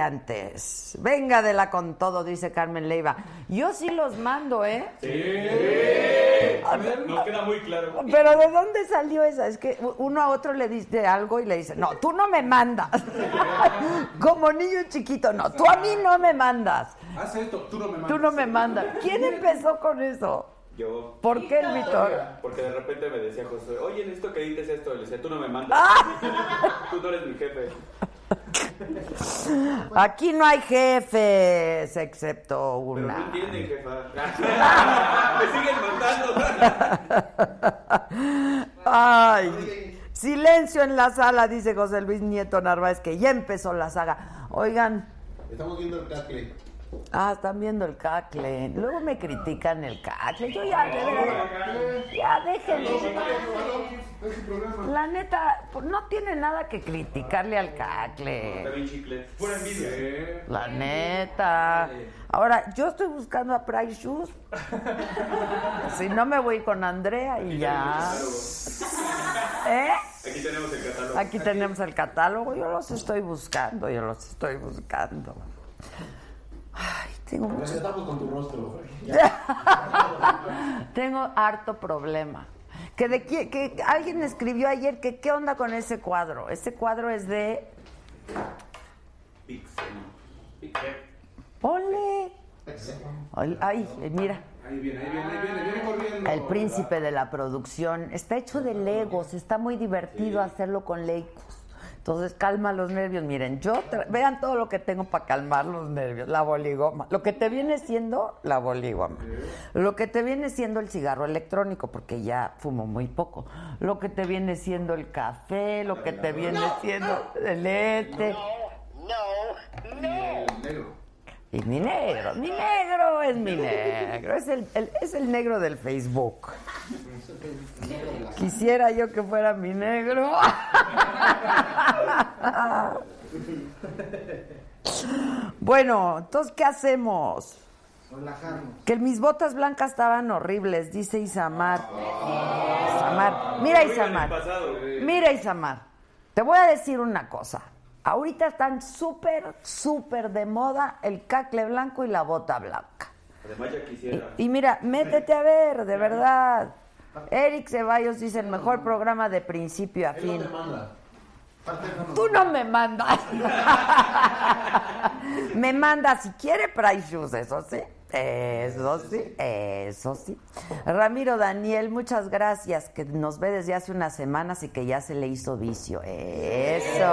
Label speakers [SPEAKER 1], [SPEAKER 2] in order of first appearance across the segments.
[SPEAKER 1] antes. Venga de la con todo, dice Carmen Leiva. Yo sí los mando, ¿eh?
[SPEAKER 2] Sí. A ver, Nos queda muy claro.
[SPEAKER 1] Pero ¿de dónde salió esa? Es que uno a otro le dice algo y le dice, no, tú no me mandas. Como niño chiquito, no, tú a mí no me mandas.
[SPEAKER 2] Haz esto, tú no me mandas.
[SPEAKER 1] Tú no me mandas. ¿Quién empezó con eso?
[SPEAKER 2] Yo.
[SPEAKER 1] ¿Por qué el Vitor?
[SPEAKER 2] Porque de repente me decía José, oye, en esto que dices esto, le decía, tú no me mandas. ¡Ah! Tú no eres mi jefe.
[SPEAKER 1] Aquí no hay jefes, excepto una.
[SPEAKER 2] Pero no entienden, jefa. Me siguen
[SPEAKER 1] mandando. Ay. Silencio en la sala, dice José Luis Nieto Narváez, que ya empezó la saga. Oigan.
[SPEAKER 3] Estamos viendo el cacle.
[SPEAKER 1] Ah, están viendo el cacle. Luego me critican el cacle. Yo ya, de verdad, ya déjenlo. La neta, pues, no tiene nada que criticarle al cacle. La neta. Ahora, yo estoy buscando a Price Shoes. Si no, me voy con Andrea y ya.
[SPEAKER 2] ¿Eh? Aquí tenemos el catálogo.
[SPEAKER 1] Aquí tenemos el catálogo. Yo los estoy buscando, yo los estoy buscando. Ay, tengo mucho...
[SPEAKER 3] con tu rostro.
[SPEAKER 1] tengo harto problema. Que, de, que, que alguien escribió ayer que qué onda con ese cuadro. Ese cuadro es de...
[SPEAKER 2] Pixel.
[SPEAKER 1] ¡Ole! Ay, ay, mira.
[SPEAKER 2] Ahí viene, ahí viene, ahí viene, viene corriendo.
[SPEAKER 1] El príncipe de la producción. Está hecho de legos. Está muy divertido sí. hacerlo con legos. Entonces calma los nervios. Miren, yo vean todo lo que tengo para calmar los nervios. La boligoma. Lo que te viene siendo la boligoma. Lo que te viene siendo el cigarro electrónico, porque ya fumo muy poco. Lo que te viene siendo el café, lo que te viene no, siendo no, el este.
[SPEAKER 4] No, no, no.
[SPEAKER 1] Y mi negro, mi negro es mi negro, es el, el, es el negro del Facebook. Quisiera yo que fuera mi negro. Bueno, entonces, ¿qué hacemos?
[SPEAKER 3] Relajarnos.
[SPEAKER 1] Que mis botas blancas estaban horribles, dice Isamar. Isamar, mira Isamar, mira Isamar, te voy a decir una cosa. Ahorita están súper, súper de moda el cacle blanco y la bota blanca.
[SPEAKER 2] Además ya quisiera.
[SPEAKER 1] Y, y mira, métete a ver, de verdad. Eric Ceballos dice el mejor programa de principio a fin.
[SPEAKER 3] Él no te manda.
[SPEAKER 1] Tú no me mandas. Me manda si quiere Price Shoes, eso sí. Eso sí, eso sí. Ramiro Daniel, muchas gracias, que nos ve desde hace unas semanas y que ya se le hizo vicio. Eso.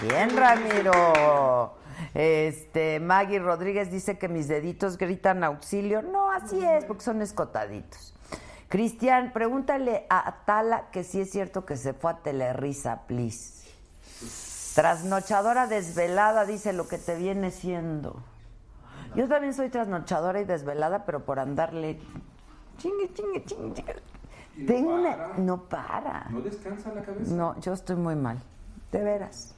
[SPEAKER 1] Bien, Ramiro. Este, Maggie Rodríguez dice que mis deditos gritan auxilio. No, así es, porque son escotaditos. Cristian, pregúntale a Atala que si es cierto que se fue a Telerisa, please. Trasnochadora desvelada, dice lo que te viene siendo. Yo también soy trasnochadora y desvelada, pero por andarle chingue, chingue, chingue. chingue.
[SPEAKER 2] no
[SPEAKER 1] Tengo
[SPEAKER 2] para.
[SPEAKER 1] una. No para.
[SPEAKER 2] No descansa la cabeza.
[SPEAKER 1] No, yo estoy muy mal. De veras.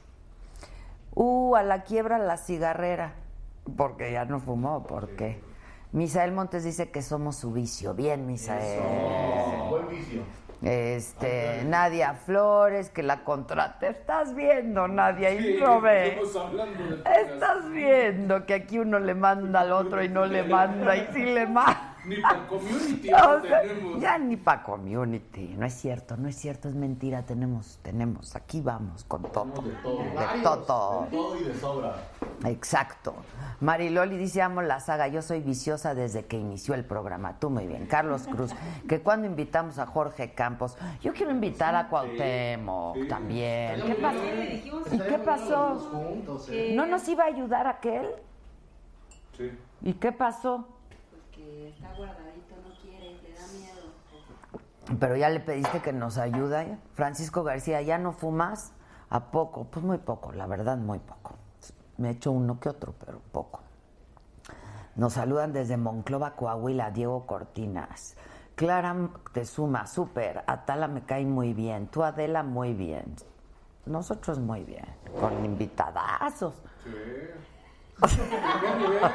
[SPEAKER 1] Uh, a la quiebra la cigarrera. Porque ya no fumó, ¿por qué? Misael Montes dice que somos su vicio. Bien, Misael.
[SPEAKER 3] Buen vicio.
[SPEAKER 1] Este, Nadia Flores, que la contrate. Estás viendo, Nadia, y
[SPEAKER 2] Sí,
[SPEAKER 1] no ve.
[SPEAKER 2] estamos hablando del podcast.
[SPEAKER 1] Estás viendo que aquí uno le manda al otro y no le manda, y sí le manda.
[SPEAKER 2] Ni por community
[SPEAKER 1] O
[SPEAKER 2] no
[SPEAKER 1] sea,
[SPEAKER 2] tenemos.
[SPEAKER 1] ya ni para community, no es cierto, no es cierto, es mentira, tenemos, tenemos, aquí vamos con Toto.
[SPEAKER 3] De todo.
[SPEAKER 1] De
[SPEAKER 3] Varios.
[SPEAKER 1] Toto.
[SPEAKER 3] De todo y de sobra.
[SPEAKER 1] Exacto. Mariloli dice, amo la saga, yo soy viciosa desde que inició el programa. Tú muy bien. Carlos Cruz, que cuando invitamos a Jorge Campos, yo quiero invitar a Cuauhtémoc también. ¿Qué pasó? ¿Y qué
[SPEAKER 3] Todos
[SPEAKER 1] pasó?
[SPEAKER 3] juntos, eh.
[SPEAKER 1] ¿No nos iba a ayudar aquel?
[SPEAKER 2] Sí.
[SPEAKER 1] ¿Y qué pasó?
[SPEAKER 5] Porque está guardadito, no quiere, le da miedo.
[SPEAKER 1] Pero ya le pediste que nos ayude. Francisco García, ¿ya no fumas? ¿A poco? Pues muy poco, la verdad, muy poco. Me he hecho uno que otro, pero poco. Nos saludan desde Monclova, Coahuila, Diego Cortinas. Clara te suma, súper. Atala me cae muy bien. Tú, Adela, muy bien. Nosotros muy bien. Con invitadazos.
[SPEAKER 2] Sí. Qué nivel.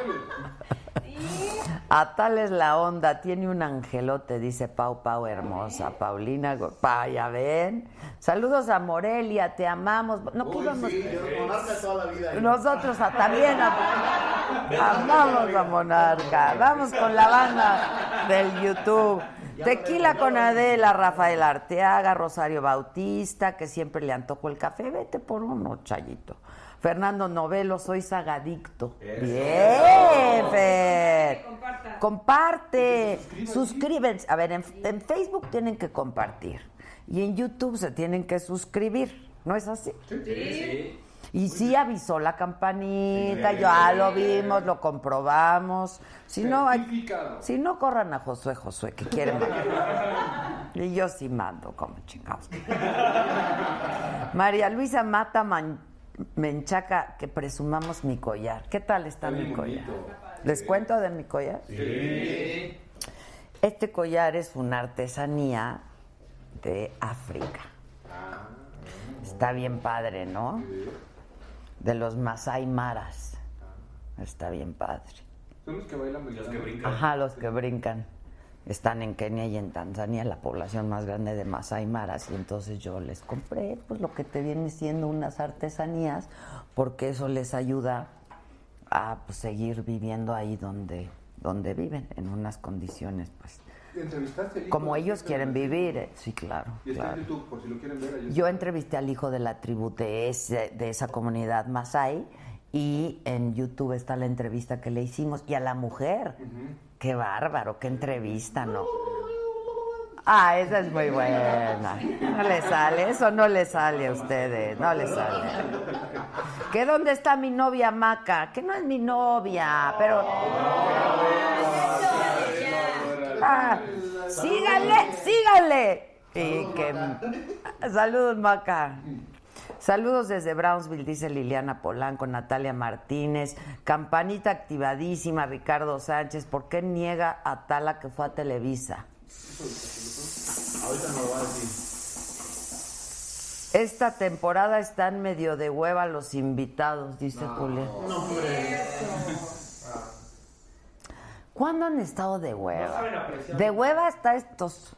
[SPEAKER 1] A tal es la onda, tiene un angelote, dice Pau Pau hermosa, Paulina, Go- pa, ya ven. Saludos a Morelia, te amamos. No
[SPEAKER 3] Uy,
[SPEAKER 1] pudimos.
[SPEAKER 3] sí, yo monarca toda la vida.
[SPEAKER 1] Nosotros a- también a- amamos a Monarca. Vamos con la banda del YouTube. Tequila con Adela, Rafael Arteaga, Rosario Bautista, que siempre le antojo el café. Vete por uno, Chayito. Fernando Novelo, soy sagadicto. Bien, Fer. Comparte. Suscríbanse. A ver, en, en Facebook tienen que compartir. Y en YouTube se tienen que suscribir. ¿No es así? Y sí avisó la campanita, ya lo vimos, lo comprobamos. Si no, hay-
[SPEAKER 2] Certificado.
[SPEAKER 1] si no corran a Josué, Josué, que quieren Y yo sí mando, como chingados. María Luisa Mata Man- Menchaca, que presumamos mi collar. ¿Qué tal está
[SPEAKER 2] Está
[SPEAKER 1] mi
[SPEAKER 2] bien
[SPEAKER 1] collar?
[SPEAKER 2] bonito.
[SPEAKER 1] ¿Les cuento de mi collar? Este collar es una artesanía de África.
[SPEAKER 2] Ah.
[SPEAKER 1] Está bien padre, ¿no? De los Masai Maras. Está bien padre.
[SPEAKER 2] Son los que bailan Los que brincan.
[SPEAKER 1] Ajá, los que brincan. Están en Kenia y en Tanzania, la población más grande de Masai Maras. Y entonces yo les compré, pues lo que te viene siendo unas artesanías, porque eso les ayuda a pues, seguir viviendo ahí donde, donde viven, en unas condiciones, pues,
[SPEAKER 2] ¿Entrevistaste al hijo
[SPEAKER 1] como
[SPEAKER 2] de-
[SPEAKER 1] ellos quieren vivir. eh. Sí, claro.
[SPEAKER 2] Y está en
[SPEAKER 1] claro.
[SPEAKER 2] YouTube, por si lo quieren ver. ahí
[SPEAKER 1] Yo
[SPEAKER 2] está.
[SPEAKER 1] entrevisté al hijo de la tribu de, ese- de esa comunidad Masai y en YouTube está la entrevista que le hicimos y a la mujer. Qué bárbaro, qué entrevista, ¿no? Ah, esa es muy buena. No le sale, eso no le sale a ustedes, no le sale. ¿Que dónde está mi novia Maca? Que no es mi novia, pero... Ah, síganle, síganle. Y que saludos Maca. Saludos desde Brownsville, dice Liliana Polanco, Natalia Martínez, campanita activadísima, Ricardo Sánchez. ¿Por qué niega a Tala que fue a Televisa?
[SPEAKER 3] Ahorita me lo va a decir.
[SPEAKER 1] Esta temporada están medio de hueva los invitados, dice Julián.
[SPEAKER 3] No, hombre.
[SPEAKER 1] ¿Cuándo han estado de hueva? de hueva está estos.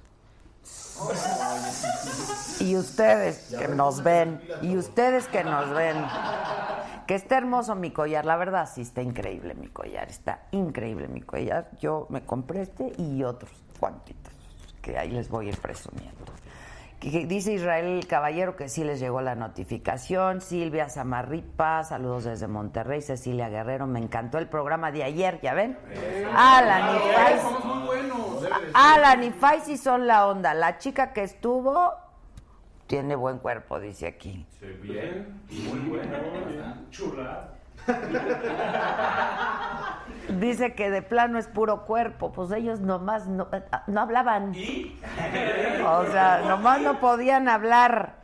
[SPEAKER 1] y ustedes que nos ven, y ustedes que nos ven. Que está hermoso mi collar, la verdad sí está increíble mi collar, está increíble mi collar. Yo me compré este y otros cuantitos, que ahí les voy a ir presumiendo. Que- que dice Israel Caballero que sí les llegó la notificación. Silvia Samarripa, saludos desde Monterrey. Cecilia Guerrero, me encantó el programa de ayer, ¿ya ven? Alan y Faiz. Alan y Faiz sí son la onda. La chica que estuvo tiene buen cuerpo, dice aquí.
[SPEAKER 2] Bien, muy bueno.
[SPEAKER 1] Dice que de plano es puro cuerpo. Pues ellos nomás no, no hablaban. O sea, nomás no podían hablar.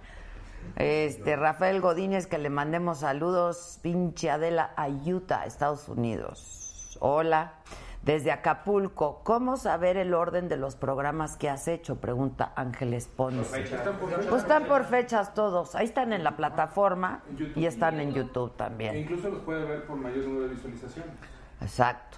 [SPEAKER 1] Este, Rafael Godínez, que le mandemos saludos, pinche Adela, a Utah, Estados Unidos. Hola. Desde Acapulco, ¿cómo saber el orden de los programas que has hecho? Pregunta Ángeles Ponce. Pues están por fechas todos. Ahí están en la plataforma y están en YouTube también.
[SPEAKER 6] Incluso los puede ver por mayor número de visualizaciones.
[SPEAKER 1] Exacto.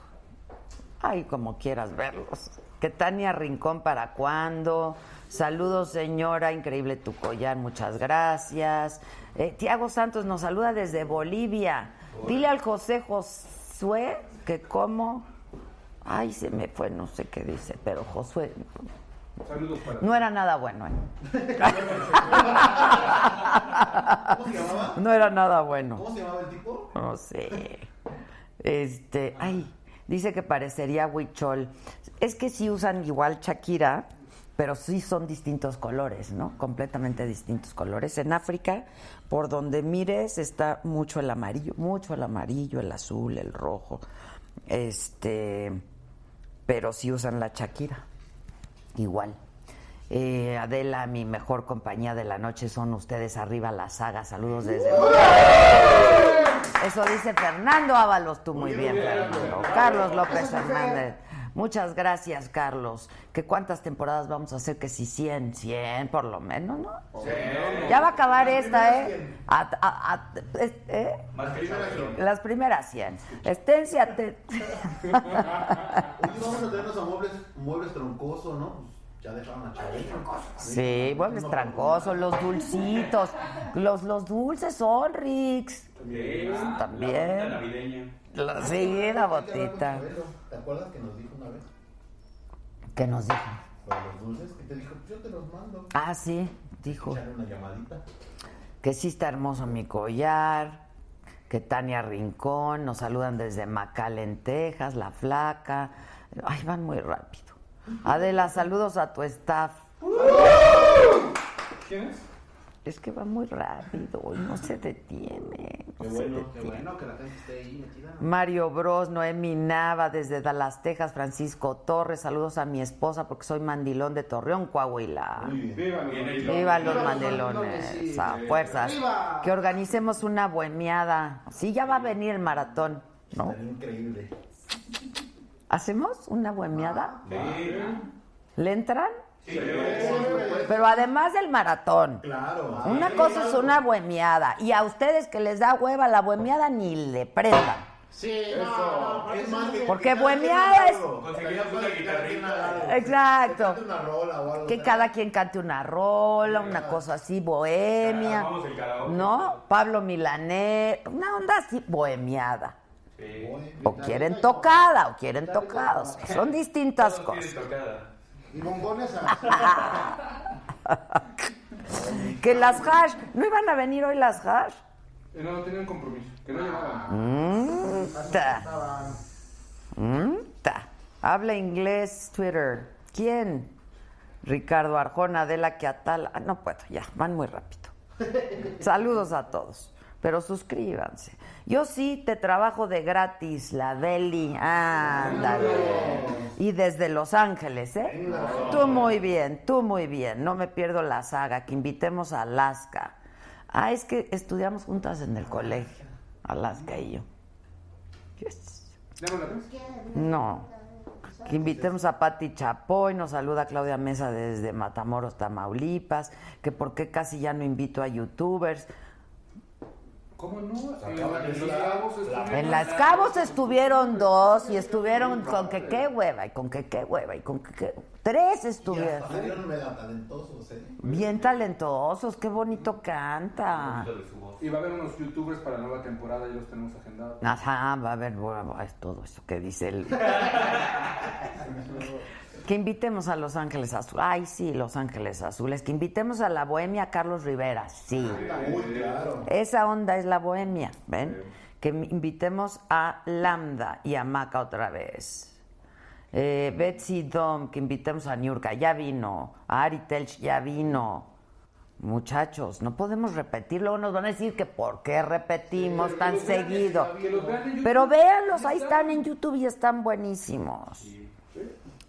[SPEAKER 1] Ay, como quieras verlos. Que Tania Rincón, ¿para cuándo? Saludos, señora. Increíble tu collar, muchas gracias. Eh, Tiago Santos nos saluda desde Bolivia. Dile al José Josué que como... Ay, se me fue, no sé qué dice, pero Josué...
[SPEAKER 6] Saludos para
[SPEAKER 1] No era nada bueno, ¿eh? No era nada bueno.
[SPEAKER 3] ¿Cómo se llamaba el tipo?
[SPEAKER 1] No sé. Este, ay, dice que parecería huichol. Es que sí usan igual Shakira, pero sí son distintos colores, ¿no? Completamente distintos colores. En África, por donde mires, está mucho el amarillo, mucho el amarillo, el azul, el rojo. Este, pero sí usan la Shakira. Igual. Eh, Adela, mi mejor compañía de la noche son ustedes arriba la saga. Saludos desde. Eso dice Fernando Ábalos, tú muy bien, Fernando. Carlos López Hernández. Muchas gracias, Carlos. ¿Que ¿Cuántas temporadas vamos a hacer? Que si 100, 100 por lo menos, ¿no? Ya va a acabar esta, ¿eh? A- a- a- es- ¿eh? Las primeras 100. Estencia, te-
[SPEAKER 3] Oye, vamos a tener los muebles, muebles troncoso, ¿no? Pues ya dejaron a Chabelo.
[SPEAKER 1] Sí, muebles trancosos, los dulcitos. Los, los dulces son, Rix.
[SPEAKER 2] La
[SPEAKER 1] También.
[SPEAKER 2] navideña.
[SPEAKER 1] Lo- Sí, la
[SPEAKER 3] Hay que hablar con
[SPEAKER 1] botita.
[SPEAKER 3] Chabelo. ¿Te acuerdas que nos dijo una vez?
[SPEAKER 1] ¿Qué nos dijo?
[SPEAKER 3] Lo de los dulces, que te dijo, yo te los mando.
[SPEAKER 1] Ah, sí, dijo.
[SPEAKER 3] Echarle una llamadita.
[SPEAKER 1] que sí está hermoso mi collar, que Tania Rincón, nos saludan desde Macalen, Texas, La Flaca. Ay, van muy rápido. Adela, saludos a tu staff.
[SPEAKER 6] ¿Quién es?
[SPEAKER 1] Es que va muy rápido, y no se detiene. no se
[SPEAKER 3] Qué bueno, qué
[SPEAKER 1] detiene.
[SPEAKER 3] bueno que la gente esté ahí metida.
[SPEAKER 1] Mario Bros, Noemi Nava desde Dallas, Texas, Francisco Torres, saludos a mi esposa porque soy mandilón de Torreón, Coahuila.
[SPEAKER 3] Muy bien.
[SPEAKER 6] Viva mi
[SPEAKER 2] Viene
[SPEAKER 6] Manilón.
[SPEAKER 1] Viva los
[SPEAKER 3] Viva los
[SPEAKER 1] mandelones,
[SPEAKER 3] mandelones,
[SPEAKER 1] a
[SPEAKER 3] sí.
[SPEAKER 1] fuerzas.
[SPEAKER 3] Viva.
[SPEAKER 1] Que organicemos una bohemiada. Sí, ya va a venir el maratón, ¿no?
[SPEAKER 3] Estaría increíble.
[SPEAKER 1] ¿Hacemos una bohemiada?
[SPEAKER 3] Ah,
[SPEAKER 2] Sí.
[SPEAKER 1] ¿Le entran? Pero además del maratón.
[SPEAKER 3] Ah, Claro.
[SPEAKER 1] Una cosa es una bohemiada. Y a ustedes que les da hueva la bohemiada ni le prestan.
[SPEAKER 3] Es más que
[SPEAKER 1] Porque
[SPEAKER 3] que cada
[SPEAKER 1] bohemiada
[SPEAKER 3] quien
[SPEAKER 1] es-
[SPEAKER 3] haga algo.
[SPEAKER 2] Conseguir
[SPEAKER 3] Cada
[SPEAKER 2] una
[SPEAKER 3] quien
[SPEAKER 2] guitarrita.
[SPEAKER 3] haga algo. Que
[SPEAKER 1] Exacto.
[SPEAKER 3] cante una rola o algo.
[SPEAKER 1] Que cada quien cante una rola, una cosa así, bohemia.
[SPEAKER 2] Vamos el karaoke.
[SPEAKER 1] ¿No? Pablo Milané, una onda así, bohemiada.
[SPEAKER 2] Sí.
[SPEAKER 1] O quieren tocada, o quieren tocados. Son distintas
[SPEAKER 2] Todos tienen
[SPEAKER 1] cosas.
[SPEAKER 2] tocada.
[SPEAKER 3] Y bombones a...
[SPEAKER 1] Que las hash, ¿no iban a venir hoy las hash?
[SPEAKER 6] Eh, No, tenía un compromiso. Que no llegaban.
[SPEAKER 2] Ah.
[SPEAKER 1] Ta, mm, ta. Habla inglés, Twitter. ¿Quién? Ricardo Arjona, de la que atal. Ah, no puedo, ya, van muy rápido. Saludos a todos, pero suscríbanse. Yo sí te trabajo de gratis, la Deli. Ándale. Y desde Los Ángeles, ¿eh? Tú muy bien, tú muy bien. No me pierdo la saga, que invitemos a Alaska. Ah, es que estudiamos juntas en el colegio, Alaska y yo. Yes.
[SPEAKER 6] ¿Ya no la ves?
[SPEAKER 1] No. Que invitemos a Patti Chapoy, nos saluda Claudia Mesa desde Matamoros, Tamaulipas, que por qué casi ya no invito a youtubers.
[SPEAKER 6] ¿Cómo no? Eh, en los cabos estuvieron-
[SPEAKER 1] En Las Cabos estuvieron dos y estuvieron con que qué hueva y con que qué hueva y con que qué... Tres estuvieron.
[SPEAKER 3] Salieron mega talentosos, ¿eh?
[SPEAKER 1] Bien talentosos, qué bonito canta.
[SPEAKER 6] Y va a haber unos youtubers para la nueva temporada, ya los tenemos agendados.
[SPEAKER 1] Ajá, va a haber bueno, es todo eso que dice él. Que invitemos a Los Ángeles Azules. Ay, sí, Los Ángeles Azules. Que invitemos a la bohemia a Carlos Rivera. Sí.
[SPEAKER 3] Muy claro.
[SPEAKER 1] Esa onda es la bohemia, ¿ven? Que m- invitemos a Lambda y a Maca otra vez. Eh, Betsy Dom, que invitemos a Niurka, ya vino. A Ari Telch, ya vino. Muchachos, no podemos repetir. Luego nos van a decir que por qué repetimos tan seguido. Pero véanlos, ahí están en YouTube y están buenísimos.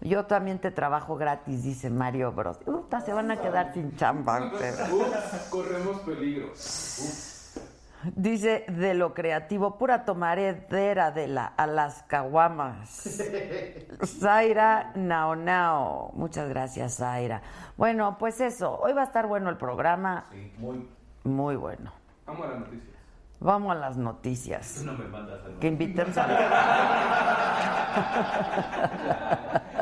[SPEAKER 1] Yo también te trabajo gratis, dice Mario Bros. Uta, se van a quedar sin chamba ustedes.
[SPEAKER 6] Ups, corremos peligro.
[SPEAKER 1] Dice de lo creativo, pura tomaredera de la, a las caguamas. Zaira Naonao. Muchas gracias, Zaira. Bueno, pues eso. Hoy va a estar bueno el programa.
[SPEAKER 3] Muy.
[SPEAKER 1] Muy bueno.
[SPEAKER 6] Vamos a la noticia.
[SPEAKER 1] Vamos a las noticias.
[SPEAKER 2] No me mandas a
[SPEAKER 1] Que invitemos a.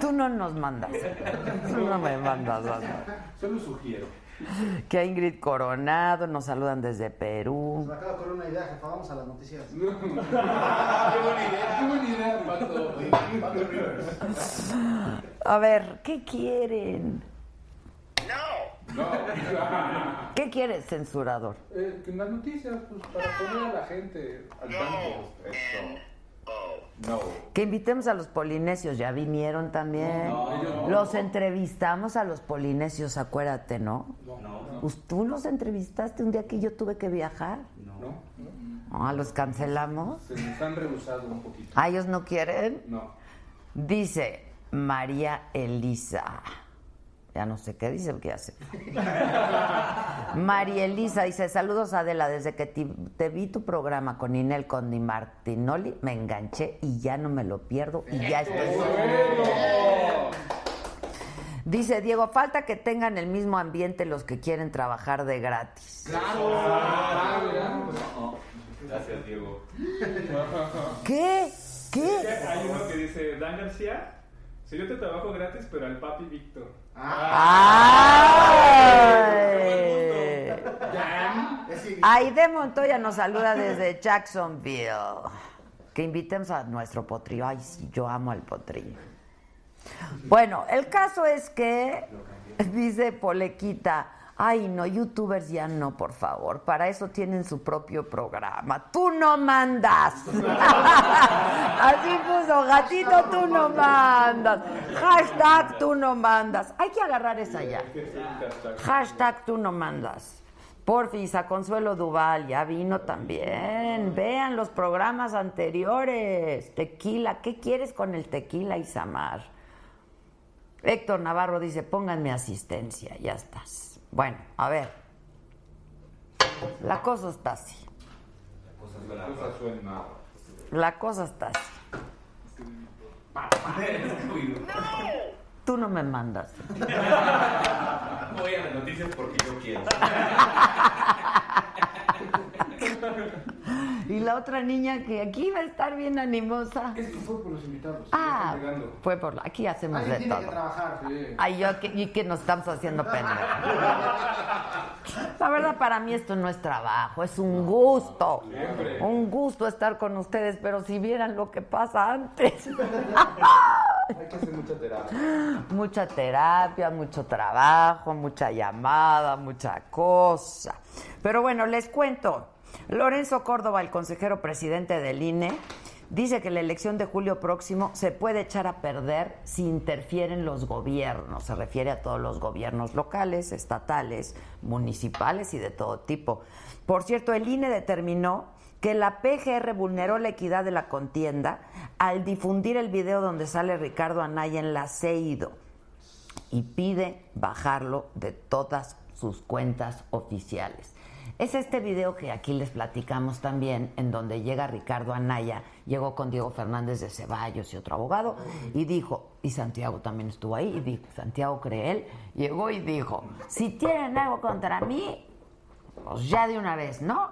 [SPEAKER 1] Tú no nos mandas. Tú no me mandas. Osvaldo.
[SPEAKER 6] Solo sugiero.
[SPEAKER 1] Que a Ingrid Coronado nos saludan desde Perú.
[SPEAKER 7] Me acaba de ocurrir una idea, jefa. Vamos a las noticias.
[SPEAKER 6] ¡Qué buena idea! ¡Qué buena idea, Pato!
[SPEAKER 3] Pato Rivers.
[SPEAKER 1] A ver, ¿qué quieren? ¿Qué quieres, censurador?
[SPEAKER 6] Eh, que en las noticias, pues, para poner a la gente al tanto.
[SPEAKER 2] No.
[SPEAKER 1] Que invitemos a los polinesios, ya vinieron también.
[SPEAKER 6] ellos no.
[SPEAKER 1] Los entrevistamos a los polinesios, acuérdate, ¿no?
[SPEAKER 2] No.
[SPEAKER 1] Pues tú los entrevistaste un día que yo tuve que viajar.
[SPEAKER 6] No, no.
[SPEAKER 1] Ah, los cancelamos.
[SPEAKER 6] Se nos han rehusado un poquito.
[SPEAKER 1] ¿A ellos no quieren?
[SPEAKER 6] No.
[SPEAKER 1] Dice María Elisa. Ya no sé qué dice, porque ya se fue. María Elisa dice, saludos Adela, desde que ti- te vi tu programa con Inel Condi Martinoli, me enganché y ya no me lo pierdo y ya estoy... Dice Diego, falta que tengan el mismo ambiente los que quieren trabajar de gratis.
[SPEAKER 2] Gracias, Diego.
[SPEAKER 1] ¿Qué? ¿Qué?
[SPEAKER 2] Hay uno que dice, Dan García, si yo te trabajo gratis, pero al papi Víctor.
[SPEAKER 1] ¡Ay!
[SPEAKER 7] Es que
[SPEAKER 1] Aide Montoya nos saluda desde Jacksonville. Que invitemos a nuestro potrillo. Ay, sí, yo amo al potrillo. Bueno, el caso es que, dice Polequita, ay no, youtubers ya no, por favor, para eso tienen su propio programa. Tú no mandas. Así puso, gatito, tú no mandas. Hashtag, tú no mandas. Hay que agarrar esa ya. Hashtag tú no mandas. Porfis, a Consuelo Duval, ya vino también. Vean los programas anteriores. Tequila, ¿qué quieres con el tequila, Isamar? Héctor Navarro dice, pónganme asistencia, ya estás. Bueno, a ver. La cosa está así.
[SPEAKER 6] Las cosas suenan.
[SPEAKER 1] La cosa está así. Tú no me mandas.
[SPEAKER 2] Ah, Voy a las noticias porque yo quiero.
[SPEAKER 1] Y la otra niña que aquí va a estar bien animosa.
[SPEAKER 6] Es que fue por los invitados.
[SPEAKER 1] Ah,
[SPEAKER 6] ya están llegando.
[SPEAKER 1] fue por la- aquí hacemos
[SPEAKER 7] alguien
[SPEAKER 1] de
[SPEAKER 7] tiene que
[SPEAKER 1] todo.
[SPEAKER 7] trabajar.
[SPEAKER 6] Sí.
[SPEAKER 1] Ay, yo que, y que nos estamos haciendo pendejos. La verdad, para mí esto no es trabajo, es un gusto.
[SPEAKER 6] Siempre.
[SPEAKER 1] Un gusto estar con ustedes, pero si vieran lo que pasa antes.
[SPEAKER 6] Hay que hacer mucha terapia.
[SPEAKER 1] Mucha terapia, mucho trabajo, mucha llamada, mucha cosa. Pero bueno, les cuento. Lorenzo Córdoba, el consejero presidente del INE, dice que la elección de julio próximo se puede echar a perder si interfieren los gobiernos. Se refiere a todos los gobiernos locales, estatales, municipales y de todo tipo. Por cierto, el INE determinó que la PGR vulneró la equidad de la contienda al difundir el video donde sale Ricardo Anaya en la CEIDO y pide bajarlo de todas sus cuentas oficiales. Es este video que aquí les platicamos también, en donde llega Ricardo Anaya, llegó con Diego Fernández de Ceballos y otro abogado, y dijo, y Santiago también estuvo ahí, y dijo, Santiago Creel, llegó y dijo, si tienen algo contra mí, pues ya de una vez, ¿no?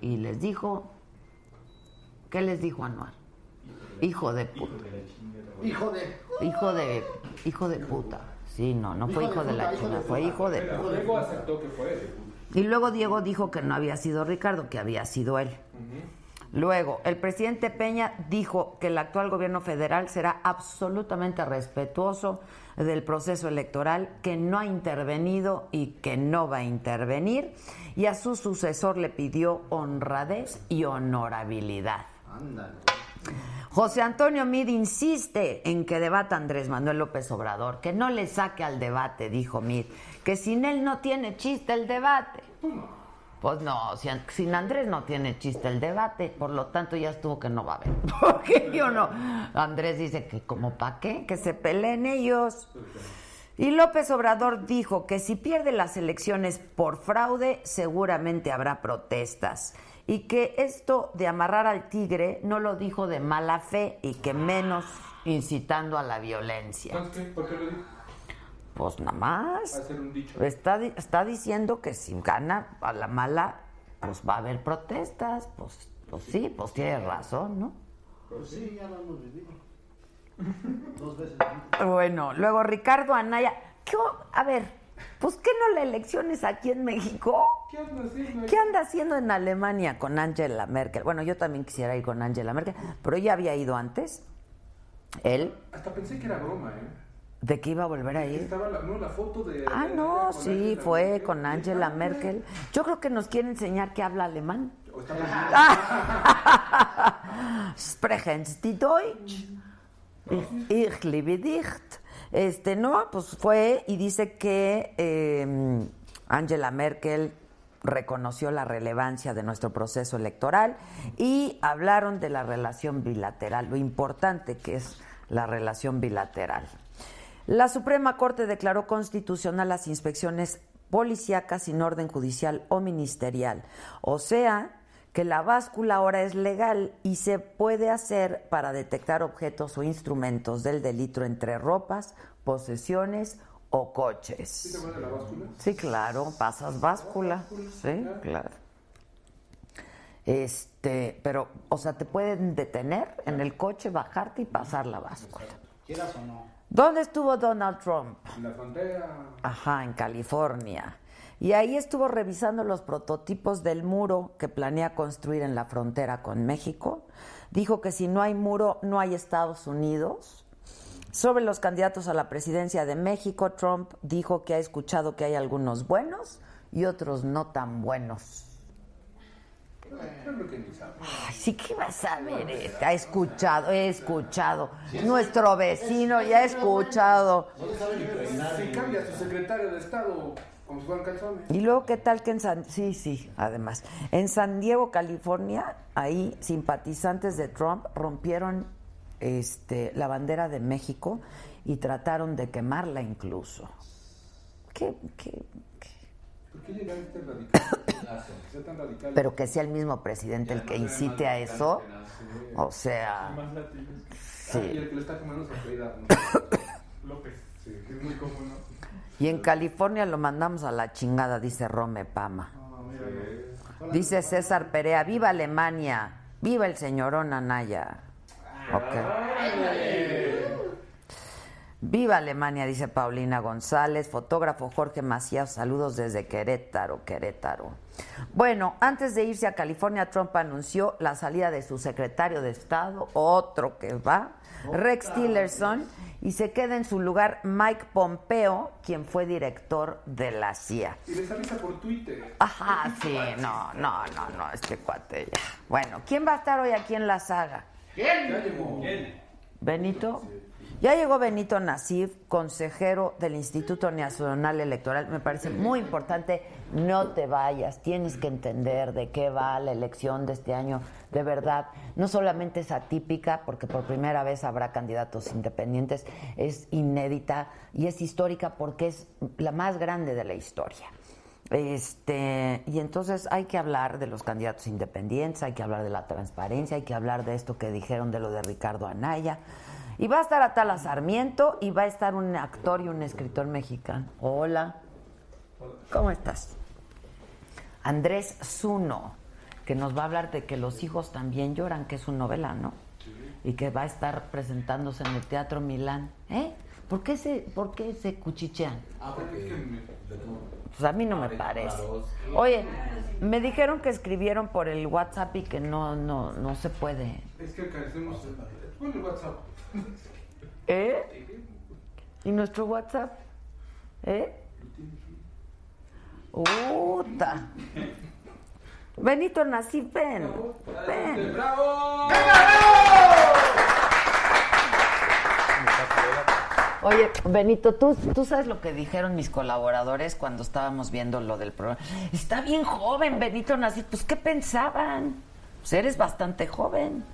[SPEAKER 1] Y les dijo, ¿qué les dijo Anuar? Hijo de puta.
[SPEAKER 7] Hijo de.
[SPEAKER 1] Hijo de, hijo de puta. Sí, no, no fue hijo de la china, fue hijo de puta.
[SPEAKER 6] Luego aceptó que fue.
[SPEAKER 1] Y luego Diego dijo que no había sido Ricardo, que había sido él. Luego, el presidente Peña dijo que el actual gobierno federal será absolutamente respetuoso del proceso electoral, que no ha intervenido y que no va a intervenir. Y a su sucesor le pidió honradez y honorabilidad.
[SPEAKER 7] Ándale.
[SPEAKER 1] José Antonio Mid insiste en que debata Andrés Manuel López Obrador, que no le saque al debate, dijo Mid, que sin él no tiene chiste el debate. Pues no, si an- sin Andrés no tiene chiste el debate, por lo tanto ya estuvo que no va a haber. Porque yo no. Andrés dice que como pa' qué, que se peleen ellos. Y López Obrador dijo que si pierde las elecciones por fraude, seguramente habrá protestas. Y que esto de amarrar al tigre no lo dijo de mala fe y que menos incitando a la violencia.
[SPEAKER 6] Entonces, ¿qué? ¿por qué lo dijo?
[SPEAKER 1] Pues nada más.
[SPEAKER 6] Va a ser un dicho.
[SPEAKER 1] Está, di- está diciendo que si gana a la mala, pues va a haber protestas. Pues, pues sí, pues tiene razón, ¿no?
[SPEAKER 7] Pues sí, ya lo hemos vivido. Dos veces. ¿no?
[SPEAKER 1] Bueno, luego Ricardo Anaya. ¿Qué o- a ver, pues ¿qué no la elección es aquí en México?
[SPEAKER 6] ¿Qué andas haciendo?
[SPEAKER 1] ¿Qué anda haciendo en Alemania con Angela Merkel? Bueno, yo también quisiera ir con Angela Merkel, pero ya había ido antes. Él,
[SPEAKER 6] Hasta pensé que era broma, ¿eh?
[SPEAKER 1] ¿de que iba a volver a
[SPEAKER 6] Que
[SPEAKER 1] ir?
[SPEAKER 6] Estaba la, no, la foto de...
[SPEAKER 1] Ah,
[SPEAKER 6] de-
[SPEAKER 1] no,
[SPEAKER 6] con
[SPEAKER 1] sí,
[SPEAKER 6] Angela
[SPEAKER 1] fue
[SPEAKER 6] Merkel.
[SPEAKER 1] con Angela Merkel. Yo creo que nos quiere enseñar que habla alemán.
[SPEAKER 6] O estaba-
[SPEAKER 1] Sprechen Sie Deutsch. Ich, ich liebe dich. Este, no, pues fue y dice que eh, Angela Merkel reconoció la relevancia de nuestro proceso electoral y hablaron de la relación bilateral, lo importante que es la relación bilateral. La Suprema Corte declaró constitucional las inspecciones policíacas sin orden judicial o ministerial, o sea, que la báscula ahora es legal y se puede hacer para detectar objetos o instrumentos del delito entre ropas, posesiones o coches.
[SPEAKER 6] ¿Te acuerdas de la báscula?
[SPEAKER 1] Sí, claro, pasas báscula. Sí, claro. Este, pero, o sea, te pueden detener en el coche, bajarte y pasar la báscula.
[SPEAKER 7] Quieras o no.
[SPEAKER 1] ¿Dónde estuvo Donald Trump?
[SPEAKER 6] En la frontera...
[SPEAKER 1] Ajá, en California. Y ahí estuvo revisando los prototipos del muro que planea construir en la frontera con México. Dijo que si no hay muro, no hay Estados Unidos. Sobre los candidatos a la presidencia de México, Trump dijo que ha escuchado que hay algunos buenos y otros no tan buenos.
[SPEAKER 6] Yo creo que ni sabe.
[SPEAKER 1] Ay, sí que vas a ver, este, ha escuchado, he escuchado. Nuestro vecino ya ha escuchado.
[SPEAKER 6] Si cambia a su secretario de Estado como si fueran calzones.
[SPEAKER 1] Y luego, ¿qué tal que en San... Sí, sí, además. En San Diego, California, ahí simpatizantes de Trump rompieron este, la bandera de México y trataron de quemarla incluso. ¿Qué, qué, qué?
[SPEAKER 6] ¿Por qué llegaste tan radical? Ser tan radical.
[SPEAKER 1] Pero que sea el mismo presidente el que incite a eso. O sea,
[SPEAKER 2] Más latinos.
[SPEAKER 1] sí.
[SPEAKER 6] Ah, Y el que le está quemando su autoridad. ¿no? López. Sí, que es muy común, ¿no?
[SPEAKER 1] Y en California lo mandamos a la chingada, dice Rome Pama. Dice César Perea, viva Alemania, viva el señorón Anaya. Ok. Viva Alemania, dice Paulina González, fotógrafo Jorge Macías, saludos desde Querétaro, Querétaro. Bueno, antes de irse a California, Trump anunció la salida de su secretario de Estado, otro que va, Rex Tillerson, y se queda en su lugar Mike Pompeo, quien fue director de la CIA.
[SPEAKER 6] Y les avisa por Twitter.
[SPEAKER 1] Ajá, sí, no, no, no, no, este cuate ya. Bueno, ¿quién va a estar hoy aquí en la saga?
[SPEAKER 6] Ya llegó.
[SPEAKER 1] Benito. Ya llegó Benito Nasif, consejero del Instituto Nacional Electoral. Me parece muy importante, no te vayas, tienes que entender de qué va la elección de este año. De verdad, no solamente es atípica, porque por primera vez habrá candidatos independientes, es inédita y es histórica porque es la más grande de la historia. Este, y entonces hay que hablar de los candidatos independientes, hay que hablar de la transparencia, hay que hablar de esto que dijeron de lo de Ricardo Anaya. Y va a estar Atala Sarmiento y va a estar un actor y un escritor mexicano. Hola. ¿Cómo estás? Andrés Zuno, que nos va a hablar de que los hijos también lloran, que es su novela, ¿no? Y que va a estar presentándose en el Teatro Milán. ¿Eh? ¿Por qué se, por qué se cuchichean?
[SPEAKER 3] Ah, porque
[SPEAKER 1] Pues a mí no me parece. Oye, me dijeron que escribieron por el WhatsApp y que no, no, no se puede.
[SPEAKER 6] Es que carecemos de... Pon el WhatsApp.
[SPEAKER 1] ¿Eh? ¿Y nuestro WhatsApp? ¿Eh? ¡Uta! Benito Nasif, ven. Ven.
[SPEAKER 6] ¡Bravo!
[SPEAKER 1] Oye, Benito, ¿tú, tú sabes lo que dijeron mis colaboradores cuando estábamos viendo lo del programa. Está bien joven, Benito Nasif. Pues, ¿qué pensaban? Pues eres bastante joven.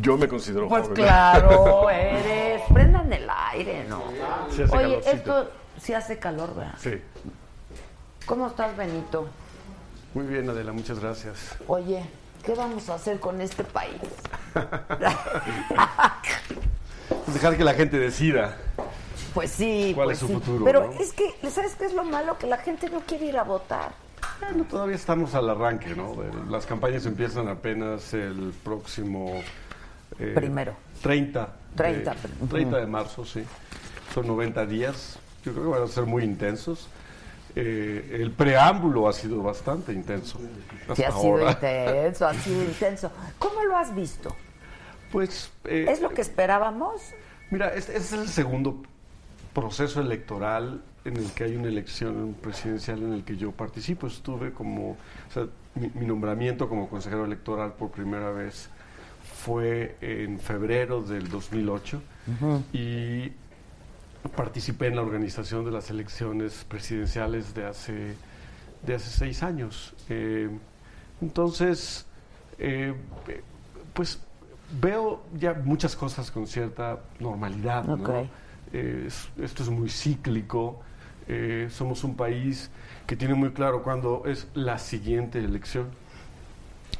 [SPEAKER 8] Yo me considero
[SPEAKER 1] Pues
[SPEAKER 8] joven.
[SPEAKER 1] claro, eres. Prendan el aire, ¿no?
[SPEAKER 8] Sí hace
[SPEAKER 1] Oye,
[SPEAKER 8] calorcito.
[SPEAKER 1] esto sí hace calor, ¿verdad?
[SPEAKER 8] Sí.
[SPEAKER 1] ¿Cómo estás, Benito?
[SPEAKER 8] Muy bien, Adela, muchas gracias.
[SPEAKER 1] Oye, ¿qué vamos a hacer con este país?
[SPEAKER 8] Pues dejar que la gente decida.
[SPEAKER 1] Pues sí,
[SPEAKER 8] ¿Cuál
[SPEAKER 1] pues
[SPEAKER 8] es su
[SPEAKER 1] sí.
[SPEAKER 8] futuro,
[SPEAKER 1] Pero
[SPEAKER 8] no?
[SPEAKER 1] es que, ¿sabes qué es lo malo? Que la gente no quiere ir a votar.
[SPEAKER 8] Bueno, todavía estamos al arranque, ¿no? De- Las campañas empiezan apenas el próximo... eh,
[SPEAKER 1] Primero.
[SPEAKER 8] 30.
[SPEAKER 1] 30,
[SPEAKER 8] de,
[SPEAKER 1] pero-
[SPEAKER 8] 30 de marzo, sí. Son 90 días. Yo creo que van a ser muy intensos. Eh, el preámbulo ha sido bastante intenso. Hasta
[SPEAKER 1] Sí, ha sido
[SPEAKER 8] ahora.
[SPEAKER 1] intenso, ha sido intenso. ¿Cómo lo has visto?
[SPEAKER 8] Pues... eh,
[SPEAKER 1] ¿Es lo que esperábamos?
[SPEAKER 8] Mira, este, este es el segundo proceso electoral en el que hay una elección presidencial en el que yo participo. Estuve como, o sea, mi, mi nombramiento como consejero electoral por primera vez fue en febrero del 2008 y participé en la organización de las elecciones presidenciales de hace, de hace seis años. Eh, entonces, eh, eh, pues veo ya muchas cosas con cierta normalidad. ¿no?
[SPEAKER 1] Ok.
[SPEAKER 8] Eh, es- esto es muy cíclico. Eh, somos un país que tiene muy claro cuándo es la siguiente elección.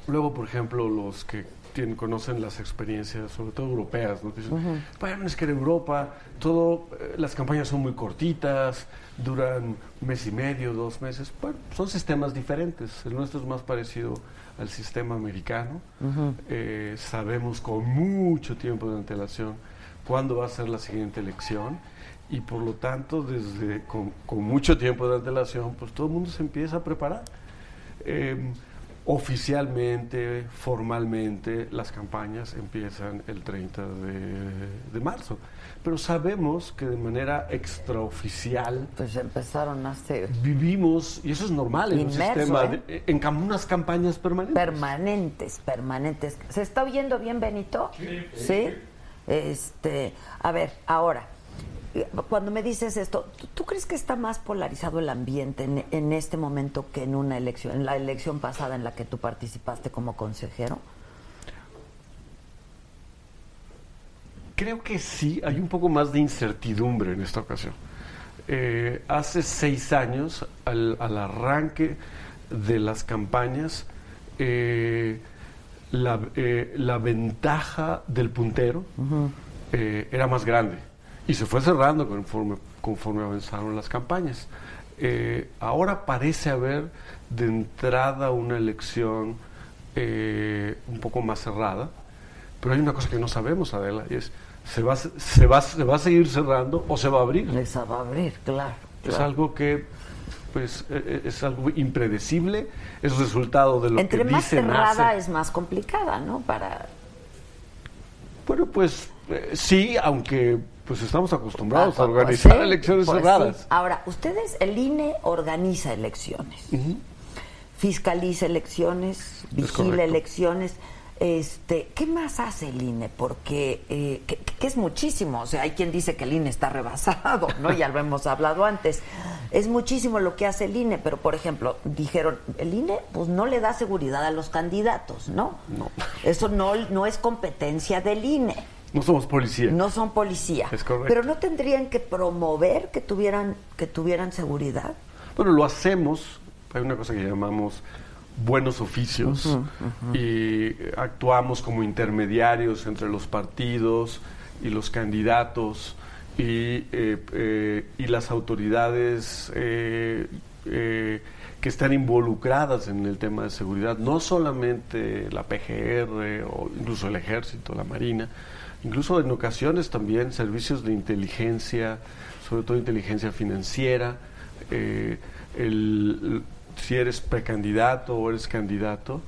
[SPEAKER 8] Luego, por ejemplo, los que tienen- conocen las experiencias, sobre todo europeas, ¿no? Que dicen, bueno, es que en Europa todo, eh, las campañas son muy cortitas, duran un mes y medio, dos meses. Bueno, son sistemas diferentes. El nuestro es más parecido al sistema americano. Eh, sabemos con mucho tiempo de antelación cuándo va a ser la siguiente elección y por lo tanto, desde con, con mucho tiempo de antelación, pues todo el mundo se empieza a preparar. Eh, oficialmente, formalmente, las campañas empiezan el 30 de, de marzo. Pero sabemos que de manera extraoficial
[SPEAKER 1] Pues empezaron hace
[SPEAKER 8] vivimos, y eso es normal en
[SPEAKER 1] Inmerso,
[SPEAKER 8] un sistema,
[SPEAKER 1] ¿eh?
[SPEAKER 8] de- en cam- unas campañas permanentes.
[SPEAKER 1] permanentes, permanentes. ¿Se está oyendo bien, Benito? Sí. Este, a ver, ahora, eh, cuando me dices esto, ¿tú, tú crees que está más polarizado el ambiente en, en este momento que en una elección, en la elección pasada en la que tú participaste como consejero?
[SPEAKER 8] Creo que sí, hay un poco más de incertidumbre en esta ocasión. Eh, hace seis años, al, al arranque de las campañas, eh, la, eh, la ventaja del puntero eh, era más grande y se fue cerrando conforme, conforme avanzaron las campañas. Eh, ahora parece haber de entrada una elección eh, un poco más cerrada. Pero hay una cosa que no sabemos, Adela, y es, ¿se va, a se- se va, se va a seguir cerrando o se va a abrir?
[SPEAKER 1] Esa va a abrir, claro.
[SPEAKER 8] Es
[SPEAKER 1] claro.
[SPEAKER 8] algo que, pues, eh, eh, es algo impredecible, es resultado de lo
[SPEAKER 1] Entre
[SPEAKER 8] que
[SPEAKER 1] más
[SPEAKER 8] dicen
[SPEAKER 1] cerrada
[SPEAKER 8] hacen.
[SPEAKER 1] es más complicada, ¿no? Para
[SPEAKER 8] Bueno, pues, eh, sí, aunque pues estamos acostumbrados a
[SPEAKER 1] Ah, pues
[SPEAKER 8] organizar
[SPEAKER 1] sí,
[SPEAKER 8] elecciones
[SPEAKER 1] pues
[SPEAKER 8] cerradas.
[SPEAKER 1] sí. Ahora, ustedes, el INE organiza elecciones, fiscaliza elecciones, vigila
[SPEAKER 8] correcto.
[SPEAKER 1] elecciones. Este, ¿Qué más hace el INE? Porque eh, que, que es muchísimo. O sea, hay quien dice que el INE está rebasado, ¿no? Ya lo hemos hablado antes. Es muchísimo lo que hace el INE, pero por ejemplo, dijeron, el INE pues no le da seguridad a los candidatos, ¿no?
[SPEAKER 8] No.
[SPEAKER 1] Eso no, no es competencia del INE.
[SPEAKER 8] No somos policía.
[SPEAKER 1] No son policía.
[SPEAKER 8] Es correcto.
[SPEAKER 1] Pero no tendrían que promover que tuvieran que tuvieran seguridad.
[SPEAKER 8] Bueno, lo hacemos, hay una cosa que llamamos buenos oficios y eh, actuamos como intermediarios entre los partidos y los candidatos y, eh, eh, y las autoridades eh, eh, que están involucradas en el tema de seguridad, no solamente la PGR o incluso el ejército, la marina, incluso en ocasiones también servicios de inteligencia, sobre todo inteligencia financiera, eh, el- si eres precandidato o eres candidato,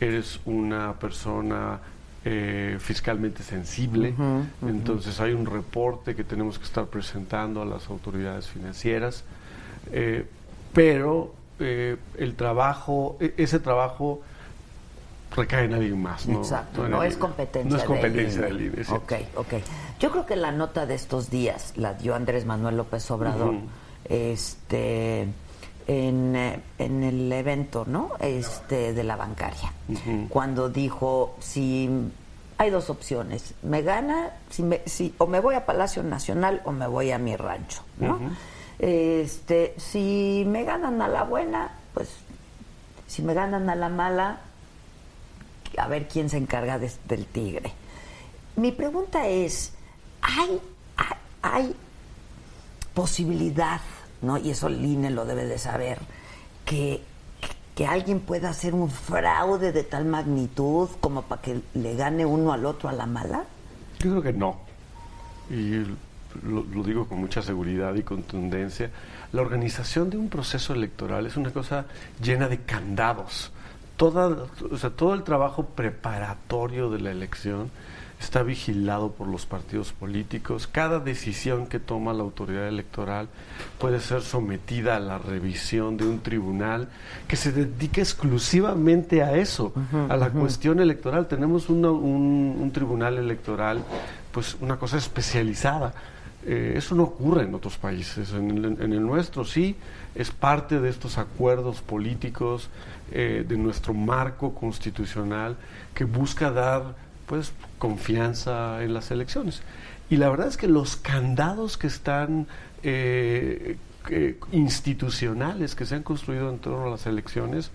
[SPEAKER 8] eres una persona eh, fiscalmente sensible.
[SPEAKER 9] Ujú, ujú.
[SPEAKER 8] Entonces hay un reporte que tenemos que estar presentando a las autoridades financieras. Eh, pero eh, el trabajo, e- ese trabajo recae en alguien más. ¿no?
[SPEAKER 1] Exacto,
[SPEAKER 8] en
[SPEAKER 1] no
[SPEAKER 8] alguien-
[SPEAKER 1] es competencia.
[SPEAKER 8] No es
[SPEAKER 1] del
[SPEAKER 8] competencia
[SPEAKER 1] INE.
[SPEAKER 8] del E, INE, es
[SPEAKER 1] Ok, ok. Yo creo que la nota de estos días la dio Andrés Manuel López Obrador
[SPEAKER 8] Ujú.
[SPEAKER 1] este, en, eh, en el evento, ¿no? Este, de la bancaria. Cuando dijo, si hay dos opciones, me gana, si me, si, o me voy a Palacio Nacional o me voy a mi rancho, ¿no?
[SPEAKER 10] Ujú.
[SPEAKER 1] Este, si me ganan a la buena, pues si me ganan a la mala, a ver quién se encarga de- del tigre. Mi pregunta es, ¿hay, hay, hay posibilidad, ¿no? y eso el INE lo debe de saber, que, que alguien pueda hacer un fraude de tal magnitud como para que le gane uno al otro a la mala?
[SPEAKER 8] Yo creo que no. Y l- lo, lo digo con mucha seguridad y contundencia. La organización de un proceso electoral es una cosa llena de candados. Toda, o sea, todo el trabajo preparatorio de la elección está vigilado por los partidos políticos. Cada decisión que toma la autoridad electoral puede ser sometida a la revisión de un tribunal que se dedique exclusivamente a eso, a la cuestión electoral. Tenemos una- un, un tribunal electoral, pues una cosa especializada. Eh, eso no ocurre en otros países. En el, en el nuestro sí es parte de estos acuerdos políticos, eh, de nuestro marco constitucional que busca dar pues confianza en las elecciones. Y la verdad es que los candados que están eh, que- institucionales que se han construido en torno a las elecciones,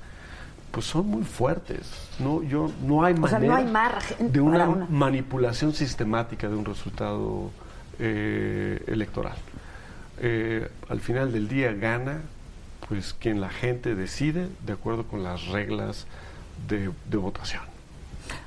[SPEAKER 8] pues son muy fuertes. No, yo no hay
[SPEAKER 1] O sea,
[SPEAKER 8] manera
[SPEAKER 1] no hay margen
[SPEAKER 8] de una,
[SPEAKER 1] para una-
[SPEAKER 8] manipulación sistemática de un resultado eh, electoral. Eh, al final del día gana pues quien la gente decide de acuerdo con las reglas de- de votación.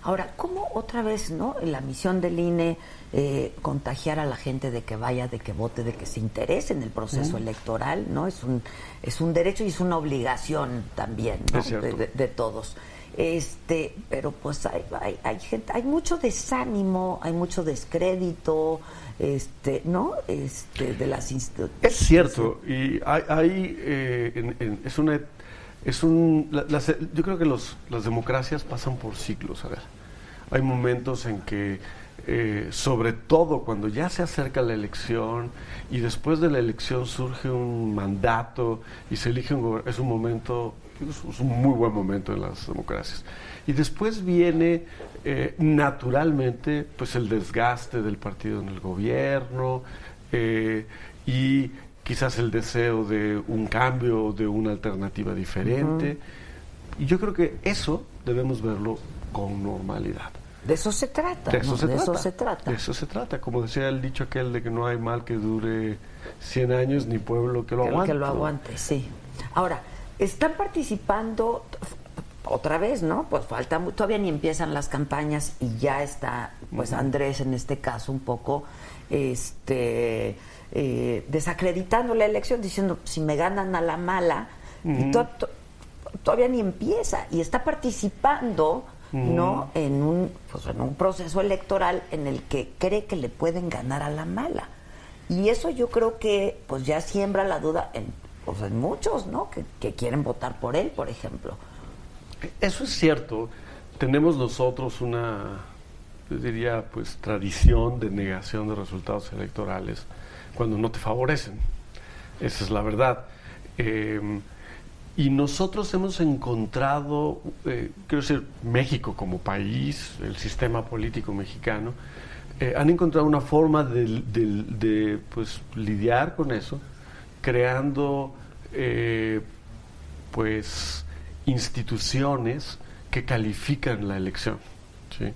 [SPEAKER 1] Ahora, ¿cómo otra vez, no? En La misión del INE, eh, contagiar a la gente de que vaya, de que vote, de que se interese en el proceso
[SPEAKER 8] Ujú.
[SPEAKER 1] electoral, ¿no? Es un, es un derecho y es una obligación también, ¿no?
[SPEAKER 8] Es cierto.
[SPEAKER 1] De, de- de todos. Este, pero pues hay, hay, hay gente, hay mucho desánimo, hay mucho descrédito, este, ¿no? Este, de las instituciones.
[SPEAKER 8] Es cierto, y hay, hay, eh, en- en- es una, es un, la- las- yo creo que los, las democracias pasan por ciclos, a ver. Hay momentos en que, eh, sobre todo cuando ya se acerca la elección y después de la elección surge un mandato y se elige un gobernador, es un momento, pues, es- es un muy buen momento en las democracias. Y después viene eh, naturalmente pues el desgaste del partido en el gobierno, eh, y quizás el deseo de un cambio, de una alternativa diferente. Y yo creo que eso debemos verlo con normalidad.
[SPEAKER 1] De eso se trata.
[SPEAKER 8] De eso,
[SPEAKER 1] ¿no?
[SPEAKER 8] se,
[SPEAKER 1] de
[SPEAKER 8] trata.
[SPEAKER 1] eso se trata.
[SPEAKER 8] De eso se trata. Como decía el dicho aquel de que no hay mal que dure 100 años ni pueblo que lo
[SPEAKER 1] Que-
[SPEAKER 8] aguante.
[SPEAKER 1] que lo
[SPEAKER 8] ¿no?
[SPEAKER 1] aguante, sí. Ahora, están participando t- f- otra vez, ¿no? Pues falta mu- todavía ni empiezan las campañas y ya está, pues
[SPEAKER 10] Ujú.
[SPEAKER 1] Andrés en este caso un poco, este, eh, desacreditando la elección, diciendo si me ganan a la mala, y
[SPEAKER 10] Ujú.
[SPEAKER 1] to- to- todavía ni empieza y está participando. ¿no? En un, pues, en un proceso electoral en el que cree que le pueden ganar a la mala. Y eso yo creo que pues ya siembra la duda en, pues, en muchos, ¿no? Que, que quieren votar por él, por ejemplo.
[SPEAKER 8] Eso es cierto. Tenemos nosotros una, yo diría, pues tradición de negación de resultados electorales cuando no te favorecen. Esa es la verdad. Eh, y nosotros hemos encontrado, eh, quiero decir, México como país, el sistema político mexicano, eh, han encontrado una forma de, de- de, pues, lidiar con eso, creando eh, pues instituciones que califican la elección. ¿sí?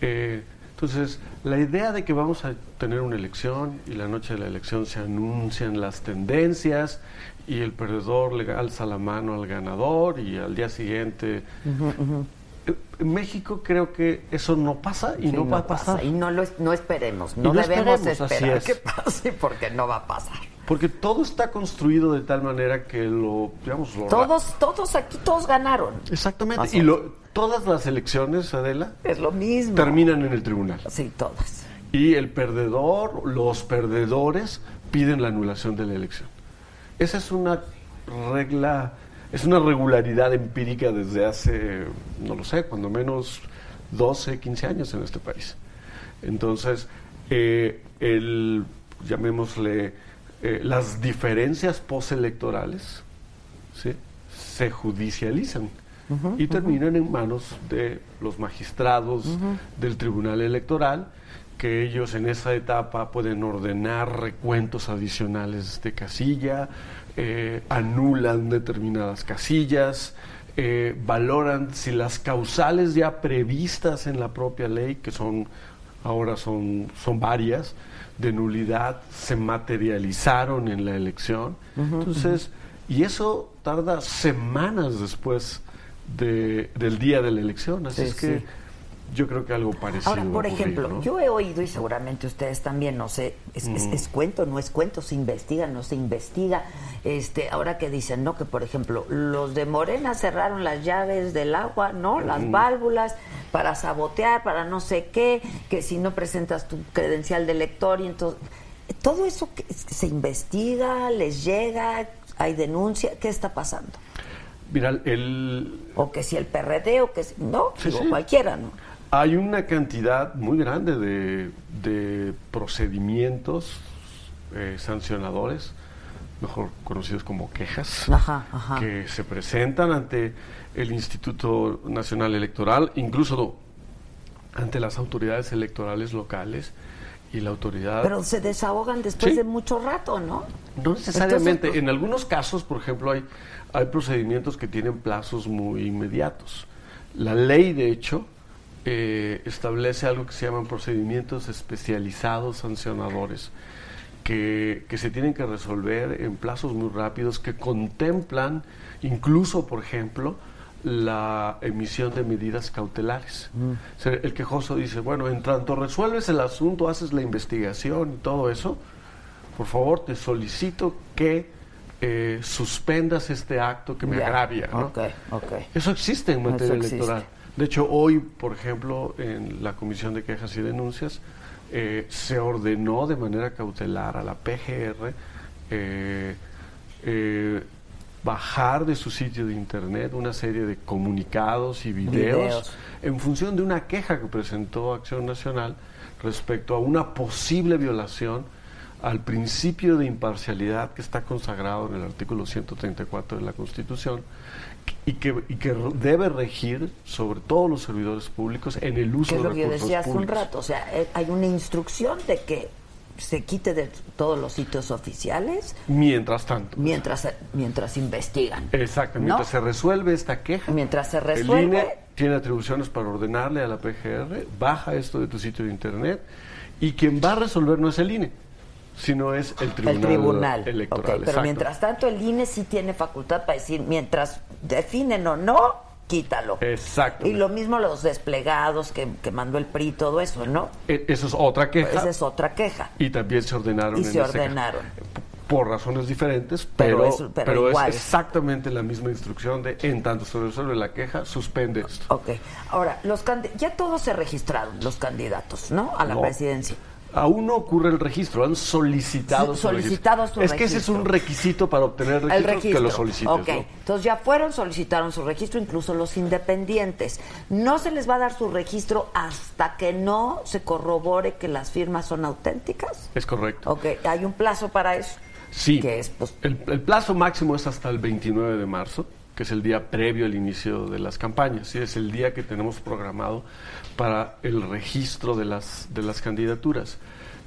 [SPEAKER 8] Eh, entonces, la idea de que vamos a tener una elección y la noche de la elección se anuncian las tendencias y el perdedor le alza la mano al ganador y al día siguiente... Eh, En México creo que eso no pasa y
[SPEAKER 1] Sí,
[SPEAKER 8] no, va a
[SPEAKER 1] pasa,
[SPEAKER 8] pasar.
[SPEAKER 1] Y no lo es- no esperemos,
[SPEAKER 8] Y
[SPEAKER 1] no,
[SPEAKER 8] no
[SPEAKER 1] debemos
[SPEAKER 8] esperemos, así
[SPEAKER 1] esperar
[SPEAKER 8] es.
[SPEAKER 1] que pase porque no va a pasar.
[SPEAKER 8] Porque todo está construido de tal manera que lo, digamos, lo
[SPEAKER 1] Todos, todos aquí, todos ganaron.
[SPEAKER 8] Exactamente.
[SPEAKER 1] Así.
[SPEAKER 8] Y lo- todas las elecciones, Adela,
[SPEAKER 1] Es lo mismo.
[SPEAKER 8] terminan en el tribunal.
[SPEAKER 1] Sí, todas.
[SPEAKER 8] Y el perdedor, los perdedores, piden la anulación de la elección. Esa es una regla, es una regularidad empírica desde hace, no lo sé, cuando menos 12, 15 años en este país. Entonces, eh, el, llamémosle, eh, las diferencias postelectorales ¿sí? se judicializan y terminan en manos de los magistrados del Tribunal Electoral, que ellos en esa etapa pueden ordenar recuentos adicionales de casilla, eh, anulan determinadas casillas, eh, valoran si las causales ya previstas en la propia ley, que son ahora son, son varias, de nulidad, se materializaron en la elección. Entonces, y eso tarda semanas después de- del día de la elección. Así
[SPEAKER 1] Sí,
[SPEAKER 8] es que
[SPEAKER 1] sí.
[SPEAKER 8] yo creo que algo parecido.
[SPEAKER 1] Ahora,
[SPEAKER 8] va a
[SPEAKER 1] por
[SPEAKER 8] ocurrir,
[SPEAKER 1] ejemplo,
[SPEAKER 8] ¿no? Mm.
[SPEAKER 1] yo he oído, y seguramente ustedes también, no sé, es, es- es cuento, no es cuento, se investiga, no se investiga. Este, ahora que dicen, no, que por ejemplo, los de Morena cerraron las llaves del agua, ¿no? Las válvulas para sabotear, para no sé qué, que si no presentas tu credencial de elector y entonces... Todo eso que se investiga, les llega, hay denuncia, ¿qué está pasando?
[SPEAKER 8] Mira, el,
[SPEAKER 1] O que si el PRD, o que si... No,
[SPEAKER 8] Sí,
[SPEAKER 1] digo,
[SPEAKER 8] sí.
[SPEAKER 1] cualquiera, ¿no?
[SPEAKER 8] Hay una cantidad muy grande de, de procedimientos eh, sancionadores, mejor conocidos como quejas,
[SPEAKER 1] Ajá, ajá.
[SPEAKER 8] que se presentan ante el Instituto Nacional Electoral, incluso ante las autoridades electorales locales y la autoridad...
[SPEAKER 1] Pero se desahogan después
[SPEAKER 8] Ah. Sí.
[SPEAKER 1] de mucho rato, ¿no?
[SPEAKER 8] No necesariamente.
[SPEAKER 1] Entonces,
[SPEAKER 8] en algunos casos, por ejemplo, hay, hay procedimientos que tienen plazos muy inmediatos. La ley, de hecho, eh, establece algo que se llaman procedimientos especializados sancionadores, que, que se tienen que resolver en plazos muy rápidos, que contemplan incluso, por ejemplo, la emisión de medidas cautelares. O sea, el quejoso dice, bueno, en tanto resuelves el asunto, haces la investigación y todo eso, por favor, te solicito que eh, suspendas este acto que me
[SPEAKER 1] Ya,
[SPEAKER 8] agravia. ¿no?
[SPEAKER 1] Ok, ok.
[SPEAKER 8] Eso existe en materia
[SPEAKER 1] Eso existe.
[SPEAKER 8] electoral. De hecho, hoy, por ejemplo, en la Comisión de Quejas y Denuncias, eh, se ordenó de manera cautelar a la PGR eh, eh, bajar de su sitio de internet una serie de comunicados y
[SPEAKER 1] Videos.
[SPEAKER 8] videos en función de una queja que presentó Acción Nacional respecto a una posible violación al principio de imparcialidad que está consagrado en el artículo 134 de la Constitución y que, y que debe regir sobre todos los servidores públicos en el uso
[SPEAKER 1] Que es
[SPEAKER 8] de
[SPEAKER 1] lo que yo
[SPEAKER 8] recursos
[SPEAKER 1] decía hace un
[SPEAKER 8] públicos.
[SPEAKER 1] rato. O sea, eh, hay una instrucción de que se quite de todos los sitios oficiales
[SPEAKER 8] Mientras tanto.
[SPEAKER 1] mientras, mientras investigan.
[SPEAKER 8] Exacto,
[SPEAKER 1] ¿No?
[SPEAKER 8] mientras se resuelve esta queja.
[SPEAKER 1] Mientras se
[SPEAKER 8] El
[SPEAKER 1] resuelve.
[SPEAKER 8] INE tiene atribuciones para ordenarle a la PGR, baja esto de tu sitio de internet y quien va a resolver no es el INE, sino es el Tribunal,
[SPEAKER 1] el tribunal.
[SPEAKER 8] Electoral.
[SPEAKER 1] Ok, pero
[SPEAKER 8] exacto.
[SPEAKER 1] mientras tanto, el INE sí tiene facultad para decir, mientras definen o no, quítalo.
[SPEAKER 8] Exacto.
[SPEAKER 1] Y lo mismo los desplegados que, que mandó el PRI y todo eso, ¿no?
[SPEAKER 8] E- Eso es otra queja.
[SPEAKER 1] Esa es otra queja.
[SPEAKER 8] Y también se ordenaron.
[SPEAKER 1] Y
[SPEAKER 8] en
[SPEAKER 1] se
[SPEAKER 8] esa queja.
[SPEAKER 1] ordenaron.
[SPEAKER 8] Por razones diferentes,
[SPEAKER 1] Pero
[SPEAKER 8] pero,
[SPEAKER 1] es- pero igual.
[SPEAKER 8] es exactamente la misma instrucción de en tanto se resuelve la queja, suspende esto.
[SPEAKER 1] Ok. Ahora, los candi- ya todos se registraron, los candidatos, ¿no? A la
[SPEAKER 8] No.
[SPEAKER 1] presidencia.
[SPEAKER 8] Aún no ocurre el registro, han solicitado,
[SPEAKER 1] Sí,
[SPEAKER 8] su registro.
[SPEAKER 1] solicitado su
[SPEAKER 8] Es que ese es
[SPEAKER 1] registro.
[SPEAKER 8] un requisito para obtener el registro,
[SPEAKER 1] El registro.
[SPEAKER 8] Pues que lo solicites.
[SPEAKER 1] Ok.
[SPEAKER 8] ¿no?
[SPEAKER 1] Entonces ya fueron, solicitaron su registro, incluso los independientes. No se les va a dar su registro hasta que no se corrobore que las firmas son auténticas.
[SPEAKER 8] Es correcto.
[SPEAKER 1] Ok. Hay un plazo para eso.
[SPEAKER 8] Sí.
[SPEAKER 1] Que es, pues,
[SPEAKER 8] el, el plazo máximo es hasta el 29 de marzo, que es el día previo al inicio de las campañas. ¿sí? Es el día que tenemos programado para el registro de las, de las candidaturas.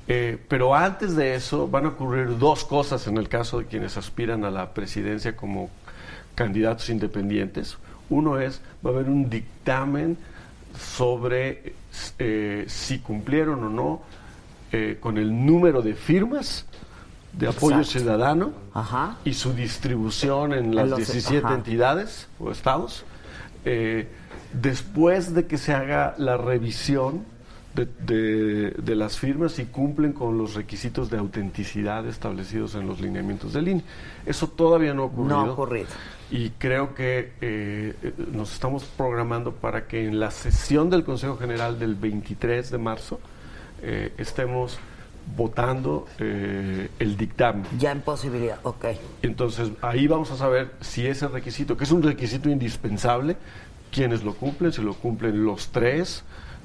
[SPEAKER 8] Eh, pero antes de eso van a ocurrir dos cosas en el caso de quienes aspiran a la presidencia como candidatos independientes. Uno es, va a haber un dictamen sobre eh, si cumplieron o no eh, con el número de firmas de apoyo
[SPEAKER 1] Exacto.
[SPEAKER 8] ciudadano
[SPEAKER 1] Ajá.
[SPEAKER 8] y su distribución en las
[SPEAKER 1] los-
[SPEAKER 8] 17
[SPEAKER 1] ajá.
[SPEAKER 8] entidades o estados. Eh, después de que se haga la revisión de, de- de las firmas y cumplen con los requisitos de autenticidad establecidos en los lineamientos del INE. Eso todavía no ha ocurrido.
[SPEAKER 1] No ha ocurrido.
[SPEAKER 8] Y creo que eh, eh, nos estamos programando para que en la sesión del Consejo General del 23 de marzo eh, estemos votando eh, el dictamen.
[SPEAKER 1] Ya en posibilidad, ok.
[SPEAKER 8] Entonces ahí vamos a saber si ese requisito, que es un requisito indispensable, quienes lo cumplen, si lo cumplen los tres.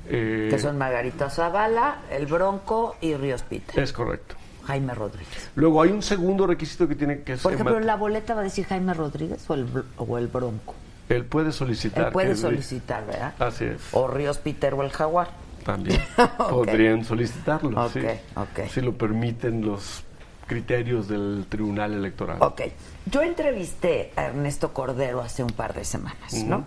[SPEAKER 8] eh,
[SPEAKER 1] Que son Margarita Zavala, El Bronco y Ríos Pita.
[SPEAKER 8] Es correcto.
[SPEAKER 1] Jaime Rodríguez.
[SPEAKER 8] Luego hay un segundo requisito que tiene que
[SPEAKER 1] Por
[SPEAKER 8] ser...
[SPEAKER 1] ejemplo, la boleta va a decir Jaime Rodríguez o el, br- o el Bronco.
[SPEAKER 8] Él puede solicitar.
[SPEAKER 1] Él puede
[SPEAKER 8] que-
[SPEAKER 1] solicitar, ¿verdad?
[SPEAKER 8] Así es.
[SPEAKER 1] O Ríos Peter o el Jaguar.
[SPEAKER 8] También podrían solicitarlo, sí. si lo permiten los criterios del Tribunal Electoral.
[SPEAKER 1] Ok. Yo entrevisté a Ernesto Cordero hace un par de semanas, ¿no?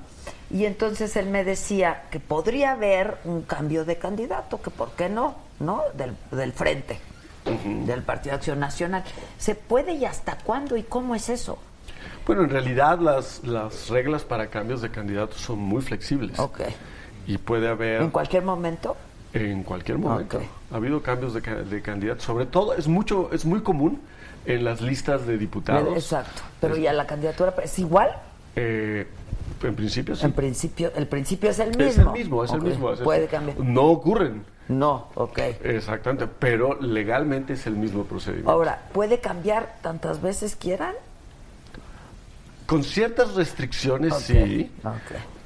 [SPEAKER 8] Ujú.
[SPEAKER 1] Y entonces él me decía que podría haber un cambio de candidato, que por qué no, ¿no? Del, del frente, del Partido de Acción Nacional. ¿Se puede y hasta cuándo y cómo es eso?
[SPEAKER 8] Bueno, en realidad las, las reglas para cambios de candidatos son muy flexibles. Y puede haber...
[SPEAKER 1] ¿En cualquier momento?
[SPEAKER 8] En
[SPEAKER 1] Ah,
[SPEAKER 8] cualquier momento. Ha habido cambios de, ca- de candidatos. Sobre todo, es mucho, es muy común en las listas de diputados.
[SPEAKER 1] Exacto. Pero ya la candidatura pues, es igual.
[SPEAKER 8] Eh, en principio sí.
[SPEAKER 1] En principio, el principio es el mismo.
[SPEAKER 8] Es el mismo, es
[SPEAKER 1] Ok.
[SPEAKER 8] el mismo. es el-
[SPEAKER 1] Puede cambiar.
[SPEAKER 8] No ocurren.
[SPEAKER 1] No, ok.
[SPEAKER 8] Exactamente, pero legalmente es el mismo procedimiento.
[SPEAKER 1] Ahora, ¿puede cambiar tantas veces quieran?
[SPEAKER 8] Con ciertas restricciones, sí.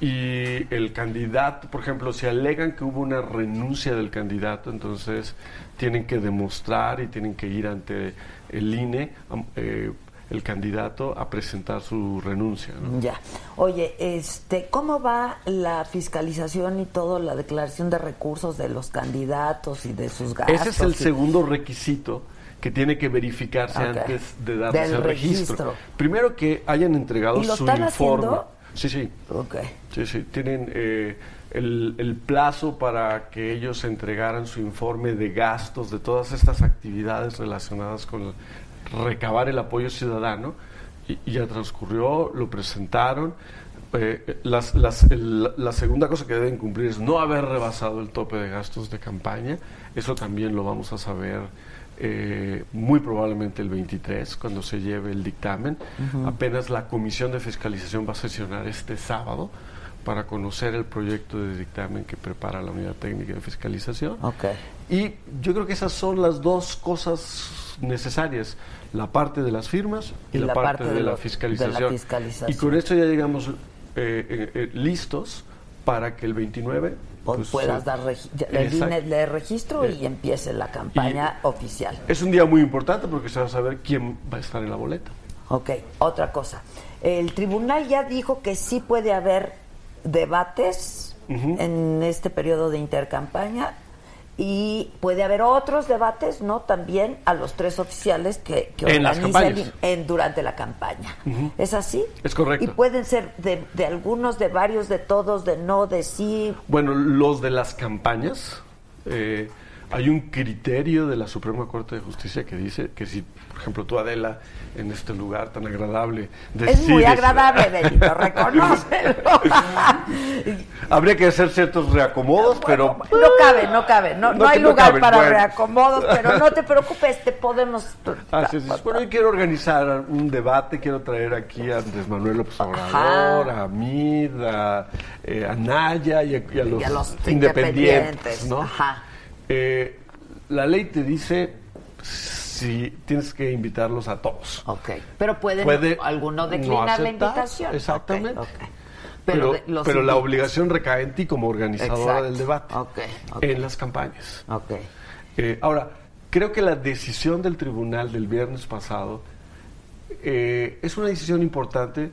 [SPEAKER 8] Y el candidato, por ejemplo, si alegan que hubo una renuncia del candidato, entonces tienen que demostrar y tienen que ir ante el INE, am- eh, el candidato, a presentar su renuncia. ¿no?
[SPEAKER 1] Ya. Oye, este, ¿cómo va la fiscalización y todo la declaración de recursos de los candidatos y de sus gastos?
[SPEAKER 8] Ese es el
[SPEAKER 1] y-
[SPEAKER 8] segundo requisito que tiene que verificarse
[SPEAKER 1] Ok.
[SPEAKER 8] antes de darse
[SPEAKER 1] Del
[SPEAKER 8] el registro.
[SPEAKER 1] registro.
[SPEAKER 8] Primero que hayan entregado
[SPEAKER 1] ¿Y lo
[SPEAKER 8] su
[SPEAKER 1] están
[SPEAKER 8] informe.
[SPEAKER 1] haciendo?
[SPEAKER 8] Sí, sí.
[SPEAKER 1] Ok.
[SPEAKER 8] Sí, sí. Tienen eh, el, el plazo para que ellos entregaran su informe de gastos de todas estas actividades relacionadas con recabar el apoyo ciudadano. Y, y ya transcurrió, lo presentaron. Eh, las- las- el- la segunda cosa que deben cumplir es no haber rebasado el tope de gastos de campaña. Eso también lo vamos a saber eh, muy probablemente el 23, cuando se lleve el dictamen.
[SPEAKER 9] Ujú.
[SPEAKER 8] Apenas la Comisión de Fiscalización va a sesionar este sábado para conocer el proyecto de dictamen que prepara la Unidad Técnica de Fiscalización.
[SPEAKER 1] Ah.
[SPEAKER 8] Y yo creo que esas son las dos cosas necesarias, la parte de las firmas y, la, parte, de,
[SPEAKER 1] lo-
[SPEAKER 8] la
[SPEAKER 1] de la
[SPEAKER 8] fiscalización.
[SPEAKER 1] fiscalización.
[SPEAKER 8] Y con esto ya llegamos eh, eh, eh, listos para que el 29 pues,
[SPEAKER 1] Puedas
[SPEAKER 8] eh,
[SPEAKER 1] dar regi- ya, el
[SPEAKER 8] exacto. Eh,
[SPEAKER 1] INE le registro y empiece la campaña oficial.
[SPEAKER 8] Es un día muy importante porque se va a saber quién va a estar en la boleta.
[SPEAKER 1] Ok, otra cosa. El tribunal ya dijo que sí puede haber debates en este periodo de intercampaña y puede haber otros debates, ¿no? También a los tres oficiales que, que
[SPEAKER 8] En las
[SPEAKER 1] organiza el
[SPEAKER 8] campañas.
[SPEAKER 1] IN- en- durante la campaña.
[SPEAKER 8] Ujú.
[SPEAKER 1] ¿Es así?
[SPEAKER 8] Es correcto.
[SPEAKER 1] Y pueden ser de, de algunos, de varios, de todos, de no, de sí.
[SPEAKER 8] Bueno, los de las campañas, eh, hay un criterio de la Suprema Corte de Justicia que dice que si, por ejemplo, tú, Adela, en este lugar tan agradable,
[SPEAKER 1] Es muy
[SPEAKER 8] decides-
[SPEAKER 1] agradable, Benito, reconócelo.
[SPEAKER 8] Habría que hacer ciertos reacomodos, pero
[SPEAKER 1] No cabe, no cabe, no, no,
[SPEAKER 8] No,
[SPEAKER 1] hay
[SPEAKER 8] que no
[SPEAKER 1] lugar
[SPEAKER 8] caben,
[SPEAKER 1] para
[SPEAKER 8] bueno.
[SPEAKER 1] reacomodos, pero no te preocupes, te podemos...
[SPEAKER 8] Así es, dices, bueno, yo quiero organizar un debate, quiero traer aquí a Andrés Manuel López Obrador, a Mid, a, eh, a Naya y a, y a los,
[SPEAKER 1] Y a los independientes,
[SPEAKER 8] independientes, ¿no? Eh, la ley te dice si tienes que invitarlos a todos.
[SPEAKER 1] Pero pueden alguno declinar la
[SPEAKER 8] aceptar,
[SPEAKER 1] invitación.
[SPEAKER 8] Exactamente.
[SPEAKER 1] Pero
[SPEAKER 8] Pero,
[SPEAKER 1] de- los
[SPEAKER 8] pero la
[SPEAKER 1] invitas.
[SPEAKER 8] obligación recae en ti como organizadora
[SPEAKER 1] Exacto.
[SPEAKER 8] del debate en las campañas. Eh, ahora, creo que la decisión del tribunal del viernes pasado eh, es una decisión importante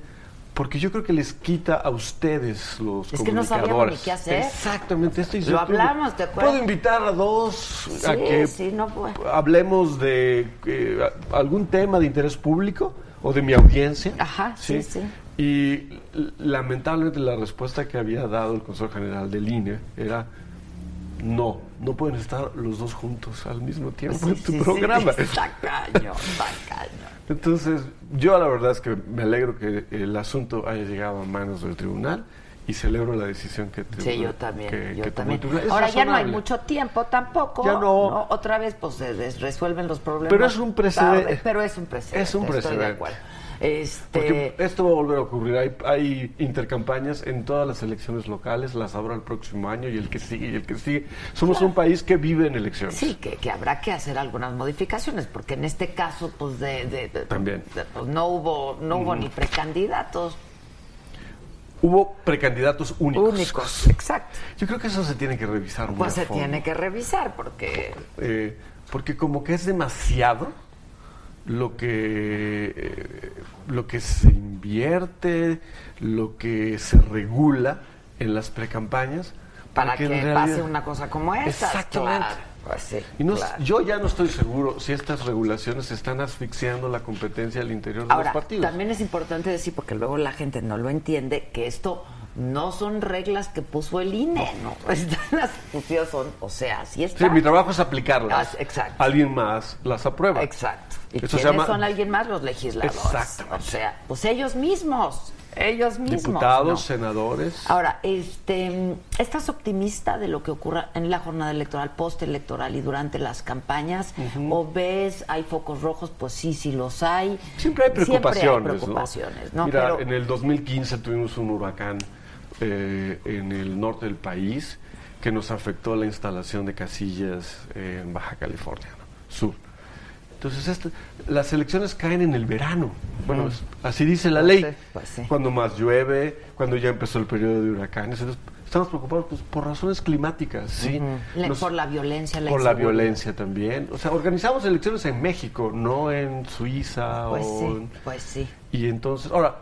[SPEAKER 8] porque yo creo que les quita a ustedes los
[SPEAKER 1] Es que no
[SPEAKER 8] comunicadores.
[SPEAKER 1] sabíamos ni qué hacer.
[SPEAKER 8] Exactamente, esto
[SPEAKER 1] Lo hablamos, ¿te acuerdas?
[SPEAKER 8] Puedo invitar a dos
[SPEAKER 1] Sí,
[SPEAKER 8] a que
[SPEAKER 1] sí, no puede.
[SPEAKER 8] hablemos de eh, a- algún tema de interés público o de mi audiencia.
[SPEAKER 1] Ajá, sí, sí.
[SPEAKER 8] Y l- lamentablemente la respuesta que había dado el Consejo General del INE era no, no pueden estar los dos juntos al mismo tiempo en tu programa. Entonces, yo la verdad es que me alegro que el asunto haya llegado a manos del tribunal y celebro la decisión que tuve.
[SPEAKER 1] Sí, yo también.
[SPEAKER 8] que-
[SPEAKER 1] yo
[SPEAKER 8] que
[SPEAKER 1] también.
[SPEAKER 8] tomé. Es
[SPEAKER 1] Ahora ya no hay
[SPEAKER 8] razonable.
[SPEAKER 1] mucho tiempo tampoco.
[SPEAKER 8] Ya no.
[SPEAKER 1] Otra vez, pues se des- resuelven los problemas.
[SPEAKER 8] Pero es un precedente.
[SPEAKER 1] tarde, Pero es un precedente.
[SPEAKER 8] Es un
[SPEAKER 1] Estoy de
[SPEAKER 8] precedente.
[SPEAKER 1] acuerdo. Este,
[SPEAKER 8] Porque esto va a volver a ocurrir. Hay, hay intercampañas en todas las elecciones locales, las habrá el próximo año y el que sigue y el que sigue. Somos un país que vive en elecciones.
[SPEAKER 1] Sí, que, que habrá que hacer algunas modificaciones, porque en este caso, pues de, de- de-
[SPEAKER 8] También.
[SPEAKER 1] de- pues, no hubo, no hubo ni precandidatos
[SPEAKER 8] Hubo precandidatos únicos.
[SPEAKER 1] únicos. Exacto.
[SPEAKER 8] Yo creo que eso se tiene que revisar muy
[SPEAKER 1] Pues
[SPEAKER 8] a
[SPEAKER 1] se
[SPEAKER 8] fondo.
[SPEAKER 1] tiene que revisar, porque
[SPEAKER 8] Eh, porque como que es demasiado lo que eh, lo que se invierte, lo que se regula en las precampañas
[SPEAKER 1] para
[SPEAKER 8] porque
[SPEAKER 1] que
[SPEAKER 8] en realidad-
[SPEAKER 1] pase una cosa como esta.
[SPEAKER 8] Exactamente.
[SPEAKER 1] claro. Pues sí,
[SPEAKER 8] Y no-
[SPEAKER 1] claro.
[SPEAKER 8] yo ya no estoy seguro si estas regulaciones están asfixiando la competencia al interior de
[SPEAKER 1] Ahora,
[SPEAKER 8] los partidos.
[SPEAKER 1] también es importante decir, porque luego la gente no lo entiende, que esto no son reglas que puso el INE, ¿no? Las pusieron, son- o sea, así
[SPEAKER 8] Sí,
[SPEAKER 1] está.
[SPEAKER 8] mi trabajo es aplicarlas.
[SPEAKER 1] Ah, exacto.
[SPEAKER 8] Alguien más las aprueba.
[SPEAKER 1] Exacto. ¿Y
[SPEAKER 8] Eso se
[SPEAKER 1] quiénes
[SPEAKER 8] llama-
[SPEAKER 1] son alguien más? Los legisladores.
[SPEAKER 8] Exactamente.
[SPEAKER 1] O sea, pues ellos mismos, ellos mismos.
[SPEAKER 8] Diputados, eh.
[SPEAKER 1] ¿no?
[SPEAKER 8] senadores.
[SPEAKER 1] Ahora, este, ¿estás optimista de lo que ocurra en la jornada electoral, postelectoral y durante las campañas? ¿O ves, hay focos rojos? Pues sí, sí los hay.
[SPEAKER 8] Siempre hay preocupaciones.
[SPEAKER 1] preocupaciones,
[SPEAKER 8] ¿no?
[SPEAKER 1] ¿no?
[SPEAKER 8] Mira,
[SPEAKER 1] Pero-
[SPEAKER 8] en el 2015 tuvimos un huracán eh, en el norte del país que nos afectó la instalación de casillas eh, en Baja California ¿no? Sur. Entonces, este- las elecciones caen en el verano. Bueno, es- así dice la ley.
[SPEAKER 1] sí, Mm. pues sí.
[SPEAKER 8] Cuando más llueve, cuando ya empezó el periodo de huracanes. Entonces, estamos preocupados pues, por razones climáticas, ¿sí?
[SPEAKER 1] Le-
[SPEAKER 8] Nos-
[SPEAKER 1] por la violencia, la
[SPEAKER 8] por la
[SPEAKER 1] inseguridad.
[SPEAKER 8] violencia también. O sea, organizamos elecciones en México, no en Suiza
[SPEAKER 1] Pues
[SPEAKER 8] o
[SPEAKER 1] sí,
[SPEAKER 8] en-
[SPEAKER 1] pues sí.
[SPEAKER 8] y entonces, ahora,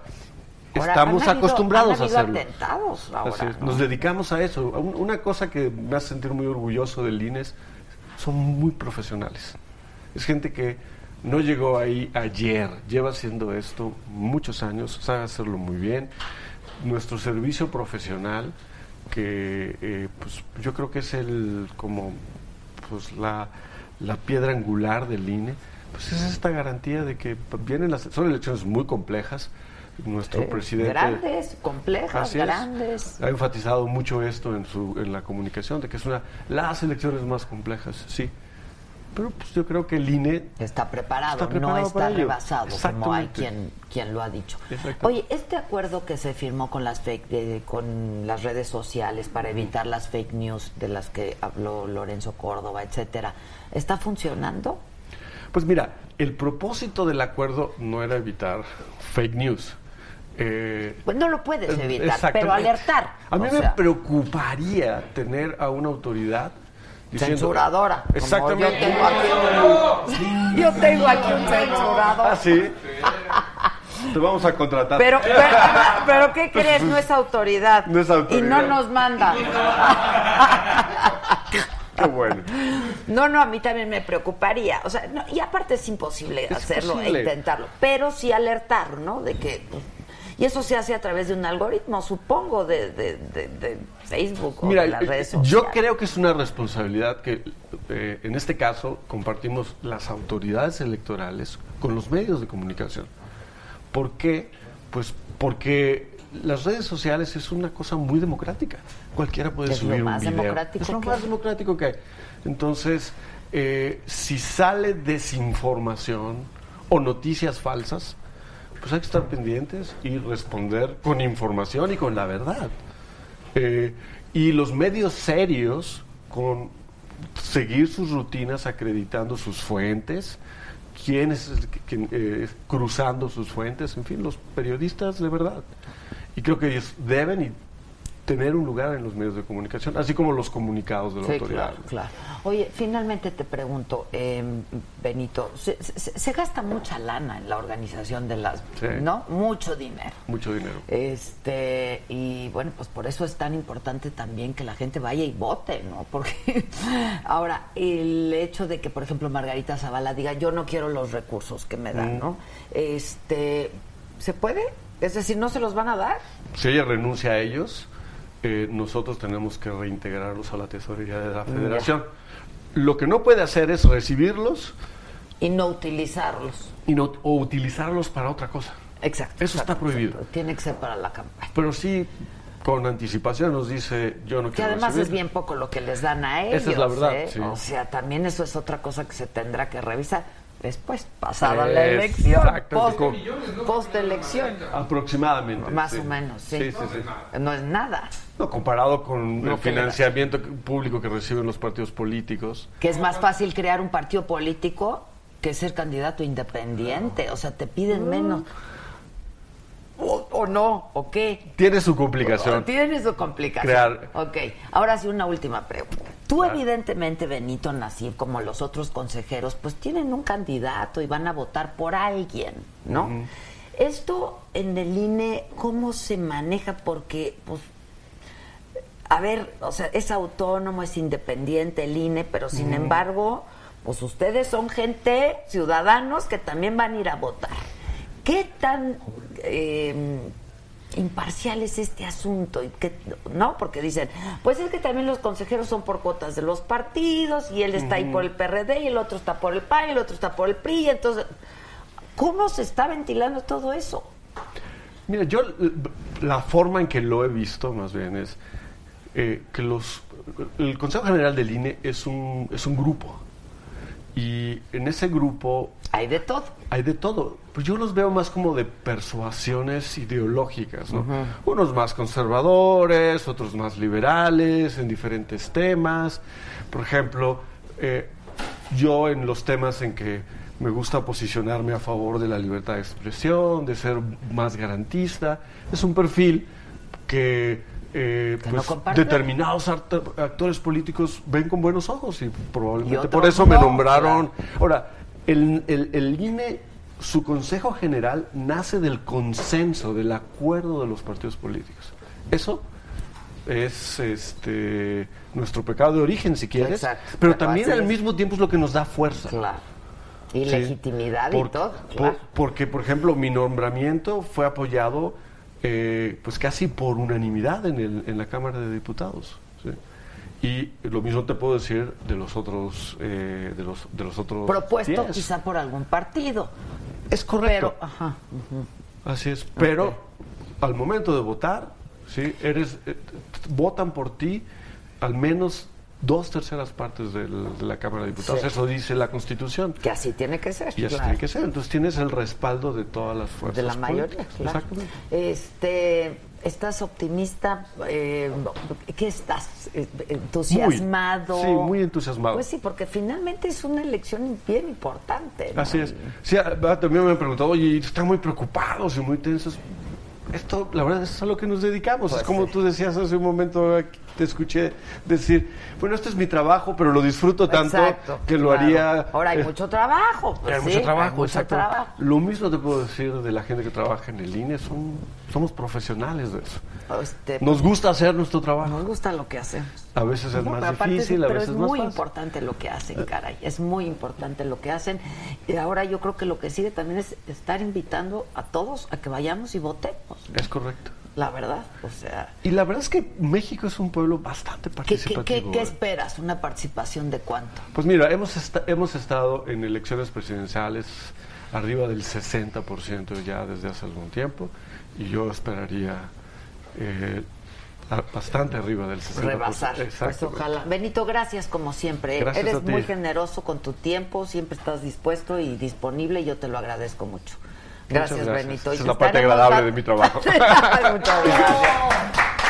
[SPEAKER 1] Ahora,
[SPEAKER 8] estamos
[SPEAKER 1] han habido-
[SPEAKER 8] acostumbrados
[SPEAKER 1] han
[SPEAKER 8] a
[SPEAKER 1] habido
[SPEAKER 8] hacerlo.
[SPEAKER 1] atentados ahora,
[SPEAKER 8] Así es,
[SPEAKER 1] ¿no?
[SPEAKER 8] Nos dedicamos a eso. Un- Una cosa que me hace sentir muy orgulloso del INES, son muy profesionales. Es gente que no llegó ahí ayer, lleva haciendo esto muchos años, sabe hacerlo muy bien. Nuestro servicio profesional, que eh, pues, yo creo que es el como pues la, la piedra angular del INE, pues es esta garantía de que vienen las son elecciones muy complejas. Nuestro
[SPEAKER 1] Eh,
[SPEAKER 8] presidente
[SPEAKER 1] Grandes, complejas,
[SPEAKER 8] Así es.
[SPEAKER 1] grandes.
[SPEAKER 8] Ha enfatizado mucho esto en, su, en la comunicación, de que es una las elecciones más complejas, sí. Pero pues, yo creo que el INE
[SPEAKER 1] Está preparado,
[SPEAKER 8] Está preparado
[SPEAKER 1] no
[SPEAKER 8] para
[SPEAKER 1] está
[SPEAKER 8] ello.
[SPEAKER 1] rebasado, como hay
[SPEAKER 8] Exactamente.
[SPEAKER 1] quien, quien lo ha dicho.
[SPEAKER 8] Exacto.
[SPEAKER 1] Oye, este acuerdo que se firmó con las, fake, eh, con las redes sociales para evitar las fake news de las que habló Lorenzo Córdoba, etcétera, ¿está funcionando?
[SPEAKER 8] Pues mira, el propósito del acuerdo no era evitar fake news. Eh,
[SPEAKER 1] Pues no lo puedes
[SPEAKER 8] eh,
[SPEAKER 1] evitar,
[SPEAKER 8] exactamente.
[SPEAKER 1] pero alertar.
[SPEAKER 8] A mí
[SPEAKER 1] O
[SPEAKER 8] me
[SPEAKER 1] sea,
[SPEAKER 8] preocuparía tener a una autoridad diciendo-
[SPEAKER 1] Censuradora. como Yo
[SPEAKER 8] Exactamente.
[SPEAKER 1] tengo aquí un, yo tengo aquí un censurador.
[SPEAKER 8] Ah, sí. Te vamos a contratar.
[SPEAKER 1] Pero, pero, pero, ¿qué crees? No es autoridad.
[SPEAKER 8] Pues, No es autoridad.
[SPEAKER 1] Y no nos manda.
[SPEAKER 8] Qué bueno.
[SPEAKER 1] No, no, a mí también me preocuparía. O sea, no, y aparte es imposible
[SPEAKER 8] Es
[SPEAKER 1] hacerlo
[SPEAKER 8] posible.
[SPEAKER 1] e intentarlo. Pero sí alertar, ¿no? De que. pues, Y eso se hace a través de un algoritmo, supongo, de, de- de- de Facebook o
[SPEAKER 8] Mira,
[SPEAKER 1] de las
[SPEAKER 8] eh,
[SPEAKER 1] redes
[SPEAKER 8] yo
[SPEAKER 1] sociales.
[SPEAKER 8] creo que es una responsabilidad que eh, en este caso compartimos las autoridades electorales con los medios de comunicación. ¿Por qué? Pues porque las redes sociales es una cosa muy democrática. Cualquiera puede
[SPEAKER 1] Es lo
[SPEAKER 8] subir un
[SPEAKER 1] más
[SPEAKER 8] video.
[SPEAKER 1] democrático
[SPEAKER 8] es lo
[SPEAKER 1] que
[SPEAKER 8] más
[SPEAKER 1] hay.
[SPEAKER 8] democrático que hay. Entonces, eh, si sale desinformación o noticias falsas, pues hay que estar pendientes y responder con información y con la verdad. Eh, y los medios serios con seguir sus rutinas acreditando sus fuentes, quienes es- quien, eh, cruzando sus fuentes, en fin, los periodistas de verdad. Y creo que ellos deben y tener un lugar en los medios de comunicación, así como los comunicados de la
[SPEAKER 1] Sí,
[SPEAKER 8] autoridad.
[SPEAKER 1] claro, claro. Oye, finalmente te pregunto, eh, Benito, se, se- se gasta mucha lana en la organización de las,
[SPEAKER 8] Sí.
[SPEAKER 1] ¿no? Mucho dinero.
[SPEAKER 8] Mucho dinero.
[SPEAKER 1] Eh, Este, y bueno, pues por eso es tan importante también que la gente vaya y vote, ¿no? Porque ahora, el hecho de que, por ejemplo, Margarita Zavala diga, yo no quiero los recursos que me
[SPEAKER 8] Mm.
[SPEAKER 1] dan, ¿no? Este, ¿se puede? Es decir, ¿no se los van a dar?
[SPEAKER 8] Si ella renuncia a ellos, eh, nosotros tenemos que reintegrarlos a la tesorería de la federación. Lo que no puede hacer es recibirlos
[SPEAKER 1] Y no utilizarlos.
[SPEAKER 8] y no, o utilizarlos para otra cosa.
[SPEAKER 1] Exacto.
[SPEAKER 8] Eso está
[SPEAKER 1] exacto,
[SPEAKER 8] prohibido.
[SPEAKER 1] exacto. Tiene que ser para la campaña.
[SPEAKER 8] Pero sí con anticipación nos dice, yo no quiero
[SPEAKER 1] Que además
[SPEAKER 8] recibir".
[SPEAKER 1] es bien poco lo que les dan a ellos.
[SPEAKER 8] Esa es la verdad,
[SPEAKER 1] ¿eh?
[SPEAKER 8] sí.
[SPEAKER 1] O sea, también eso es otra cosa que se tendrá que revisar después, pasada la
[SPEAKER 8] Es-
[SPEAKER 1] elección,
[SPEAKER 8] exacto,
[SPEAKER 1] post,
[SPEAKER 8] con-
[SPEAKER 1] post elección.
[SPEAKER 8] Aproximadamente.
[SPEAKER 1] Más
[SPEAKER 8] sí.
[SPEAKER 1] o menos, sí.
[SPEAKER 8] Sí, sí, sí.
[SPEAKER 1] No es nada,
[SPEAKER 8] No, comparado con
[SPEAKER 1] No,
[SPEAKER 8] el
[SPEAKER 1] que-
[SPEAKER 8] financiamiento público que reciben los partidos políticos.
[SPEAKER 1] que es más fácil crear un partido político que ser candidato independiente, o sea, te piden menos. O, o no, o qué.
[SPEAKER 8] Tiene su complicación.
[SPEAKER 1] Tiene su complicación.
[SPEAKER 8] Crear-
[SPEAKER 1] Ok, ahora sí una última pregunta. Tú evidentemente, Benito Nasif, como los otros consejeros, pues tienen un candidato y van a votar por alguien, ¿no?
[SPEAKER 8] Ujú.
[SPEAKER 1] Esto en el INE, ¿cómo se maneja? Porque, pues, a ver, o sea, es autónomo, es independiente el INE, pero sin
[SPEAKER 9] Ujú.
[SPEAKER 1] embargo, pues ustedes son gente, ciudadanos, que también van a ir a votar. ¿Qué tan... eh, imparcial es este asunto y que no porque dicen pues es que también los consejeros son por cuotas de los partidos y él está ahí
[SPEAKER 9] Ujú.
[SPEAKER 1] por el PRD y el otro está por el PAN y el otro está por el PRI y entonces cómo se está ventilando todo eso
[SPEAKER 8] Mira, yo l- la forma en que lo he visto más bien es eh, que los el Consejo General del INE es un es un grupo y en ese grupo
[SPEAKER 1] hay de todo.
[SPEAKER 8] Hay de todo. Pues yo los veo más como de persuasiones ideológicas, ¿no? Unos más conservadores, otros más liberales en diferentes temas. Por ejemplo, eh, yo en los temas en que me gusta posicionarme a favor de la libertad de expresión, de ser más garantista, es un perfil que, eh,
[SPEAKER 1] no
[SPEAKER 8] pues,
[SPEAKER 1] comparte.
[SPEAKER 8] determinados art- actores políticos ven con buenos ojos y probablemente
[SPEAKER 1] Y
[SPEAKER 8] por
[SPEAKER 1] otros
[SPEAKER 8] eso me
[SPEAKER 1] no,
[SPEAKER 8] nombraron. Ahora, el, el- el INE, su Consejo General nace del consenso, del acuerdo de los partidos políticos. Eso es este nuestro pecado de origen, si quieres,
[SPEAKER 1] Exacto,
[SPEAKER 8] pero
[SPEAKER 1] pero
[SPEAKER 8] también
[SPEAKER 1] así
[SPEAKER 8] al
[SPEAKER 1] es.
[SPEAKER 8] mismo tiempo es lo que nos da fuerza.
[SPEAKER 1] y
[SPEAKER 8] Sí.
[SPEAKER 1] legitimidad y
[SPEAKER 8] Por-
[SPEAKER 1] todo
[SPEAKER 8] por-
[SPEAKER 1] claro.
[SPEAKER 8] porque, por ejemplo, mi nombramiento fue apoyado eh, pues casi por unanimidad en, el- en la Cámara de Diputados. ¿sí? Y lo mismo te puedo decir de los otros... eh, de los, de los otros
[SPEAKER 1] propuesto
[SPEAKER 8] 10.
[SPEAKER 1] quizá por algún partido
[SPEAKER 8] es correcto
[SPEAKER 1] pero ajá ujú.
[SPEAKER 8] Así es, pero al momento de votar, ¿sí? Eres, eh, t- votan por ti al menos dos terceras partes del- de la Cámara de Diputados.
[SPEAKER 1] Sí.
[SPEAKER 8] Eso dice la Constitución.
[SPEAKER 1] Que así tiene que ser.
[SPEAKER 8] Y así
[SPEAKER 1] claro.
[SPEAKER 8] tiene que ser. Entonces tienes el respaldo de todas las fuerzas.
[SPEAKER 1] de la mayoría
[SPEAKER 8] políticas.
[SPEAKER 1] claro.
[SPEAKER 8] Exacto.
[SPEAKER 1] este estás optimista Eh, qué estás Eh, entusiasmado
[SPEAKER 8] Muy, sí, muy entusiasmado.
[SPEAKER 1] Pues sí, porque finalmente es una elección bien importante. ¿no?
[SPEAKER 8] Así es. Sí, a- a- también me han preguntado, oye, están muy preocupados y muy tensos. Esto, la verdad, es a lo que nos dedicamos.
[SPEAKER 1] Pues
[SPEAKER 8] es como tú decías hace un momento, aquí te escuché decir, bueno, este es mi trabajo, pero lo disfruto tanto
[SPEAKER 1] Exacto,
[SPEAKER 8] que lo
[SPEAKER 1] claro.
[SPEAKER 8] haría...
[SPEAKER 1] Ahora hay
[SPEAKER 8] eh,
[SPEAKER 1] mucho trabajo. pues
[SPEAKER 8] hay
[SPEAKER 1] sí,
[SPEAKER 8] mucho trabajo,
[SPEAKER 1] hay mucho
[SPEAKER 8] exacto.
[SPEAKER 1] trabajo.
[SPEAKER 8] Lo mismo te puedo decir de la gente que trabaja en el INE, son, somos profesionales de eso.
[SPEAKER 1] Este,
[SPEAKER 8] Nos gusta hacer nuestro trabajo.
[SPEAKER 1] Nos gusta lo que hacemos.
[SPEAKER 8] A veces Pues es
[SPEAKER 1] No,
[SPEAKER 8] más
[SPEAKER 1] pero aparte es-
[SPEAKER 8] difícil, a
[SPEAKER 1] pero
[SPEAKER 8] veces
[SPEAKER 1] es
[SPEAKER 8] más
[SPEAKER 1] muy
[SPEAKER 8] fácil. Eh.
[SPEAKER 1] importante lo que hacen, caray. Es muy importante lo que hacen. Y ahora yo creo que lo que sigue también es estar invitando a todos a que vayamos y votemos.
[SPEAKER 8] Es correcto.
[SPEAKER 1] La verdad, o sea,
[SPEAKER 8] Y la verdad es que México es un pueblo
[SPEAKER 1] ¿qué,
[SPEAKER 8] bastante
[SPEAKER 1] qué,
[SPEAKER 8] participativo.
[SPEAKER 1] qué- qué
[SPEAKER 8] ¿eh?
[SPEAKER 1] esperas? ¿Una participación de cuánto?
[SPEAKER 8] Pues mira, hemos, esta- hemos estado en elecciones presidenciales arriba del 60% ya desde hace algún tiempo y yo esperaría eh, a- bastante arriba del 60%.
[SPEAKER 1] Rebasar. Pues
[SPEAKER 8] Exactamente.
[SPEAKER 1] ojalá. Benito, gracias como siempre.
[SPEAKER 8] Gracias
[SPEAKER 1] Eres
[SPEAKER 8] a ti.
[SPEAKER 1] muy generoso con tu tiempo, siempre estás dispuesto y disponible y yo te lo agradezco mucho.
[SPEAKER 8] Muchas
[SPEAKER 1] Gracias, Benito. Y
[SPEAKER 8] Esa es
[SPEAKER 1] te
[SPEAKER 8] la parte
[SPEAKER 1] estaremos
[SPEAKER 8] agradable
[SPEAKER 1] dando-
[SPEAKER 8] de mi trabajo.
[SPEAKER 1] Muchas gracias.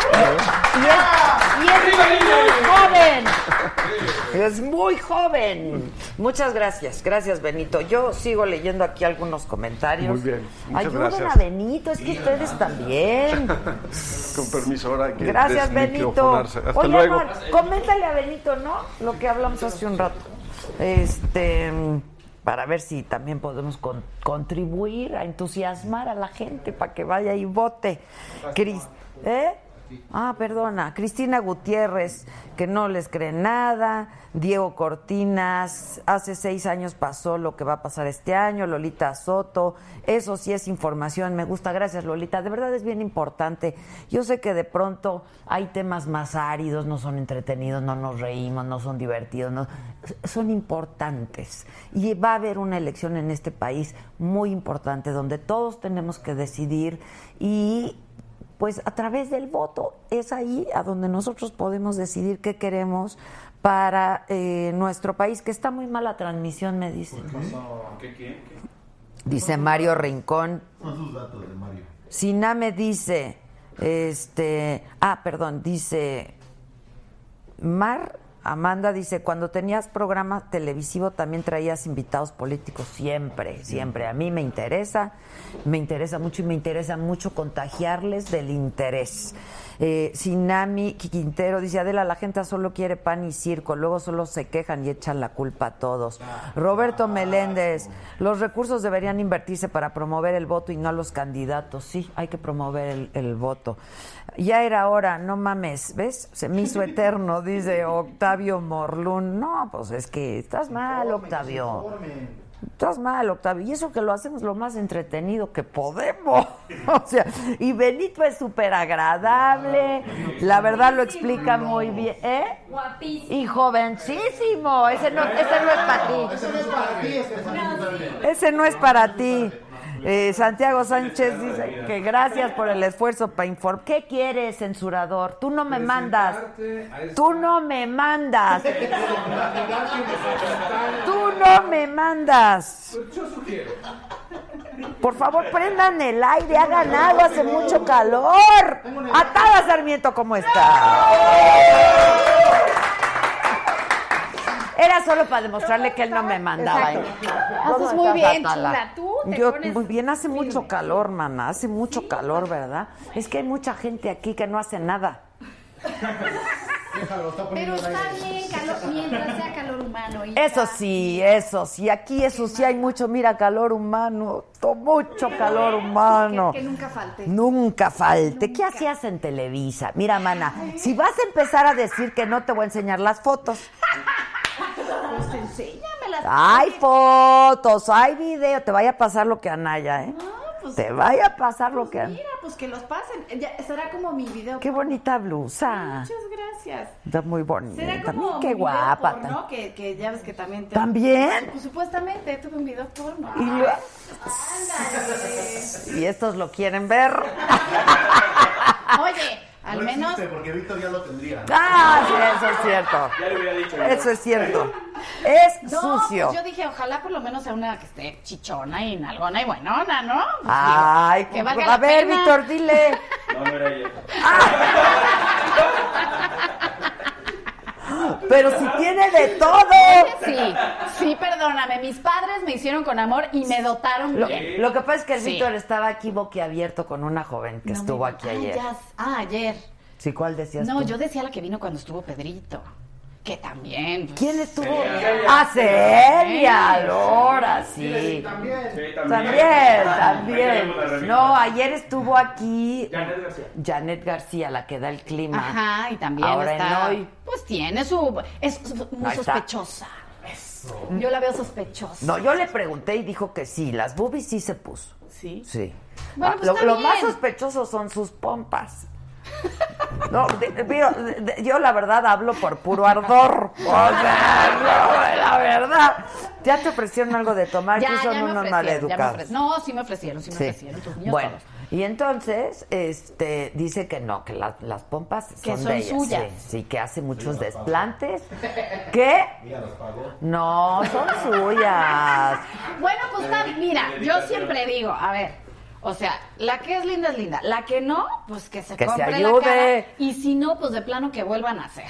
[SPEAKER 1] Y es, y es muy joven. Es muy joven. Muchas gracias. Gracias, Benito. Yo sigo leyendo aquí algunos comentarios.
[SPEAKER 8] Muy bien. Muchas
[SPEAKER 1] Ayuden
[SPEAKER 8] gracias.
[SPEAKER 1] a Benito. Es que ustedes también.
[SPEAKER 8] Con permiso, ahora hay que
[SPEAKER 1] Gracias, Benito.
[SPEAKER 8] desmicrofonarse. Hasta
[SPEAKER 1] Oye,
[SPEAKER 8] luego.
[SPEAKER 1] Mar, coméntale a Benito, ¿no? Lo que hablamos hace un rato. Este, para ver si también podemos con- contribuir a entusiasmar a la gente para que vaya y vote. Cris, ¿eh? Ah, perdona. Cristina Gutiérrez, que no les cree nada. Diego Cortinas, hace seis años pasó lo que va a pasar este año. Lolita Soto, eso sí es información. Me gusta, gracias Lolita. De verdad es bien importante. Yo sé que de pronto hay temas más áridos, no son entretenidos, no nos reímos, no son divertidos, no- son importantes. Y va a haber una elección en este país muy importante donde todos tenemos que decidir y Pues a través del voto es ahí a donde nosotros podemos decidir qué queremos para eh, nuestro país, que está muy mala transmisión, me dicen.
[SPEAKER 2] ¿Qué quién? ¿Qué?
[SPEAKER 1] Dice Mario Rincón.
[SPEAKER 3] Son sus datos de Mario.
[SPEAKER 1] Siname dice, este, ah, perdón, dice Mar Amanda dice, cuando tenías programa televisivo también traías invitados políticos, siempre, siempre. A mí me interesa, me interesa mucho y me interesa mucho contagiarles del interés. Eh, Sinami Quintero dice, Adela, la gente solo quiere pan y circo, luego solo se quejan y echan la culpa a todos. Roberto Meléndez, los recursos deberían invertirse para promover el voto y no a los candidatos. Sí, hay que promover el, el voto. Ya era hora, no mames, ¿ves? Se me hizo eterno, dice Octavio Morlún. No, pues es que estás mal, Octavio. Estás mal, Octavio. Y eso que lo hacemos lo más entretenido que podemos. o sea, y Benito es súper agradable. La verdad lo explica muy bien. ¿Eh?
[SPEAKER 5] Guapísimo.
[SPEAKER 1] Y jovencísimo. Ese no, ese no es para ti.
[SPEAKER 3] Ese no es para ti, este Santiago.
[SPEAKER 1] Ese no es para ti. Eh, Santiago Sánchez dice que gracias por el esfuerzo para informar. ¿Qué quieres, censurador? Tú no me mandas. Tú no me mandas. Tú no me mandas.
[SPEAKER 6] Yo sugiero.
[SPEAKER 1] Por favor, prendan el aire. Ha ganado, hace mucho calor. Atada, Sarmiento, ¿cómo está? Era solo para demostrarle que él no me mandaba. ¿eh?
[SPEAKER 9] Haces muy bien, chula. Tú te
[SPEAKER 1] Yo,
[SPEAKER 9] pones
[SPEAKER 1] muy bien, hace
[SPEAKER 9] firme.
[SPEAKER 1] mucho calor, mamá. Hace mucho calor, ¿verdad? Es que hay mucha gente aquí que no hace nada.
[SPEAKER 3] Déjalo, está poniendo
[SPEAKER 9] Pero
[SPEAKER 3] el
[SPEAKER 9] está
[SPEAKER 3] aire.
[SPEAKER 9] bien calor, mientras sea calor humano. hija.
[SPEAKER 1] Eso sí, eso sí. Aquí eso sí hay mucho, mira, calor humano. to- Mucho calor humano.
[SPEAKER 9] Que, que nunca falte.
[SPEAKER 1] Nunca falte. ¿Qué hacías en Televisa? Mira, mana, si vas a empezar a decir que no te voy a enseñar las fotos,
[SPEAKER 9] Pues enséñamelas.
[SPEAKER 1] Hay fotos, hay video. Te vaya a pasar lo que a Naya, ¿eh?
[SPEAKER 9] pues-
[SPEAKER 1] te vaya a pasar lo
[SPEAKER 9] Pues
[SPEAKER 1] que a
[SPEAKER 9] Mira, pues que los pasen. Ya, será como mi video.
[SPEAKER 1] Qué bonita blusa.
[SPEAKER 9] Muchas gracias.
[SPEAKER 1] Está muy
[SPEAKER 9] Será
[SPEAKER 1] bonita.
[SPEAKER 9] como
[SPEAKER 1] Mira, qué
[SPEAKER 9] mi video
[SPEAKER 1] guapa.
[SPEAKER 9] porno, que, que ya ves que también te...
[SPEAKER 1] ¿También?
[SPEAKER 9] Pues supuestamente tuve un video porno.
[SPEAKER 1] Y, lo- y estos lo quieren ver.
[SPEAKER 9] Oye, al
[SPEAKER 3] No
[SPEAKER 9] menos...
[SPEAKER 3] existe, porque Víctor ya lo tendría.
[SPEAKER 1] Ah, sí, eso es cierto.
[SPEAKER 2] Ya le hubiera dicho. yo.
[SPEAKER 1] Eso es cierto. Es
[SPEAKER 9] No,
[SPEAKER 1] sucio.
[SPEAKER 9] pues yo dije, ojalá por lo menos sea una que esté chichona y nalgona y buenona, ¿no? Pues
[SPEAKER 1] Ay,
[SPEAKER 9] digo, que valga
[SPEAKER 1] a
[SPEAKER 9] la
[SPEAKER 1] ver,
[SPEAKER 9] pena.
[SPEAKER 1] Víctor, dile.
[SPEAKER 2] No, no era ella.
[SPEAKER 1] Pero si tiene de todo.
[SPEAKER 9] Sí, sí, perdóname. Mis padres me hicieron con amor y me dotaron
[SPEAKER 1] Lo,
[SPEAKER 9] bien.
[SPEAKER 1] lo que pasa es que el
[SPEAKER 9] Sí.
[SPEAKER 1] Víctor estaba aquí boquiabierto con una joven que
[SPEAKER 9] No me-
[SPEAKER 1] estuvo aquí
[SPEAKER 9] Ah,
[SPEAKER 1] ayer.
[SPEAKER 9] ya- ah, ayer.
[SPEAKER 1] Sí, ¿cuál decías
[SPEAKER 9] No,
[SPEAKER 1] tú?
[SPEAKER 9] yo decía la que vino cuando estuvo Pedrito. Que también. pues,
[SPEAKER 1] ¿Quién estuvo?
[SPEAKER 2] Celia.
[SPEAKER 1] Ah, Celia, Lora, sí.
[SPEAKER 2] Sí,
[SPEAKER 1] También,
[SPEAKER 2] Ahí
[SPEAKER 1] también.
[SPEAKER 2] tenemos la revista.
[SPEAKER 1] No, ayer estuvo aquí
[SPEAKER 2] Janet García.
[SPEAKER 1] Janet García, la que da el clima.
[SPEAKER 9] Ajá, y también
[SPEAKER 1] Ahora
[SPEAKER 9] está.
[SPEAKER 1] en hoy.
[SPEAKER 9] Pues tiene su. Es su- muy
[SPEAKER 1] Ahí está.
[SPEAKER 9] sospechosa. Yo la veo sospechosa.
[SPEAKER 1] No, yo le pregunté y dijo que sí, las boobies sí se puso.
[SPEAKER 9] Sí.
[SPEAKER 1] Sí.
[SPEAKER 9] Bueno,
[SPEAKER 1] Ah,
[SPEAKER 9] pues
[SPEAKER 1] lo,
[SPEAKER 9] está
[SPEAKER 1] lo más
[SPEAKER 9] bien.
[SPEAKER 1] sospechoso son sus pompas. No, de- de- mira, de- de- yo la verdad hablo por puro ardor. O sea, no, la verdad. Ya te ofrecieron algo de tomar, que son unos
[SPEAKER 9] ofrecieron, ya me
[SPEAKER 1] maleducados.
[SPEAKER 9] ofrecieron. No, sí me ofrecieron, sí me ofrecieron. pues, Tus niños
[SPEAKER 1] bueno,
[SPEAKER 9] todos.
[SPEAKER 1] y entonces este dice que no, que la- las pompas
[SPEAKER 9] Que
[SPEAKER 1] son,
[SPEAKER 9] son
[SPEAKER 1] de ella,
[SPEAKER 9] suyas.
[SPEAKER 1] Sí, sí, que hace muchos desplantes. ¿Qué? No, son suyas.
[SPEAKER 9] Bueno, pues está, mira, yo siempre digo, a ver, o sea, la que es linda es linda, la que no, pues que se
[SPEAKER 1] Que se
[SPEAKER 9] compre
[SPEAKER 1] ayude.
[SPEAKER 9] la cara, y si no, pues de plano que vuelvan a hacer.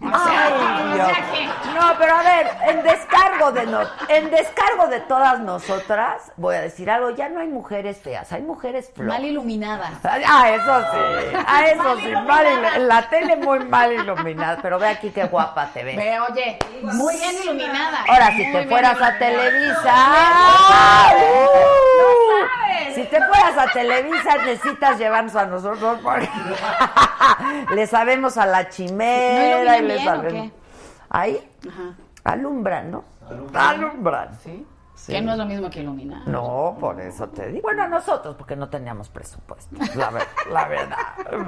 [SPEAKER 9] O sea,
[SPEAKER 1] Ay,
[SPEAKER 9] o
[SPEAKER 1] Dios.
[SPEAKER 9] sea que-
[SPEAKER 1] No, pero a ver, en descargo de no- en descargo de todas nosotras, voy a decir algo, ya no hay mujeres feas, hay mujeres flojas.
[SPEAKER 9] mal iluminada.
[SPEAKER 1] Ah, eso sí, a eso
[SPEAKER 9] Mal
[SPEAKER 1] sí,
[SPEAKER 9] iluminada.
[SPEAKER 1] mal ilu- la tele muy mal iluminada, pero ve aquí qué guapa te ves.
[SPEAKER 9] Ve, oye, muy bien iluminada.
[SPEAKER 1] Ahora,
[SPEAKER 9] muy
[SPEAKER 1] si te
[SPEAKER 9] bien
[SPEAKER 1] fueras a
[SPEAKER 9] iluminada.
[SPEAKER 1] Televisa, ¡uh!
[SPEAKER 9] sabes.
[SPEAKER 1] si te fueras a Televisa, necesitas llevarnos a nosotros porque le sabemos a la chimera
[SPEAKER 9] ¿No iluminan
[SPEAKER 1] y le
[SPEAKER 9] bien o
[SPEAKER 1] sabemos.
[SPEAKER 9] qué?
[SPEAKER 1] Ahí
[SPEAKER 9] Ajá,
[SPEAKER 1] alumbran, ¿no?
[SPEAKER 3] Alumbran.
[SPEAKER 1] Alumbran.
[SPEAKER 9] ¿sí?
[SPEAKER 1] Sí.
[SPEAKER 9] Que no es lo mismo que iluminar.
[SPEAKER 1] No, por eso te digo. Bueno, nosotros, porque no teníamos presupuesto. La, ver- la verdad,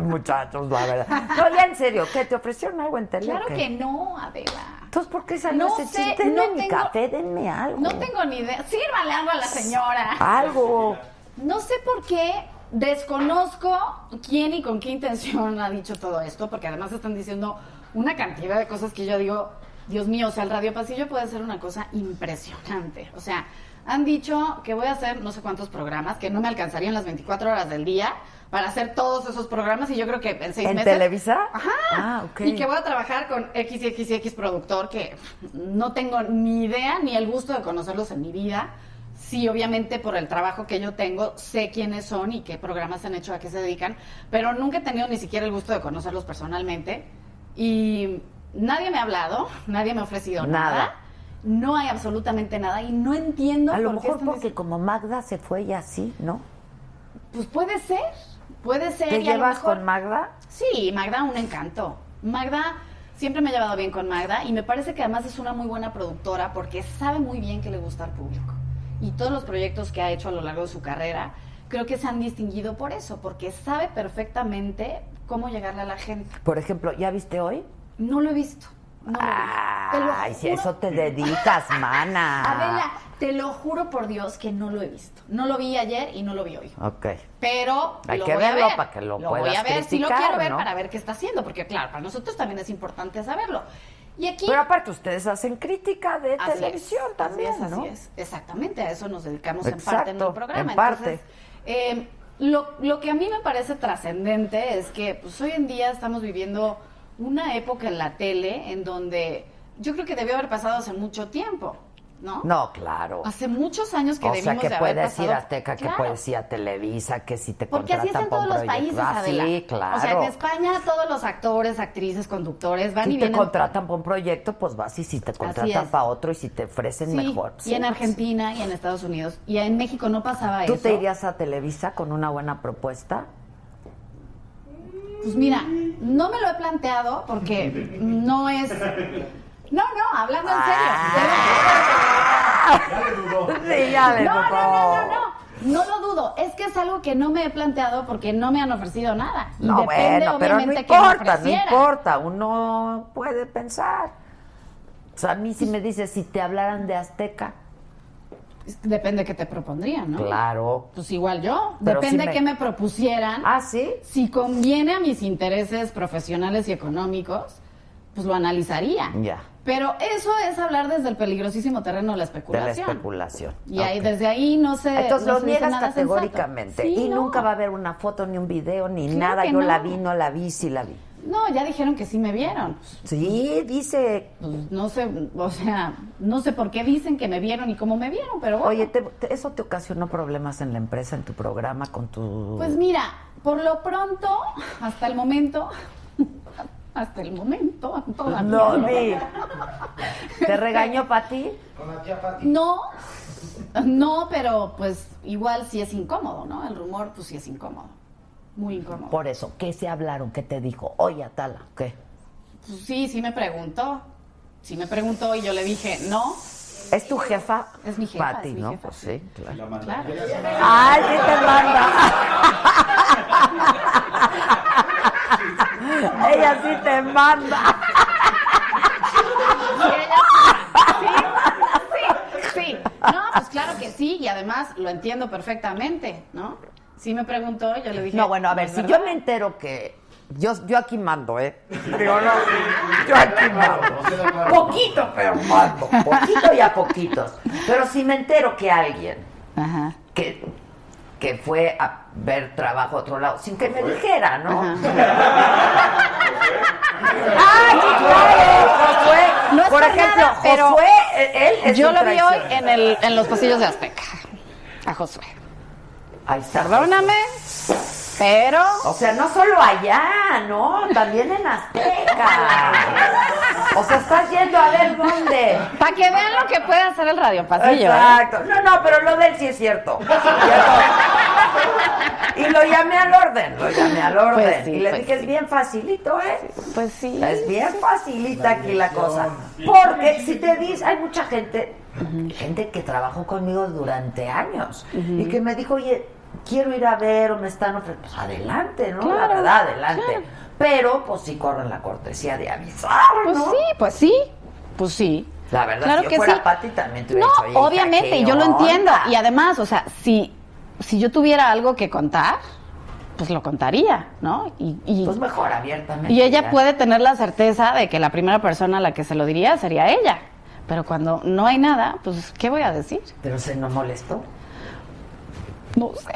[SPEAKER 1] muchachos, la verdad. No, ya en serio, ¿qué? ¿Te ofrecieron algo en tele?
[SPEAKER 9] Claro
[SPEAKER 1] o qué?
[SPEAKER 9] que no, Adela.
[SPEAKER 1] Entonces, ¿por qué salió
[SPEAKER 9] No
[SPEAKER 1] ese
[SPEAKER 9] sé,
[SPEAKER 1] chiste?
[SPEAKER 9] no
[SPEAKER 1] Denme mi
[SPEAKER 9] tengo-
[SPEAKER 1] café, denme algo.
[SPEAKER 9] No tengo ni idea. Sírvale algo a la señora.
[SPEAKER 1] Algo.
[SPEAKER 9] No sé por qué Desconozco quién y con qué intención ha dicho todo esto, porque además están diciendo una cantidad de cosas que yo digo, Dios mío, o sea, el Radio Pasillo puede ser una cosa impresionante. O sea, han dicho que voy a hacer no sé cuántos programas, que no me alcanzarían las 24 horas del día para hacer todos esos programas y yo creo que en seis
[SPEAKER 1] ¿En
[SPEAKER 9] meses...
[SPEAKER 1] Televisa?
[SPEAKER 9] Ajá.
[SPEAKER 1] Ah, ok.
[SPEAKER 9] Y que voy a trabajar con XXX productor que pff, no tengo ni idea ni el gusto de conocerlos en mi vida. Sí, obviamente por el trabajo que yo tengo sé quiénes son y qué programas han hecho, a qué se dedican, pero nunca he tenido ni siquiera el gusto de conocerlos personalmente y nadie me ha hablado, nadie me ha ofrecido nada.
[SPEAKER 1] Nada.
[SPEAKER 9] No hay absolutamente nada y no entiendo
[SPEAKER 1] A lo
[SPEAKER 9] por qué
[SPEAKER 1] mejor
[SPEAKER 9] están
[SPEAKER 1] porque
[SPEAKER 9] diciendo-
[SPEAKER 1] como Magda se fue y así, ¿no?
[SPEAKER 9] Pues puede ser, puede ser.
[SPEAKER 1] ¿Te
[SPEAKER 9] y a lo
[SPEAKER 1] llevas
[SPEAKER 9] mejor-
[SPEAKER 1] con Magda?
[SPEAKER 9] Sí, Magda, un encanto. Magda, siempre me he llevado bien con Magda y me parece que además es una muy buena productora porque sabe muy bien que le gusta al público. Y todos los proyectos que ha hecho a lo largo de su carrera, creo que se han distinguido por eso, porque sabe perfectamente cómo llegarle a la gente.
[SPEAKER 1] Por ejemplo, ¿ya viste hoy?
[SPEAKER 9] No lo he visto. No lo he visto. Te lo
[SPEAKER 1] Ay, si a
[SPEAKER 9] juro.
[SPEAKER 1] eso te dedicas, mana.
[SPEAKER 9] Adela, te lo juro por Dios que no lo he visto. No lo vi ayer y no lo vi hoy.
[SPEAKER 1] Ok.
[SPEAKER 9] Pero
[SPEAKER 1] Hay
[SPEAKER 9] lo
[SPEAKER 1] que
[SPEAKER 9] voy a
[SPEAKER 1] verlo
[SPEAKER 9] ver.
[SPEAKER 1] para que lo
[SPEAKER 9] voy a
[SPEAKER 1] puedas
[SPEAKER 9] ver, sí lo
[SPEAKER 1] criticar,
[SPEAKER 9] quiero ver
[SPEAKER 1] ¿no?
[SPEAKER 9] para ver qué está haciendo, porque claro, para nosotros también es importante saberlo. Y aquí
[SPEAKER 1] Pero aparte, ustedes hacen crítica de
[SPEAKER 9] Así es,
[SPEAKER 1] televisión
[SPEAKER 9] así
[SPEAKER 1] también,
[SPEAKER 9] es, así
[SPEAKER 1] ¿no?
[SPEAKER 9] es. Exactamente, a eso nos dedicamos en parte en
[SPEAKER 1] Exacto,
[SPEAKER 9] el programa.
[SPEAKER 1] en parte.
[SPEAKER 9] Entonces, eh, lo, lo que a mí me parece trascendente es que pues, hoy en día estamos viviendo una época en la tele en donde yo creo que debió haber pasado hace mucho tiempo, ¿no?
[SPEAKER 1] No, claro.
[SPEAKER 9] Hace muchos años que
[SPEAKER 1] o sea,
[SPEAKER 9] debimos
[SPEAKER 1] que
[SPEAKER 9] de haber
[SPEAKER 1] puedes ir
[SPEAKER 9] pasado-
[SPEAKER 1] a Azteca,
[SPEAKER 9] Claro.
[SPEAKER 1] que puedes ir a Televisa, que si te
[SPEAKER 9] Porque así
[SPEAKER 1] contratan
[SPEAKER 9] está
[SPEAKER 1] para
[SPEAKER 9] en todos
[SPEAKER 1] un
[SPEAKER 9] los
[SPEAKER 1] proyecto.
[SPEAKER 9] países,
[SPEAKER 1] Ah,
[SPEAKER 9] Adela.
[SPEAKER 1] sí, claro.
[SPEAKER 9] O sea, en España todos los actores, actrices, conductores van y
[SPEAKER 1] si te
[SPEAKER 9] vienen.
[SPEAKER 1] contratan para un proyecto, pues vas y si te contratan
[SPEAKER 9] es.
[SPEAKER 1] para otro y si te ofrecen
[SPEAKER 9] Sí,
[SPEAKER 1] mejor. pues,
[SPEAKER 9] Y en Argentina y en Estados Unidos. Y en México no pasaba
[SPEAKER 1] ¿Tú
[SPEAKER 9] eso.
[SPEAKER 1] te irías a Televisa con una buena propuesta?
[SPEAKER 9] Pues mira, no me lo he planteado porque no es. No, no, hablando en serio.
[SPEAKER 1] Ah, Sí, ya le
[SPEAKER 9] no, no,
[SPEAKER 1] tocó.
[SPEAKER 9] no, no, no. No lo dudo. Es que es algo que no me he planteado porque no me han ofrecido nada. Y
[SPEAKER 1] No,
[SPEAKER 9] depende,
[SPEAKER 1] bueno, pero no
[SPEAKER 9] obviamente, que me
[SPEAKER 1] importa, no
[SPEAKER 9] ofrecieran.
[SPEAKER 1] importa, uno puede pensar. O sea, a mí sí me dices, si te hablaran de Azteca,
[SPEAKER 9] Depende que te propondrían, ¿no?
[SPEAKER 1] claro.
[SPEAKER 9] Pues igual yo.
[SPEAKER 1] Pero
[SPEAKER 9] Depende
[SPEAKER 1] sí me-
[SPEAKER 9] que me propusieran.
[SPEAKER 1] Ah, sí.
[SPEAKER 9] Si conviene a mis intereses profesionales y económicos, pues lo analizaría.
[SPEAKER 1] Ya,
[SPEAKER 9] Pero eso es hablar desde el peligrosísimo terreno de la
[SPEAKER 1] de la
[SPEAKER 9] especulación.
[SPEAKER 1] especulación.
[SPEAKER 9] Y ahí, desde ahí no se.
[SPEAKER 1] Entonces
[SPEAKER 9] no
[SPEAKER 1] lo
[SPEAKER 9] se dice
[SPEAKER 1] niegas
[SPEAKER 9] nada sensato.
[SPEAKER 1] categóricamente
[SPEAKER 9] Sí,
[SPEAKER 1] y
[SPEAKER 9] no.
[SPEAKER 1] nunca va a haber una foto ni un video ni
[SPEAKER 9] Claro
[SPEAKER 1] nada.
[SPEAKER 9] que
[SPEAKER 1] Yo la
[SPEAKER 9] no.
[SPEAKER 1] vi, no la vi, sí la vi.
[SPEAKER 9] No, ya dijeron que sí me vieron.
[SPEAKER 1] Sí, dice.
[SPEAKER 9] Pues no sé, o sea, no sé por qué dicen que me vieron y cómo me vieron, pero bueno.
[SPEAKER 1] Oye, te- te- eso te ocasionó problemas en la empresa, en tu programa, con tu.
[SPEAKER 9] Pues mira, por lo pronto, hasta el momento, hasta el momento, todavía
[SPEAKER 1] no,
[SPEAKER 9] no.
[SPEAKER 1] vi. ¿Te regañó para ti?
[SPEAKER 7] Con la tía Pati.
[SPEAKER 9] No, no, pero pues igual sí es incómodo, ¿no? El rumor, pues sí es incómodo. Muy incómodo.
[SPEAKER 1] Por eso, ¿qué se hablaron? ¿Qué te dijo? Oye, Atala, ¿qué?
[SPEAKER 9] Pues sí, sí me preguntó. Sí me preguntó y yo le dije, no,
[SPEAKER 1] Es tu jefa.
[SPEAKER 9] Es mi jefa,
[SPEAKER 1] Pati,
[SPEAKER 9] es mi
[SPEAKER 1] ¿no?
[SPEAKER 9] jefa,
[SPEAKER 1] Pues sí, claro.
[SPEAKER 9] claro.
[SPEAKER 1] ¡Ay, sí te manda! Ella sí te manda.
[SPEAKER 9] Y ella, sí, sí, sí. No, pues claro que sí, y además lo entiendo perfectamente, ¿no? Sí me preguntó, yo le dije.
[SPEAKER 1] No, bueno, a ver,
[SPEAKER 9] ¿es
[SPEAKER 1] si
[SPEAKER 9] verdad?
[SPEAKER 1] yo me entero que. Yo, yo aquí mando, ¿eh? Digo, no, yo aquí mando. Poquito, pero mando. Poquito y a poquitos. Pero si me entero que alguien
[SPEAKER 9] Ajá.
[SPEAKER 1] que, que fue a ver trabajo a otro lado, sin que me dijera, ¿no? ¡Ah, sí, claro! Josué,
[SPEAKER 9] No es
[SPEAKER 1] por
[SPEAKER 9] por
[SPEAKER 1] ejemplo,
[SPEAKER 9] nada, pero
[SPEAKER 1] Josué, él es
[SPEAKER 9] Yo
[SPEAKER 1] un
[SPEAKER 9] lo vi hoy
[SPEAKER 1] traicionero.
[SPEAKER 9] en, el, en los pasillos de Azteca, a Josué.
[SPEAKER 1] Ahí está.
[SPEAKER 9] Perdóname, pero.
[SPEAKER 1] O sea, no solo allá, ¿no? También en Azteca. O sea, estás yendo a ver dónde.
[SPEAKER 9] Para que vean lo que puede hacer el Radio Pasillo. ¿eh?
[SPEAKER 1] Exacto. No, no, pero lo de él sí es cierto. Y lo llamé al orden, lo llamé al orden.
[SPEAKER 9] Pues sí,
[SPEAKER 1] y le
[SPEAKER 9] pues
[SPEAKER 1] dije, es
[SPEAKER 9] sí.
[SPEAKER 1] bien facilito, ¿eh?
[SPEAKER 9] Pues sí.
[SPEAKER 1] Es bien facilita aquí la cosa. Porque si te dices, hay mucha gente, gente que trabajó conmigo durante años y que me dijo, oye, quiero ir a ver o me están ofreciendo. Pues adelante, ¿no? la
[SPEAKER 9] Claro,
[SPEAKER 1] verdad, adelante.
[SPEAKER 9] claro.
[SPEAKER 1] Pero pues sí corren la cortesía de avisar,
[SPEAKER 9] Pues
[SPEAKER 1] ¿no?
[SPEAKER 9] sí, pues sí, pues sí.
[SPEAKER 1] La verdad,
[SPEAKER 9] Claro
[SPEAKER 1] si yo
[SPEAKER 9] que
[SPEAKER 1] fuera
[SPEAKER 9] sí.
[SPEAKER 1] Pati también te
[SPEAKER 9] No,
[SPEAKER 1] hubiera dicho, "Hija,
[SPEAKER 9] obviamente,
[SPEAKER 1] ¿qué
[SPEAKER 9] yo lo
[SPEAKER 1] onda?".
[SPEAKER 9] entiendo. Y además, o sea, si si yo tuviera algo que contar, pues lo contaría, ¿no? Y, y-
[SPEAKER 1] Pues mejor abiertamente.
[SPEAKER 9] y ella
[SPEAKER 1] ya.
[SPEAKER 9] puede tener la certeza de que la primera persona a la que se lo diría sería ella. Pero cuando no hay nada, pues, ¿qué voy a decir?
[SPEAKER 1] Pero se no molestó.
[SPEAKER 9] No sé.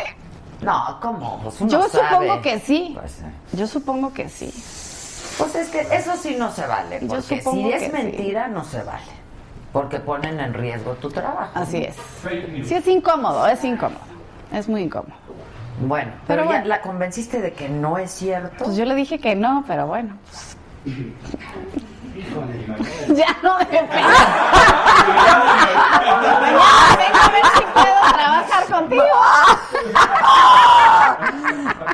[SPEAKER 1] No, ¿cómo? Pues uno
[SPEAKER 9] Yo
[SPEAKER 1] sabe.
[SPEAKER 9] supongo que sí.
[SPEAKER 1] Pues, eh.
[SPEAKER 9] Yo supongo que sí.
[SPEAKER 1] Pues es que eso sí no se vale.
[SPEAKER 9] Yo
[SPEAKER 1] Porque
[SPEAKER 9] supongo
[SPEAKER 1] si es
[SPEAKER 9] que sí.
[SPEAKER 1] mentira, no se vale. Porque ponen en riesgo tu trabajo.
[SPEAKER 9] Así es.
[SPEAKER 1] news.
[SPEAKER 9] Sí es incómodo, es incómodo. Es muy incómodo.
[SPEAKER 1] Bueno, pero,
[SPEAKER 9] Pero
[SPEAKER 1] ya
[SPEAKER 9] bueno.
[SPEAKER 1] la convenciste de que no es cierto.
[SPEAKER 9] Pues yo le dije que no, pero bueno. pues. Ya no me Ya, déjame si puedo trabajar contigo.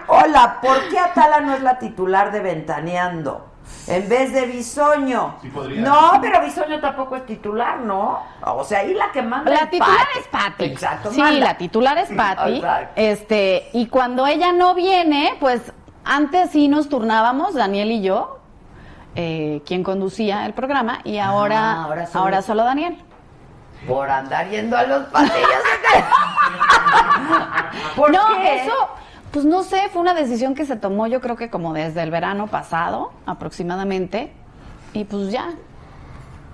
[SPEAKER 1] Hola, ¿por qué Atala no es la titular de Ventaneando? En vez de Bisoño.
[SPEAKER 3] podría.
[SPEAKER 1] no, pero Bisoño tampoco es titular, ¿no? O sea, ahí la que manda.
[SPEAKER 9] La
[SPEAKER 1] es
[SPEAKER 9] titular
[SPEAKER 1] Pati.
[SPEAKER 9] es Patti.
[SPEAKER 1] Exacto,
[SPEAKER 9] Sí,
[SPEAKER 1] manda.
[SPEAKER 9] la titular es Patti.
[SPEAKER 1] Exacto.
[SPEAKER 9] Este, y cuando ella no viene, pues antes sí nos turnábamos, Daniel y yo, eh, quien conducía el programa, y ahora,
[SPEAKER 1] Ah, ahora
[SPEAKER 9] ahora,
[SPEAKER 1] solo-
[SPEAKER 9] solo... Daniel.
[SPEAKER 1] Por andar yendo a los patillos. ¿Por
[SPEAKER 9] no,
[SPEAKER 1] qué?
[SPEAKER 9] eso, pues no sé, fue una decisión que se tomó yo creo que como desde el verano pasado, aproximadamente, y pues ya,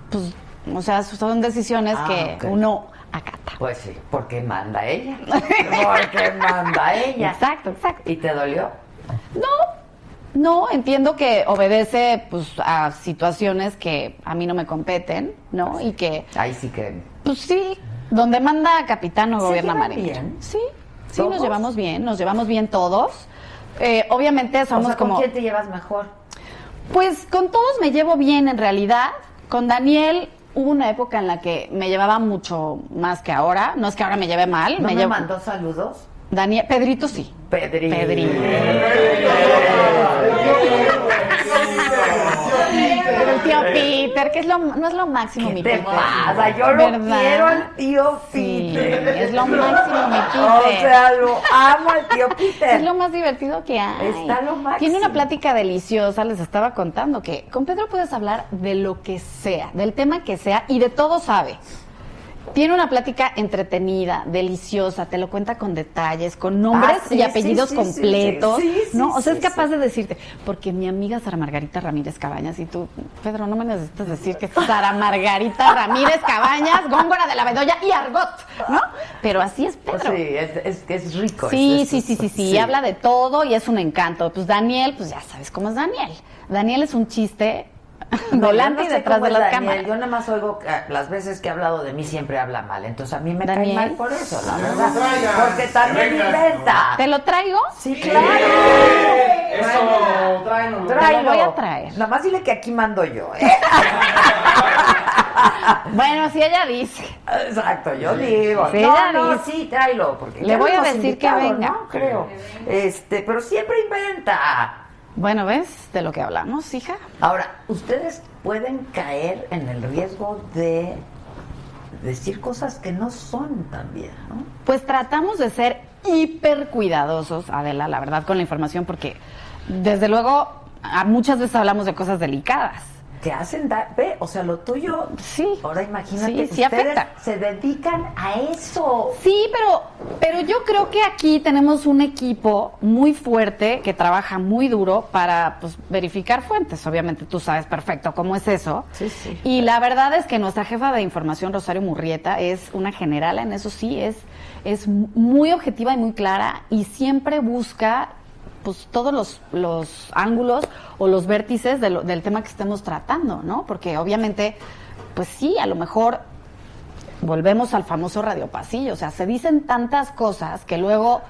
[SPEAKER 9] pues, o sea, son decisiones
[SPEAKER 1] Ah,
[SPEAKER 9] que
[SPEAKER 1] ok.
[SPEAKER 9] uno...
[SPEAKER 1] Pues sí, porque manda ella. Porque manda ella.
[SPEAKER 9] Exacto, exacto.
[SPEAKER 1] ¿Y te dolió?
[SPEAKER 9] No, no, entiendo que obedece pues a situaciones que a mí no me competen, ¿no? Y que,
[SPEAKER 1] Ahí sí que.
[SPEAKER 9] pues sí, donde manda capitán o
[SPEAKER 1] ¿Se
[SPEAKER 9] gobierna
[SPEAKER 1] llevan
[SPEAKER 9] marina.
[SPEAKER 1] bien?
[SPEAKER 9] Sí, sí,
[SPEAKER 1] ¿Todos?
[SPEAKER 9] nos llevamos bien, nos llevamos bien todos. Eh, obviamente somos
[SPEAKER 1] o sea, ¿con
[SPEAKER 9] como...
[SPEAKER 1] quién te llevas mejor?
[SPEAKER 9] Pues con todos me llevo bien en realidad. Con Daniel hubo una época en la que me llevaba mucho más que ahora. No es que ahora me lleve mal,
[SPEAKER 1] ¿No me,
[SPEAKER 9] llevo...
[SPEAKER 1] mandó saludos?
[SPEAKER 9] Daniel, Pedrito sí.
[SPEAKER 1] Pedrito.
[SPEAKER 9] Pedrito. Pero el tío Peter, que es lo, no es lo máximo, mi
[SPEAKER 1] ¿Qué
[SPEAKER 9] Peter.
[SPEAKER 1] pasa? Yo lo
[SPEAKER 9] ¿Verdad?
[SPEAKER 1] quiero al tío Peter.
[SPEAKER 9] es lo máximo, mi Peter.
[SPEAKER 1] O sea, lo amo al tío Peter.
[SPEAKER 9] Es lo más divertido que hay.
[SPEAKER 1] Está lo máximo.
[SPEAKER 9] Tiene una plática deliciosa, les estaba contando que con Pedro puedes hablar de lo que sea, del tema que sea y de todo sabe. Tiene una plática entretenida, deliciosa, te lo cuenta con detalles, con nombres
[SPEAKER 1] Ah, sí,
[SPEAKER 9] y apellidos
[SPEAKER 1] sí, sí, sí,
[SPEAKER 9] completos.
[SPEAKER 1] sí, sí,
[SPEAKER 9] ¿no?
[SPEAKER 1] sí,
[SPEAKER 9] o sea, es
[SPEAKER 1] sí,
[SPEAKER 9] capaz de decirte, porque mi amiga Sara Margarita Ramírez Cabañas, y tú, Pedro, no me necesitas decir que es Sara Margarita Ramírez Cabañas, Góngora de la Bedoya y Argot, ¿no? Pero así es Pedro.
[SPEAKER 1] Pues Sí, es, es, es rico.
[SPEAKER 9] Sí,
[SPEAKER 1] es-
[SPEAKER 9] sí,
[SPEAKER 1] es-
[SPEAKER 9] sí, sí, sí, habla de todo y es un encanto. Pues Daniel, pues ya sabes cómo es Daniel. Daniel es un chiste
[SPEAKER 1] No, yo
[SPEAKER 9] volante
[SPEAKER 1] no
[SPEAKER 9] y
[SPEAKER 1] sé
[SPEAKER 9] detrás
[SPEAKER 1] cómo
[SPEAKER 9] de
[SPEAKER 1] es
[SPEAKER 9] las
[SPEAKER 1] Daniel,
[SPEAKER 9] cámaras.
[SPEAKER 1] Yo nada más oigo que las veces que ha hablado de mí siempre habla mal. Entonces a mí me
[SPEAKER 9] Daniel.
[SPEAKER 1] cae mal por eso, la
[SPEAKER 9] Sí,
[SPEAKER 1] verdad.
[SPEAKER 9] no traigas,
[SPEAKER 1] Porque también
[SPEAKER 9] que vengas,
[SPEAKER 1] inventa.
[SPEAKER 9] ¿Te lo traigo?
[SPEAKER 1] Sí, claro.
[SPEAKER 6] Eso, tráenos.
[SPEAKER 9] Te lo voy
[SPEAKER 1] Tráelo.
[SPEAKER 9] a traer.
[SPEAKER 1] Nada más dile que aquí mando yo. ¿eh?
[SPEAKER 9] Bueno, si ella dice.
[SPEAKER 1] Exacto, yo digo.
[SPEAKER 9] Sí,
[SPEAKER 1] no,
[SPEAKER 9] ya
[SPEAKER 1] no,
[SPEAKER 9] dice.
[SPEAKER 1] sí, tráelo. Porque
[SPEAKER 9] Le
[SPEAKER 1] ya lo
[SPEAKER 9] voy a
[SPEAKER 1] hemos
[SPEAKER 9] decir que
[SPEAKER 1] invitado,
[SPEAKER 9] venga.
[SPEAKER 1] ¿no? Creo. Este, pero siempre inventa.
[SPEAKER 9] Bueno, ¿ves de lo que hablamos, hija?
[SPEAKER 1] Ahora, ustedes pueden caer en el riesgo de decir cosas que no son también, ¿no?
[SPEAKER 9] Pues tratamos de ser hiper cuidadosos, Adela, la verdad, con la información, porque desde luego a- muchas veces hablamos de cosas delicadas.
[SPEAKER 1] Te hacen dar, ve, o sea, lo tuyo.
[SPEAKER 9] Sí.
[SPEAKER 1] Ahora imagínate,
[SPEAKER 9] Sí, sí
[SPEAKER 1] ustedes
[SPEAKER 9] afecta.
[SPEAKER 1] se dedican a eso.
[SPEAKER 9] Sí, pero, pero yo creo que aquí tenemos un equipo muy fuerte que trabaja muy duro para pues, verificar fuentes. Obviamente tú sabes perfecto cómo es eso.
[SPEAKER 1] Sí, sí.
[SPEAKER 9] Y la verdad es que nuestra jefa de información, Rosario Murrieta, es una general en eso sí, es, es muy objetiva y muy clara y siempre busca pues todos los, los ángulos o los vértices de lo- del tema que estemos tratando, ¿no? Porque obviamente, pues sí, a lo mejor volvemos al famoso radiopasillo, o sea, se dicen tantas cosas que luego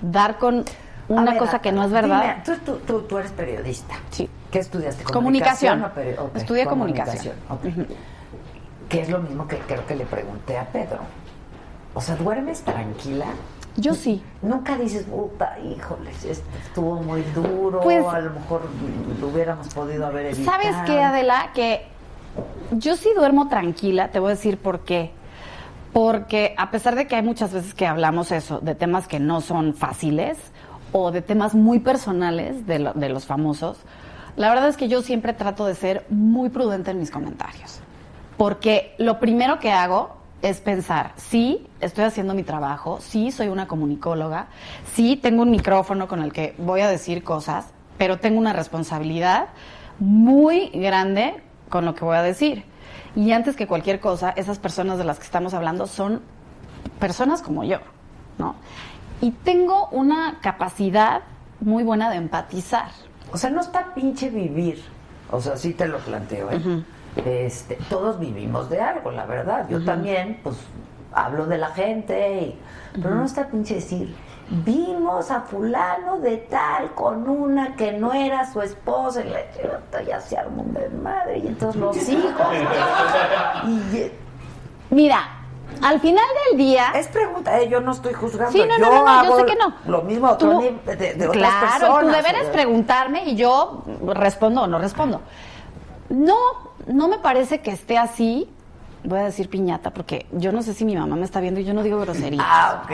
[SPEAKER 9] dar con
[SPEAKER 1] A
[SPEAKER 9] una
[SPEAKER 1] ver,
[SPEAKER 9] cosa que no es
[SPEAKER 1] dime,
[SPEAKER 9] verdad.
[SPEAKER 1] tú, tú, tú, tú eres periodista.
[SPEAKER 9] Sí.
[SPEAKER 1] ¿Qué estudiaste?
[SPEAKER 9] Comunicación.
[SPEAKER 1] o peri- ok,
[SPEAKER 9] Estudié comunicación.
[SPEAKER 1] comunicación, ok. Que es lo mismo que creo que le pregunté a Pedro. O sea, ¿duermes tranquila?
[SPEAKER 9] Yo sí.
[SPEAKER 1] Nunca dices, puta, híjoles, esto estuvo muy duro,
[SPEAKER 9] Pues-
[SPEAKER 1] a lo mejor mm, lo hubiéramos podido haber evitado.
[SPEAKER 9] ¿Sabes qué, Adela? Que yo sí duermo tranquila, te voy a decir por qué. Porque a pesar de que hay muchas veces que hablamos eso, de temas que no son fáciles o de temas muy personales de, lo- de los famosos, la verdad es que yo siempre trato de ser muy prudente en mis comentarios. Porque lo primero que hago es pensar, sí, estoy haciendo mi trabajo, sí, soy una comunicóloga, sí, tengo un micrófono con el que voy a decir cosas, pero tengo una responsabilidad muy grande con lo que voy a decir. Y antes que cualquier cosa, esas personas de las que estamos hablando son personas como yo, ¿no? Y tengo una capacidad muy buena de empatizar.
[SPEAKER 1] O sea, no está pinche vivir. O sea, sí te lo planteo, ¿eh? este, todos vivimos de algo, la verdad. Yo también, pues, hablo de la gente, y- pero no está pinche decir, vimos a fulano de tal con una que no era su esposa, y la chingada, ya se armó un desmadre, y entonces los hijos. y, eh,
[SPEAKER 9] Mira, al final del día.
[SPEAKER 1] Es pregunta, eh, yo no estoy juzgando.
[SPEAKER 9] Sí, no, no,
[SPEAKER 1] yo
[SPEAKER 9] no, no, yo
[SPEAKER 1] hago
[SPEAKER 9] sé que no.
[SPEAKER 1] Lo mismo a otro
[SPEAKER 9] Tú-
[SPEAKER 1] ni- de, de otras
[SPEAKER 9] claro,
[SPEAKER 1] personas.
[SPEAKER 9] tu deber es
[SPEAKER 1] eh.
[SPEAKER 9] preguntarme y yo respondo o no respondo. No, no me parece que esté así. Voy a decir piñata porque yo no sé si mi mamá me está viendo y yo no digo groserías.
[SPEAKER 1] Ah, ok,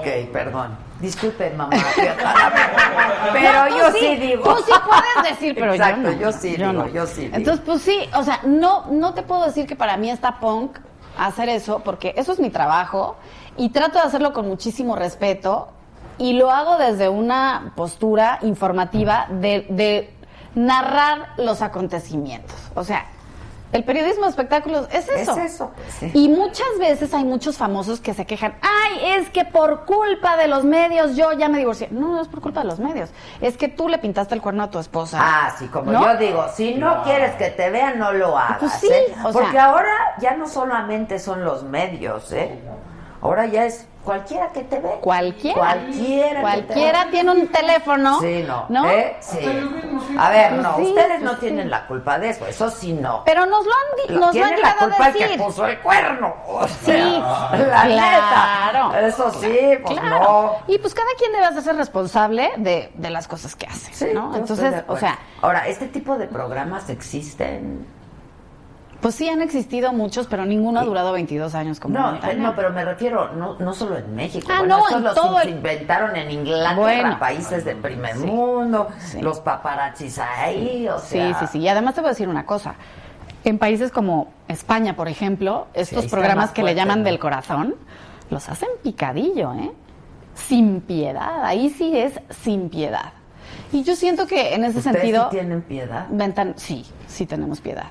[SPEAKER 1] ok, perdón. Disculpe, mamá. Pero
[SPEAKER 9] No, tú
[SPEAKER 1] yo sí, digo.
[SPEAKER 9] Tú sí puedes decir, pero
[SPEAKER 1] Exacto,
[SPEAKER 9] yo no.
[SPEAKER 1] yo sí digo, yo sí digo.
[SPEAKER 9] Entonces, pues sí, o sea, no, no te puedo decir que para mí está punk hacer eso, porque eso es mi trabajo y trato de hacerlo con muchísimo respeto y lo hago desde una postura informativa de, de narrar los acontecimientos. O sea, el periodismo de espectáculos es eso.
[SPEAKER 1] Es eso, sí.
[SPEAKER 9] Y muchas veces hay muchos famosos que se quejan, ay, es que por culpa de los medios yo ya me divorcié. No, no es por culpa de los medios, es que tú le pintaste el cuerno a tu esposa.
[SPEAKER 1] Ah, sí, como
[SPEAKER 9] ¿No?
[SPEAKER 1] yo digo, si no
[SPEAKER 9] No.
[SPEAKER 1] quieres que te vean, no lo hagas.
[SPEAKER 9] Pues sí,
[SPEAKER 1] ¿eh?
[SPEAKER 9] o
[SPEAKER 1] Porque
[SPEAKER 9] sea-
[SPEAKER 1] ahora ya no solamente son los medios, ¿eh? Ahora ya es cualquiera que te ve.
[SPEAKER 9] Cualquiera.
[SPEAKER 1] Cualquiera. que te
[SPEAKER 9] Cualquiera tiene un teléfono.
[SPEAKER 1] Sí, no. ¿eh? Sí. A ver, no, ustedes no tienen la culpa de eso, eso sí no.
[SPEAKER 9] Pero nos lo han, di-
[SPEAKER 1] Lo
[SPEAKER 9] nos lo han
[SPEAKER 1] tiene la
[SPEAKER 9] llegado
[SPEAKER 1] culpa
[SPEAKER 9] a
[SPEAKER 1] el que
[SPEAKER 9] decir.
[SPEAKER 1] puso el cuerno. O
[SPEAKER 9] Sí,
[SPEAKER 1] sea, la
[SPEAKER 9] claro.
[SPEAKER 1] neta. Eso sí, pues
[SPEAKER 9] Claro. Y pues cada quien debe hacerse responsable de, de las cosas que hace.
[SPEAKER 1] no.
[SPEAKER 9] ¿no?
[SPEAKER 1] Yo estoy de
[SPEAKER 9] Entonces, o
[SPEAKER 1] acuerdo.
[SPEAKER 9] sea,
[SPEAKER 1] Ahora, ¿este tipo de programas existen?
[SPEAKER 9] pues sí han existido muchos, pero ninguno ha durado 22 años como
[SPEAKER 1] No, eh,
[SPEAKER 9] Montana.
[SPEAKER 1] no, pero me refiero no, no solo en México.
[SPEAKER 9] Ah,
[SPEAKER 1] bueno,
[SPEAKER 9] no,
[SPEAKER 1] estos
[SPEAKER 9] en
[SPEAKER 1] los
[SPEAKER 9] todo
[SPEAKER 1] in-
[SPEAKER 9] el-
[SPEAKER 1] se inventaron en Inglaterra,
[SPEAKER 9] Bueno.
[SPEAKER 1] países del primer mundo, los paparazzis ahí, o sea.
[SPEAKER 9] Sí, sí, sí. Y además te voy a decir una cosa. En países como España, por ejemplo, estos
[SPEAKER 1] ahí está
[SPEAKER 9] programas
[SPEAKER 1] más
[SPEAKER 9] que
[SPEAKER 1] fuerte,
[SPEAKER 9] le llaman
[SPEAKER 1] ¿no?
[SPEAKER 9] del corazón, los hacen picadillo, ¿eh? Sin piedad. Ahí sí es sin piedad. Y yo siento que en ese
[SPEAKER 1] ¿Ustedes
[SPEAKER 9] sentido...
[SPEAKER 1] sí tienen piedad?
[SPEAKER 9] Ventan- sí, sí tenemos piedad.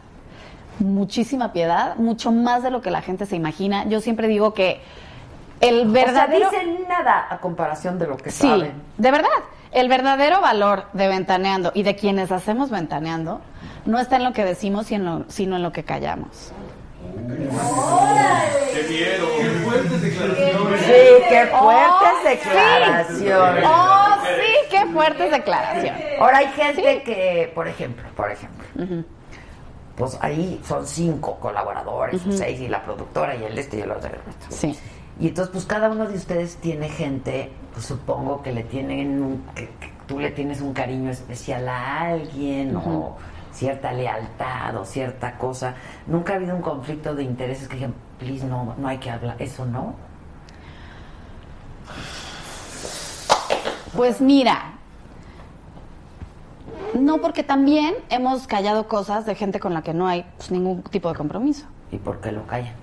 [SPEAKER 9] Muchísima piedad, mucho más de lo que la gente se imagina. Yo siempre digo que el verdadero...
[SPEAKER 1] O sea, dicen nada a comparación de lo que
[SPEAKER 9] Sí,
[SPEAKER 1] saben.
[SPEAKER 9] de verdad. El verdadero valor de ventaneando y de quienes hacemos ventaneando no está en lo que decimos, sino, sino en lo que callamos.
[SPEAKER 2] ¡Qué miedo! ¡Qué fuertes
[SPEAKER 1] Sí,
[SPEAKER 2] declaraciones!
[SPEAKER 1] qué fuertes
[SPEAKER 9] ¡Oh,
[SPEAKER 1] declaraciones.
[SPEAKER 9] Sí. ¡Oh, sí! ¡Qué fuertes declaraciones!
[SPEAKER 1] Ahora hay gente que, por ejemplo, por ejemplo, pues ahí son cinco colaboradores,
[SPEAKER 9] Ujú.
[SPEAKER 1] seis, y la productora, y el este y el otro. y el otro.
[SPEAKER 9] Sí.
[SPEAKER 1] Y entonces, pues cada uno de ustedes tiene gente, pues supongo que le tienen, un- que, que tú le tienes un cariño especial a alguien, o cierta lealtad, o cierta cosa. Nunca ha habido un conflicto de intereses que digan, please, no, no hay que hablar, eso no.
[SPEAKER 9] Pues mira, no porque también hemos callado cosas de gente con la que no hay pues, ningún tipo de compromiso.
[SPEAKER 1] ¿Y por qué lo callan?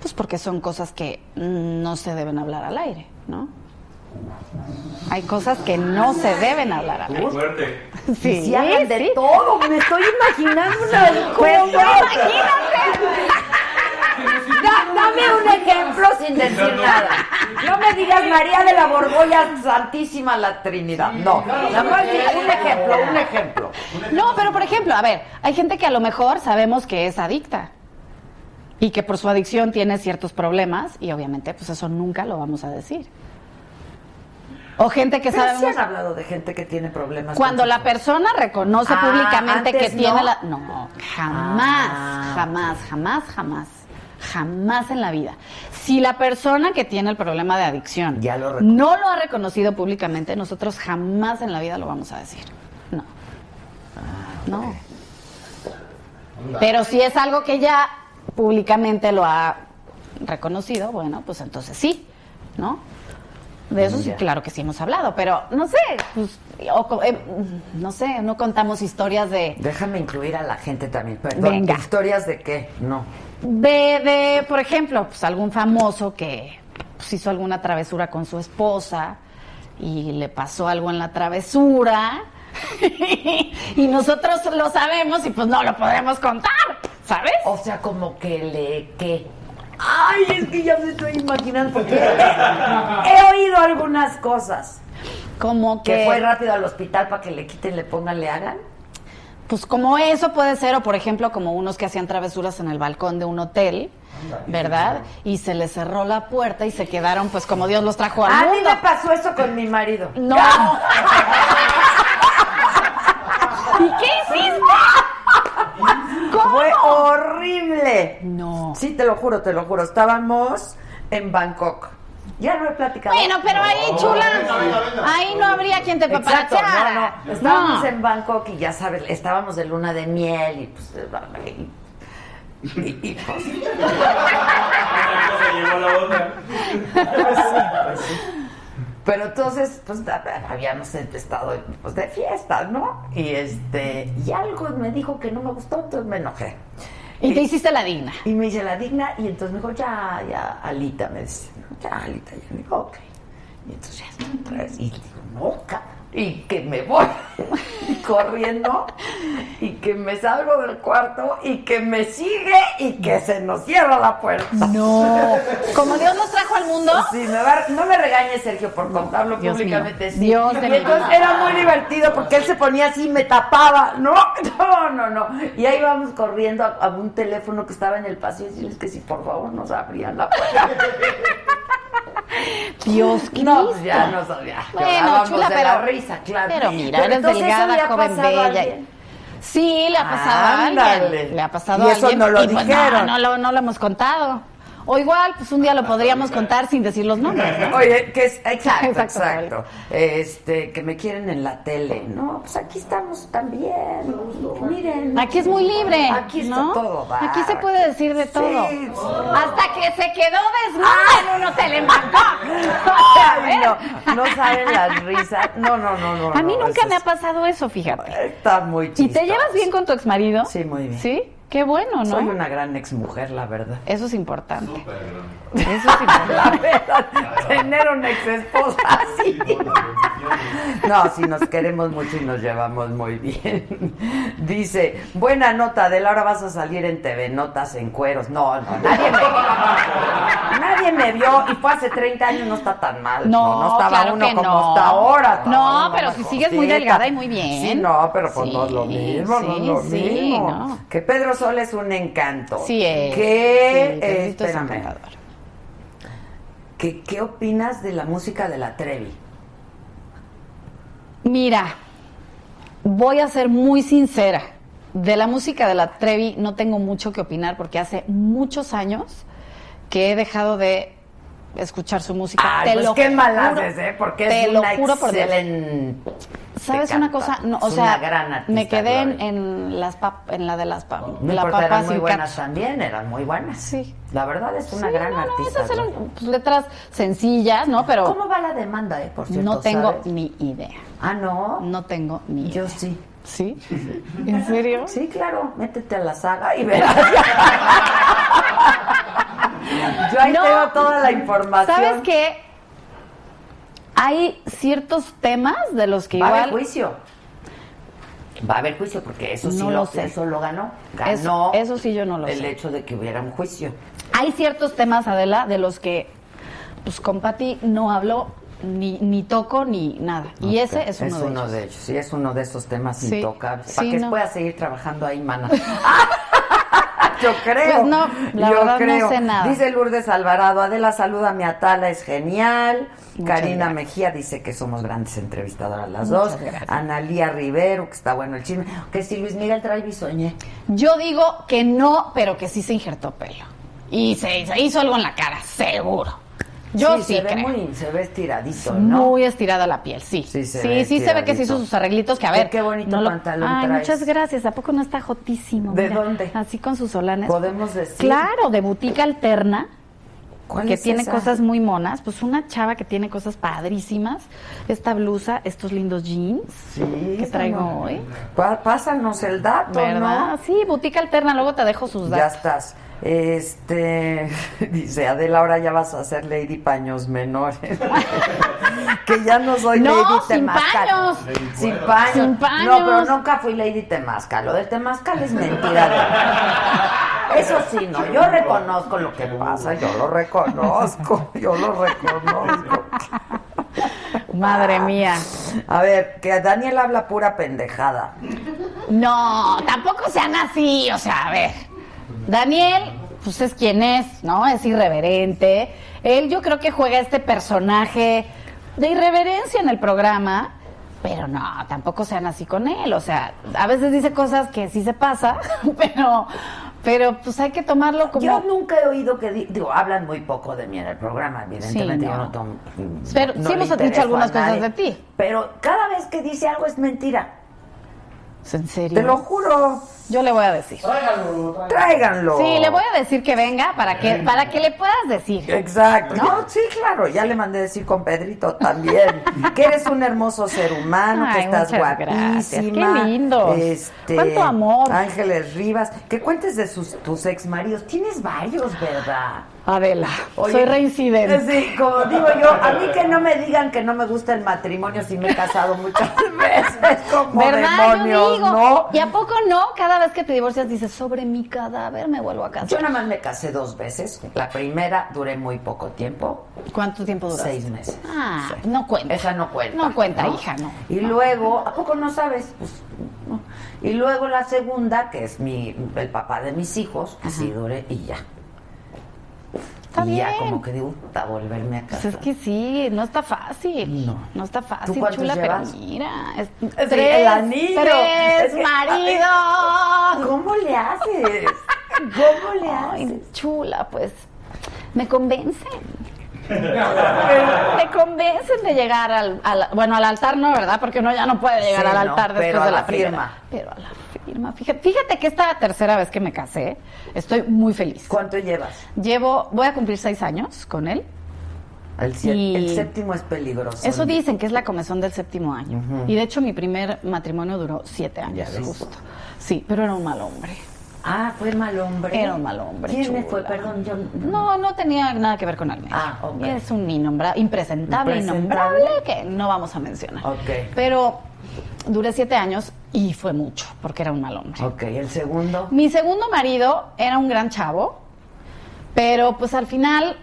[SPEAKER 9] Pues porque son cosas que no se deben hablar al aire, ¿no? Hay cosas que no se deben hablar al
[SPEAKER 2] ¡Qué
[SPEAKER 9] aire.
[SPEAKER 2] fuerte!
[SPEAKER 9] Pues Sí,
[SPEAKER 1] Si hablan de
[SPEAKER 9] sí.
[SPEAKER 1] todo, me estoy imaginando una
[SPEAKER 9] Pues
[SPEAKER 1] cosa.
[SPEAKER 9] imagínate.
[SPEAKER 1] Da- dame un ejemplo sin decir nada. No me digas María de la Borgoya Santísima la Trinidad. No, nada más di un ejemplo, un ejemplo.
[SPEAKER 9] No, pero por ejemplo, a ver, hay gente que a lo mejor sabemos que es adicta y que por su adicción tiene ciertos problemas y obviamente pues eso nunca lo vamos a decir. O gente que
[SPEAKER 1] Pero sí
[SPEAKER 9] sabemos
[SPEAKER 1] han hablado de gente que tiene problemas.
[SPEAKER 9] cuando
[SPEAKER 1] con su-
[SPEAKER 9] la persona reconoce
[SPEAKER 1] Ah,
[SPEAKER 9] públicamente que
[SPEAKER 1] antes
[SPEAKER 9] tiene
[SPEAKER 1] no.
[SPEAKER 9] la no, jamás,
[SPEAKER 1] Ah.
[SPEAKER 9] jamás, jamás, jamás. Jamás en la vida. Si la persona que tiene el problema de adicción
[SPEAKER 1] Ya lo reconoce.
[SPEAKER 9] no lo ha reconocido públicamente, nosotros jamás en la vida lo vamos a decir. No.
[SPEAKER 1] Ah,
[SPEAKER 9] No. Pero si es algo que ya públicamente lo ha reconocido, bueno, pues entonces sí, ¿no? De eso sí,
[SPEAKER 1] Ya.
[SPEAKER 9] claro que sí hemos hablado, pero no sé, pues, o co- eh, no sé, no contamos historias de...
[SPEAKER 1] Déjame incluir a la gente también. Perdón,
[SPEAKER 9] Venga.
[SPEAKER 1] ¿Historias de qué? No.
[SPEAKER 9] De, de, por ejemplo, pues algún famoso que pues, hizo alguna travesura con su esposa y le pasó algo en la travesura y nosotros lo sabemos y pues no lo podemos contar, ¿sabes?
[SPEAKER 1] O sea, como que le que
[SPEAKER 7] Ay, es que ya me estoy imaginando porque he oído algunas cosas.
[SPEAKER 9] Como que,
[SPEAKER 1] que fue rápido al hospital para que le quiten, le pongan, le hagan.
[SPEAKER 9] Pues como eso puede ser, o por ejemplo, como unos que hacían travesuras en el balcón de un hotel, ¿verdad? Y se les cerró la puerta y se quedaron, pues como Dios los trajo al
[SPEAKER 1] Ah,
[SPEAKER 7] A mí
[SPEAKER 9] mundo.
[SPEAKER 7] me pasó eso con mi marido.
[SPEAKER 9] No. ¿Y qué hiciste?
[SPEAKER 1] Fue horrible.
[SPEAKER 9] No.
[SPEAKER 1] Sí, te lo juro, te lo juro. Estábamos en Bangkok. Ya lo he platicado.
[SPEAKER 9] Bueno, pero ahí, chula,
[SPEAKER 1] No, no, no, no.
[SPEAKER 9] ahí no habría quien te
[SPEAKER 1] Exacto,
[SPEAKER 9] paparazziara.
[SPEAKER 1] no, no. Estábamos en Bangkok y ya sabes, estábamos de luna de miel y pues. eh, y- y- y, pues,
[SPEAKER 2] se llevó la otra.
[SPEAKER 1] Pero entonces, pues a ver, habíamos estado pues, de fiesta, ¿no? Y este, y algo me dijo que no me gustó, entonces me enojé.
[SPEAKER 9] Y te hiciste la digna.
[SPEAKER 1] Y me hice la digna, y entonces me dijo, ya, ya, Alita, me dice, ¿no? ya, Alita, y yo digo, ok. Y entonces ya otra vez, y digo, no, cabrón, y que me voy corriendo, y que me salgo del cuarto, y que me sigue, y que se nos cierra la puerta.
[SPEAKER 9] No. Como Dios los trajo al mundo.
[SPEAKER 1] Pues Sí, me va a- no me regañes, Sergio, por contarlo
[SPEAKER 9] Dios
[SPEAKER 1] públicamente.
[SPEAKER 9] mío.
[SPEAKER 1] sí.
[SPEAKER 9] Dios de
[SPEAKER 1] y
[SPEAKER 9] mi
[SPEAKER 1] entonces
[SPEAKER 9] vida.
[SPEAKER 1] era muy divertido porque él se ponía así y me tapaba. No, no, no, no. Y ahí vamos corriendo a, a un teléfono que estaba en el pasillo y decirles que si por favor nos abrían la puerta.
[SPEAKER 9] Dios, qué
[SPEAKER 1] No, pues
[SPEAKER 9] listo.
[SPEAKER 1] ya nos ya,
[SPEAKER 9] Bueno,
[SPEAKER 1] llorábamos
[SPEAKER 9] chula,
[SPEAKER 1] de
[SPEAKER 9] pero.
[SPEAKER 1] la risa, claro.
[SPEAKER 9] Pero mira,
[SPEAKER 1] Pero
[SPEAKER 9] eres
[SPEAKER 1] entonces eso le
[SPEAKER 9] delgada,
[SPEAKER 1] ha
[SPEAKER 9] joven,
[SPEAKER 1] pasado a
[SPEAKER 9] bella.
[SPEAKER 1] alguien.
[SPEAKER 9] Sí, le ha pasado a
[SPEAKER 1] Ándale.
[SPEAKER 9] alguien. Le ha pasado
[SPEAKER 1] Y
[SPEAKER 9] a
[SPEAKER 1] eso
[SPEAKER 9] alguien.
[SPEAKER 1] no lo
[SPEAKER 9] y pues,
[SPEAKER 1] dijeron.
[SPEAKER 9] No, no lo, no lo hemos contado. O igual, pues un día lo podríamos contar sin decir los nombres. ¿no?
[SPEAKER 1] Oye, que es, exacto, exacto,
[SPEAKER 9] Exacto,
[SPEAKER 1] Este, que me quieren en la tele. No, pues aquí estamos también. Miren.
[SPEAKER 9] Aquí es muy libre.
[SPEAKER 1] Aquí está
[SPEAKER 9] ¿no?
[SPEAKER 1] todo. va.
[SPEAKER 9] Aquí se puede decir de
[SPEAKER 1] Sí,
[SPEAKER 9] todo.
[SPEAKER 1] sí.
[SPEAKER 9] Hasta que se quedó desnuda en un hotel en
[SPEAKER 1] Ay,
[SPEAKER 9] Bangkok.
[SPEAKER 1] no, no saben las risas. No, no, no, no.
[SPEAKER 9] A mí
[SPEAKER 1] no,
[SPEAKER 9] nunca
[SPEAKER 1] eso
[SPEAKER 9] me ha
[SPEAKER 1] es-
[SPEAKER 9] pasado eso, fíjate.
[SPEAKER 1] Está muy
[SPEAKER 9] ¿Y
[SPEAKER 1] chistoso.
[SPEAKER 9] te llevas bien con tu exmarido?
[SPEAKER 1] Sí, muy bien.
[SPEAKER 9] ¿Sí? Qué bueno, ¿no?
[SPEAKER 1] Soy una gran exmujer, la verdad.
[SPEAKER 9] Eso es importante. Eso es importante.
[SPEAKER 1] La verdad, tener una ex esposa así. No, si nos queremos mucho y nos llevamos muy bien. Dice, buena nota, de Laura vas a salir en TV Notas en cueros. No, no, nadie me vio. Nadie me vio y fue hace 30 años, no está tan mal.
[SPEAKER 9] No,
[SPEAKER 1] No, estaba
[SPEAKER 9] claro
[SPEAKER 1] uno
[SPEAKER 9] que
[SPEAKER 1] como
[SPEAKER 9] no.
[SPEAKER 1] está ahora. estaba
[SPEAKER 9] No,
[SPEAKER 1] uno
[SPEAKER 9] pero
[SPEAKER 1] más
[SPEAKER 9] si sigues muy
[SPEAKER 1] gordita.
[SPEAKER 9] delgada y muy bien.
[SPEAKER 1] Sí, no, pero pues no es lo
[SPEAKER 9] Sí,
[SPEAKER 1] mismo, no es lo
[SPEAKER 9] sí, sí,
[SPEAKER 1] mismo.
[SPEAKER 9] no.
[SPEAKER 1] Que Pedro Sol es un encanto.
[SPEAKER 9] Sí, es.
[SPEAKER 1] Que,
[SPEAKER 9] Sí,
[SPEAKER 1] eh,
[SPEAKER 9] Pedrito es
[SPEAKER 1] espérame.
[SPEAKER 9] encantador.
[SPEAKER 1] ¿Qué, ¿Qué opinas de la música de la Trevi?
[SPEAKER 9] Mira, voy a ser muy sincera. De la música de la Trevi no tengo mucho que opinar porque hace muchos años que he dejado de escuchar su música.
[SPEAKER 1] Ay, pues qué mal haces, ¿eh? Porque
[SPEAKER 9] te
[SPEAKER 1] es
[SPEAKER 9] lo
[SPEAKER 1] una
[SPEAKER 9] juro por Dios.
[SPEAKER 1] excelente
[SPEAKER 9] ¿Sabes una cosa? No, o
[SPEAKER 1] Es
[SPEAKER 9] sea,
[SPEAKER 1] una gran artista,
[SPEAKER 9] me quedé en,
[SPEAKER 1] Gloria.
[SPEAKER 9] en las pap- en la de las pap-
[SPEAKER 1] No
[SPEAKER 9] la
[SPEAKER 1] importa,
[SPEAKER 9] papas
[SPEAKER 1] eran muy
[SPEAKER 9] sin
[SPEAKER 1] buenas
[SPEAKER 9] cacho.
[SPEAKER 1] también, eran muy buenas.
[SPEAKER 9] Sí.
[SPEAKER 1] La verdad es una
[SPEAKER 9] Sí,
[SPEAKER 1] gran
[SPEAKER 9] no, no,
[SPEAKER 1] artista.
[SPEAKER 9] esas eran
[SPEAKER 1] Gloria.
[SPEAKER 9] pues, letras sencillas, ¿no? Pero
[SPEAKER 1] ¿Cómo va la demanda, eh? Por cierto,
[SPEAKER 9] no tengo
[SPEAKER 1] ¿sabes?
[SPEAKER 9] ni idea.
[SPEAKER 1] Ah, no.
[SPEAKER 9] No tengo ni idea.
[SPEAKER 1] Yo sí.
[SPEAKER 9] ¿Sí? ¿En serio?
[SPEAKER 1] Sí, claro, métete a la saga y verás. Yo ahí
[SPEAKER 9] No.
[SPEAKER 1] tengo toda la información.
[SPEAKER 9] ¿Sabes qué? Hay ciertos temas de los que
[SPEAKER 1] Va a
[SPEAKER 9] igual
[SPEAKER 1] haber juicio. Va a haber juicio porque eso sí
[SPEAKER 9] No
[SPEAKER 1] lo,
[SPEAKER 9] lo sé.
[SPEAKER 1] eso lo ganó. Ganó
[SPEAKER 9] Eso- eso sí yo no lo
[SPEAKER 1] el
[SPEAKER 9] sé.
[SPEAKER 1] hecho de que hubiera un juicio.
[SPEAKER 9] hay ciertos temas, Adela, de los que pues con Pati no hablo ni, ni toco ni nada. Y ese es uno de ellos.
[SPEAKER 1] de ellos. Sí, es uno de esos temas
[SPEAKER 9] Sí,
[SPEAKER 1] intocables. Para
[SPEAKER 9] sí,
[SPEAKER 1] que
[SPEAKER 9] no.
[SPEAKER 1] pueda seguir trabajando ahí, mana. Yo creo.
[SPEAKER 9] Pues no, la
[SPEAKER 1] yo
[SPEAKER 9] verdad no
[SPEAKER 1] creo.
[SPEAKER 9] sé nada.
[SPEAKER 1] Dice Lourdes Alvarado, Adela, saluda a mi Atala, es genial.
[SPEAKER 9] Muchas
[SPEAKER 1] Karina
[SPEAKER 9] gracias.
[SPEAKER 1] Mejía dice que somos grandes entrevistadoras las
[SPEAKER 9] Muchas
[SPEAKER 1] dos.
[SPEAKER 9] gracias.
[SPEAKER 1] Analía Rivero, que está bueno el chisme. Que si Luis Miguel trae bisoñé.
[SPEAKER 9] Yo digo que no, pero que sí se injertó pelo. Y se, se hizo algo en la cara, seguro. Yo sí,
[SPEAKER 1] se
[SPEAKER 9] creo.
[SPEAKER 1] ve muy, se ve estiradito, ¿no?
[SPEAKER 9] Muy estirada la piel, sí.
[SPEAKER 1] Sí,
[SPEAKER 9] Sí,
[SPEAKER 1] se
[SPEAKER 9] se
[SPEAKER 1] ve
[SPEAKER 9] sí, se ve que
[SPEAKER 1] estiradito.
[SPEAKER 9] se hizo sus arreglitos, que a ver.
[SPEAKER 1] Qué bonito pantalón
[SPEAKER 9] Ay,
[SPEAKER 1] traes.
[SPEAKER 9] muchas gracias. ¿A poco no está jotísimo?
[SPEAKER 1] ¿De
[SPEAKER 9] Mira,
[SPEAKER 1] dónde?
[SPEAKER 9] Así con sus solanes.
[SPEAKER 1] Podemos decir.
[SPEAKER 9] Claro, de botica alterna. que
[SPEAKER 7] es
[SPEAKER 9] tiene
[SPEAKER 7] esa?
[SPEAKER 9] cosas muy monas, pues una chava que tiene cosas padrísimas, esta blusa, estos lindos jeans que traigo hoy.
[SPEAKER 1] Pa- Pásanos el dato,
[SPEAKER 9] ¿Verdad?
[SPEAKER 1] ¿no?
[SPEAKER 9] Sí, Boutique Alterna, luego te dejo sus
[SPEAKER 1] Ya
[SPEAKER 9] datos.
[SPEAKER 1] estás. Este, dice Adela, ahora ya vas a ser Lady Paños Menores. que ya no soy
[SPEAKER 9] No,
[SPEAKER 1] Lady
[SPEAKER 9] sin
[SPEAKER 1] Temáscalo.
[SPEAKER 9] paños.
[SPEAKER 1] Sin paños.
[SPEAKER 9] Sin paños.
[SPEAKER 1] No, pero nunca fui Lady Temáscalo. Del Temáscal es mentira. de- Eso sí, no. Yo reconozco lo que pasa. Yo lo reconozco. Yo lo reconozco.
[SPEAKER 9] Madre mía.
[SPEAKER 1] Ah. A ver, que Daniel habla pura pendejada.
[SPEAKER 9] No, tampoco sean así, o sea, a ver. Daniel, pues es quien es, ¿no? Es irreverente. Él yo creo que juega este personaje de irreverencia en el programa, pero no, tampoco sean así con él, o sea, a veces dice cosas que sí se pasa, pero pero pues hay que tomarlo como
[SPEAKER 1] Yo nunca he oído que di- digo, hablan muy poco de mí en el programa, evidentemente
[SPEAKER 9] Sí,
[SPEAKER 1] yo
[SPEAKER 9] no.
[SPEAKER 1] no tomo- mm,
[SPEAKER 9] Pero
[SPEAKER 1] no
[SPEAKER 9] sí
[SPEAKER 1] le
[SPEAKER 9] hemos dicho
[SPEAKER 1] intereso a
[SPEAKER 9] algunas cosas
[SPEAKER 1] nadie.
[SPEAKER 9] de ti.
[SPEAKER 1] Pero cada vez que dice algo es mentira.
[SPEAKER 9] ¿En serio?
[SPEAKER 1] Te lo juro.
[SPEAKER 9] Yo le voy a decir.
[SPEAKER 1] Tráiganlo.
[SPEAKER 9] Sí, le voy a decir que venga para que para que le puedas decir.
[SPEAKER 1] Exacto. No, sí, claro. Ya le mandé decir con Pedrito también que eres un hermoso ser humano, que
[SPEAKER 9] Ay,
[SPEAKER 1] estás
[SPEAKER 9] muchas
[SPEAKER 1] guapísima.
[SPEAKER 9] gracias. Qué lindos.
[SPEAKER 1] Este,
[SPEAKER 9] Cuánto amor.
[SPEAKER 1] Ángeles Rivas, que cuentes de sus, tus ex maridos. Tienes varios, ¿verdad?
[SPEAKER 9] Adela,
[SPEAKER 1] Oye,
[SPEAKER 9] soy reincidente.
[SPEAKER 1] Sí, como digo yo, a mí que no me digan que no me gusta el matrimonio si me he casado muchas veces como
[SPEAKER 9] ¿Verdad? Yo
[SPEAKER 1] demonios,
[SPEAKER 9] digo.
[SPEAKER 1] ¿no?
[SPEAKER 9] ¿Y a poco no? Cada vez que te divorcias dices, sobre mi cadáver me vuelvo a
[SPEAKER 1] Yo
[SPEAKER 9] casar.
[SPEAKER 1] nada más me casé dos veces. La primera duré muy poco tiempo,
[SPEAKER 9] ¿Cuánto tiempo duraste?
[SPEAKER 1] seis meses.
[SPEAKER 9] Ah,
[SPEAKER 1] Sí.
[SPEAKER 9] no cuenta.
[SPEAKER 1] Esa no cuenta.
[SPEAKER 9] No cuenta, hija, no.
[SPEAKER 1] Y luego, ¿a poco no sabes? Pues, no. Y luego la segunda, que es mi, el papá de mis hijos, que sí duré y ya.
[SPEAKER 9] Está
[SPEAKER 1] y ya
[SPEAKER 9] bien.
[SPEAKER 1] como que digo, para volverme a
[SPEAKER 9] Pues
[SPEAKER 1] casar.
[SPEAKER 9] es que sí, no está fácil. No. está fácil,
[SPEAKER 1] cuántos
[SPEAKER 9] chula,
[SPEAKER 1] llevas?
[SPEAKER 9] pero mira. es-
[SPEAKER 1] Sí,
[SPEAKER 9] tres,
[SPEAKER 1] el anillo.
[SPEAKER 9] Tres
[SPEAKER 1] Es que-
[SPEAKER 9] maridos.
[SPEAKER 1] ¿Cómo le haces? ¿Cómo le haces?
[SPEAKER 9] Ay, chula, pues. Me convencen. me convencen de llegar al, al- Bueno, al altar no, ¿verdad? Porque uno ya no puede llegar
[SPEAKER 1] Sí,
[SPEAKER 9] al
[SPEAKER 1] no,
[SPEAKER 9] altar después
[SPEAKER 1] pero a
[SPEAKER 9] de la,
[SPEAKER 1] la firma.
[SPEAKER 9] primera. Pero a la firma. Fíjate, fíjate que esta tercera vez que me casé, estoy muy feliz.
[SPEAKER 1] ¿Cuánto llevas?
[SPEAKER 9] Llevo. Voy a cumplir seis años con él.
[SPEAKER 1] El, sie-
[SPEAKER 9] Y-
[SPEAKER 1] el séptimo es peligroso.
[SPEAKER 9] Eso dicen que es la comezón del séptimo año. Y de hecho, mi primer matrimonio duró siete años,
[SPEAKER 1] ves.
[SPEAKER 9] justo. Sí, pero era un mal hombre.
[SPEAKER 1] Ah, fue mal hombre.
[SPEAKER 9] Era un mal hombre.
[SPEAKER 1] ¿Quién me
[SPEAKER 9] chula.
[SPEAKER 1] fue? Perdón, yo.
[SPEAKER 9] No, no tenía nada que ver con Almeida.
[SPEAKER 1] Ah, ok.
[SPEAKER 9] Es un innombra- impresentable,
[SPEAKER 1] Impresentable.
[SPEAKER 9] innombrable que no vamos a mencionar.
[SPEAKER 1] Ok.
[SPEAKER 9] Pero duré siete años y fue mucho, porque era un mal hombre.
[SPEAKER 1] Ok, el segundo.
[SPEAKER 9] Mi segundo marido era un gran chavo, pero pues al final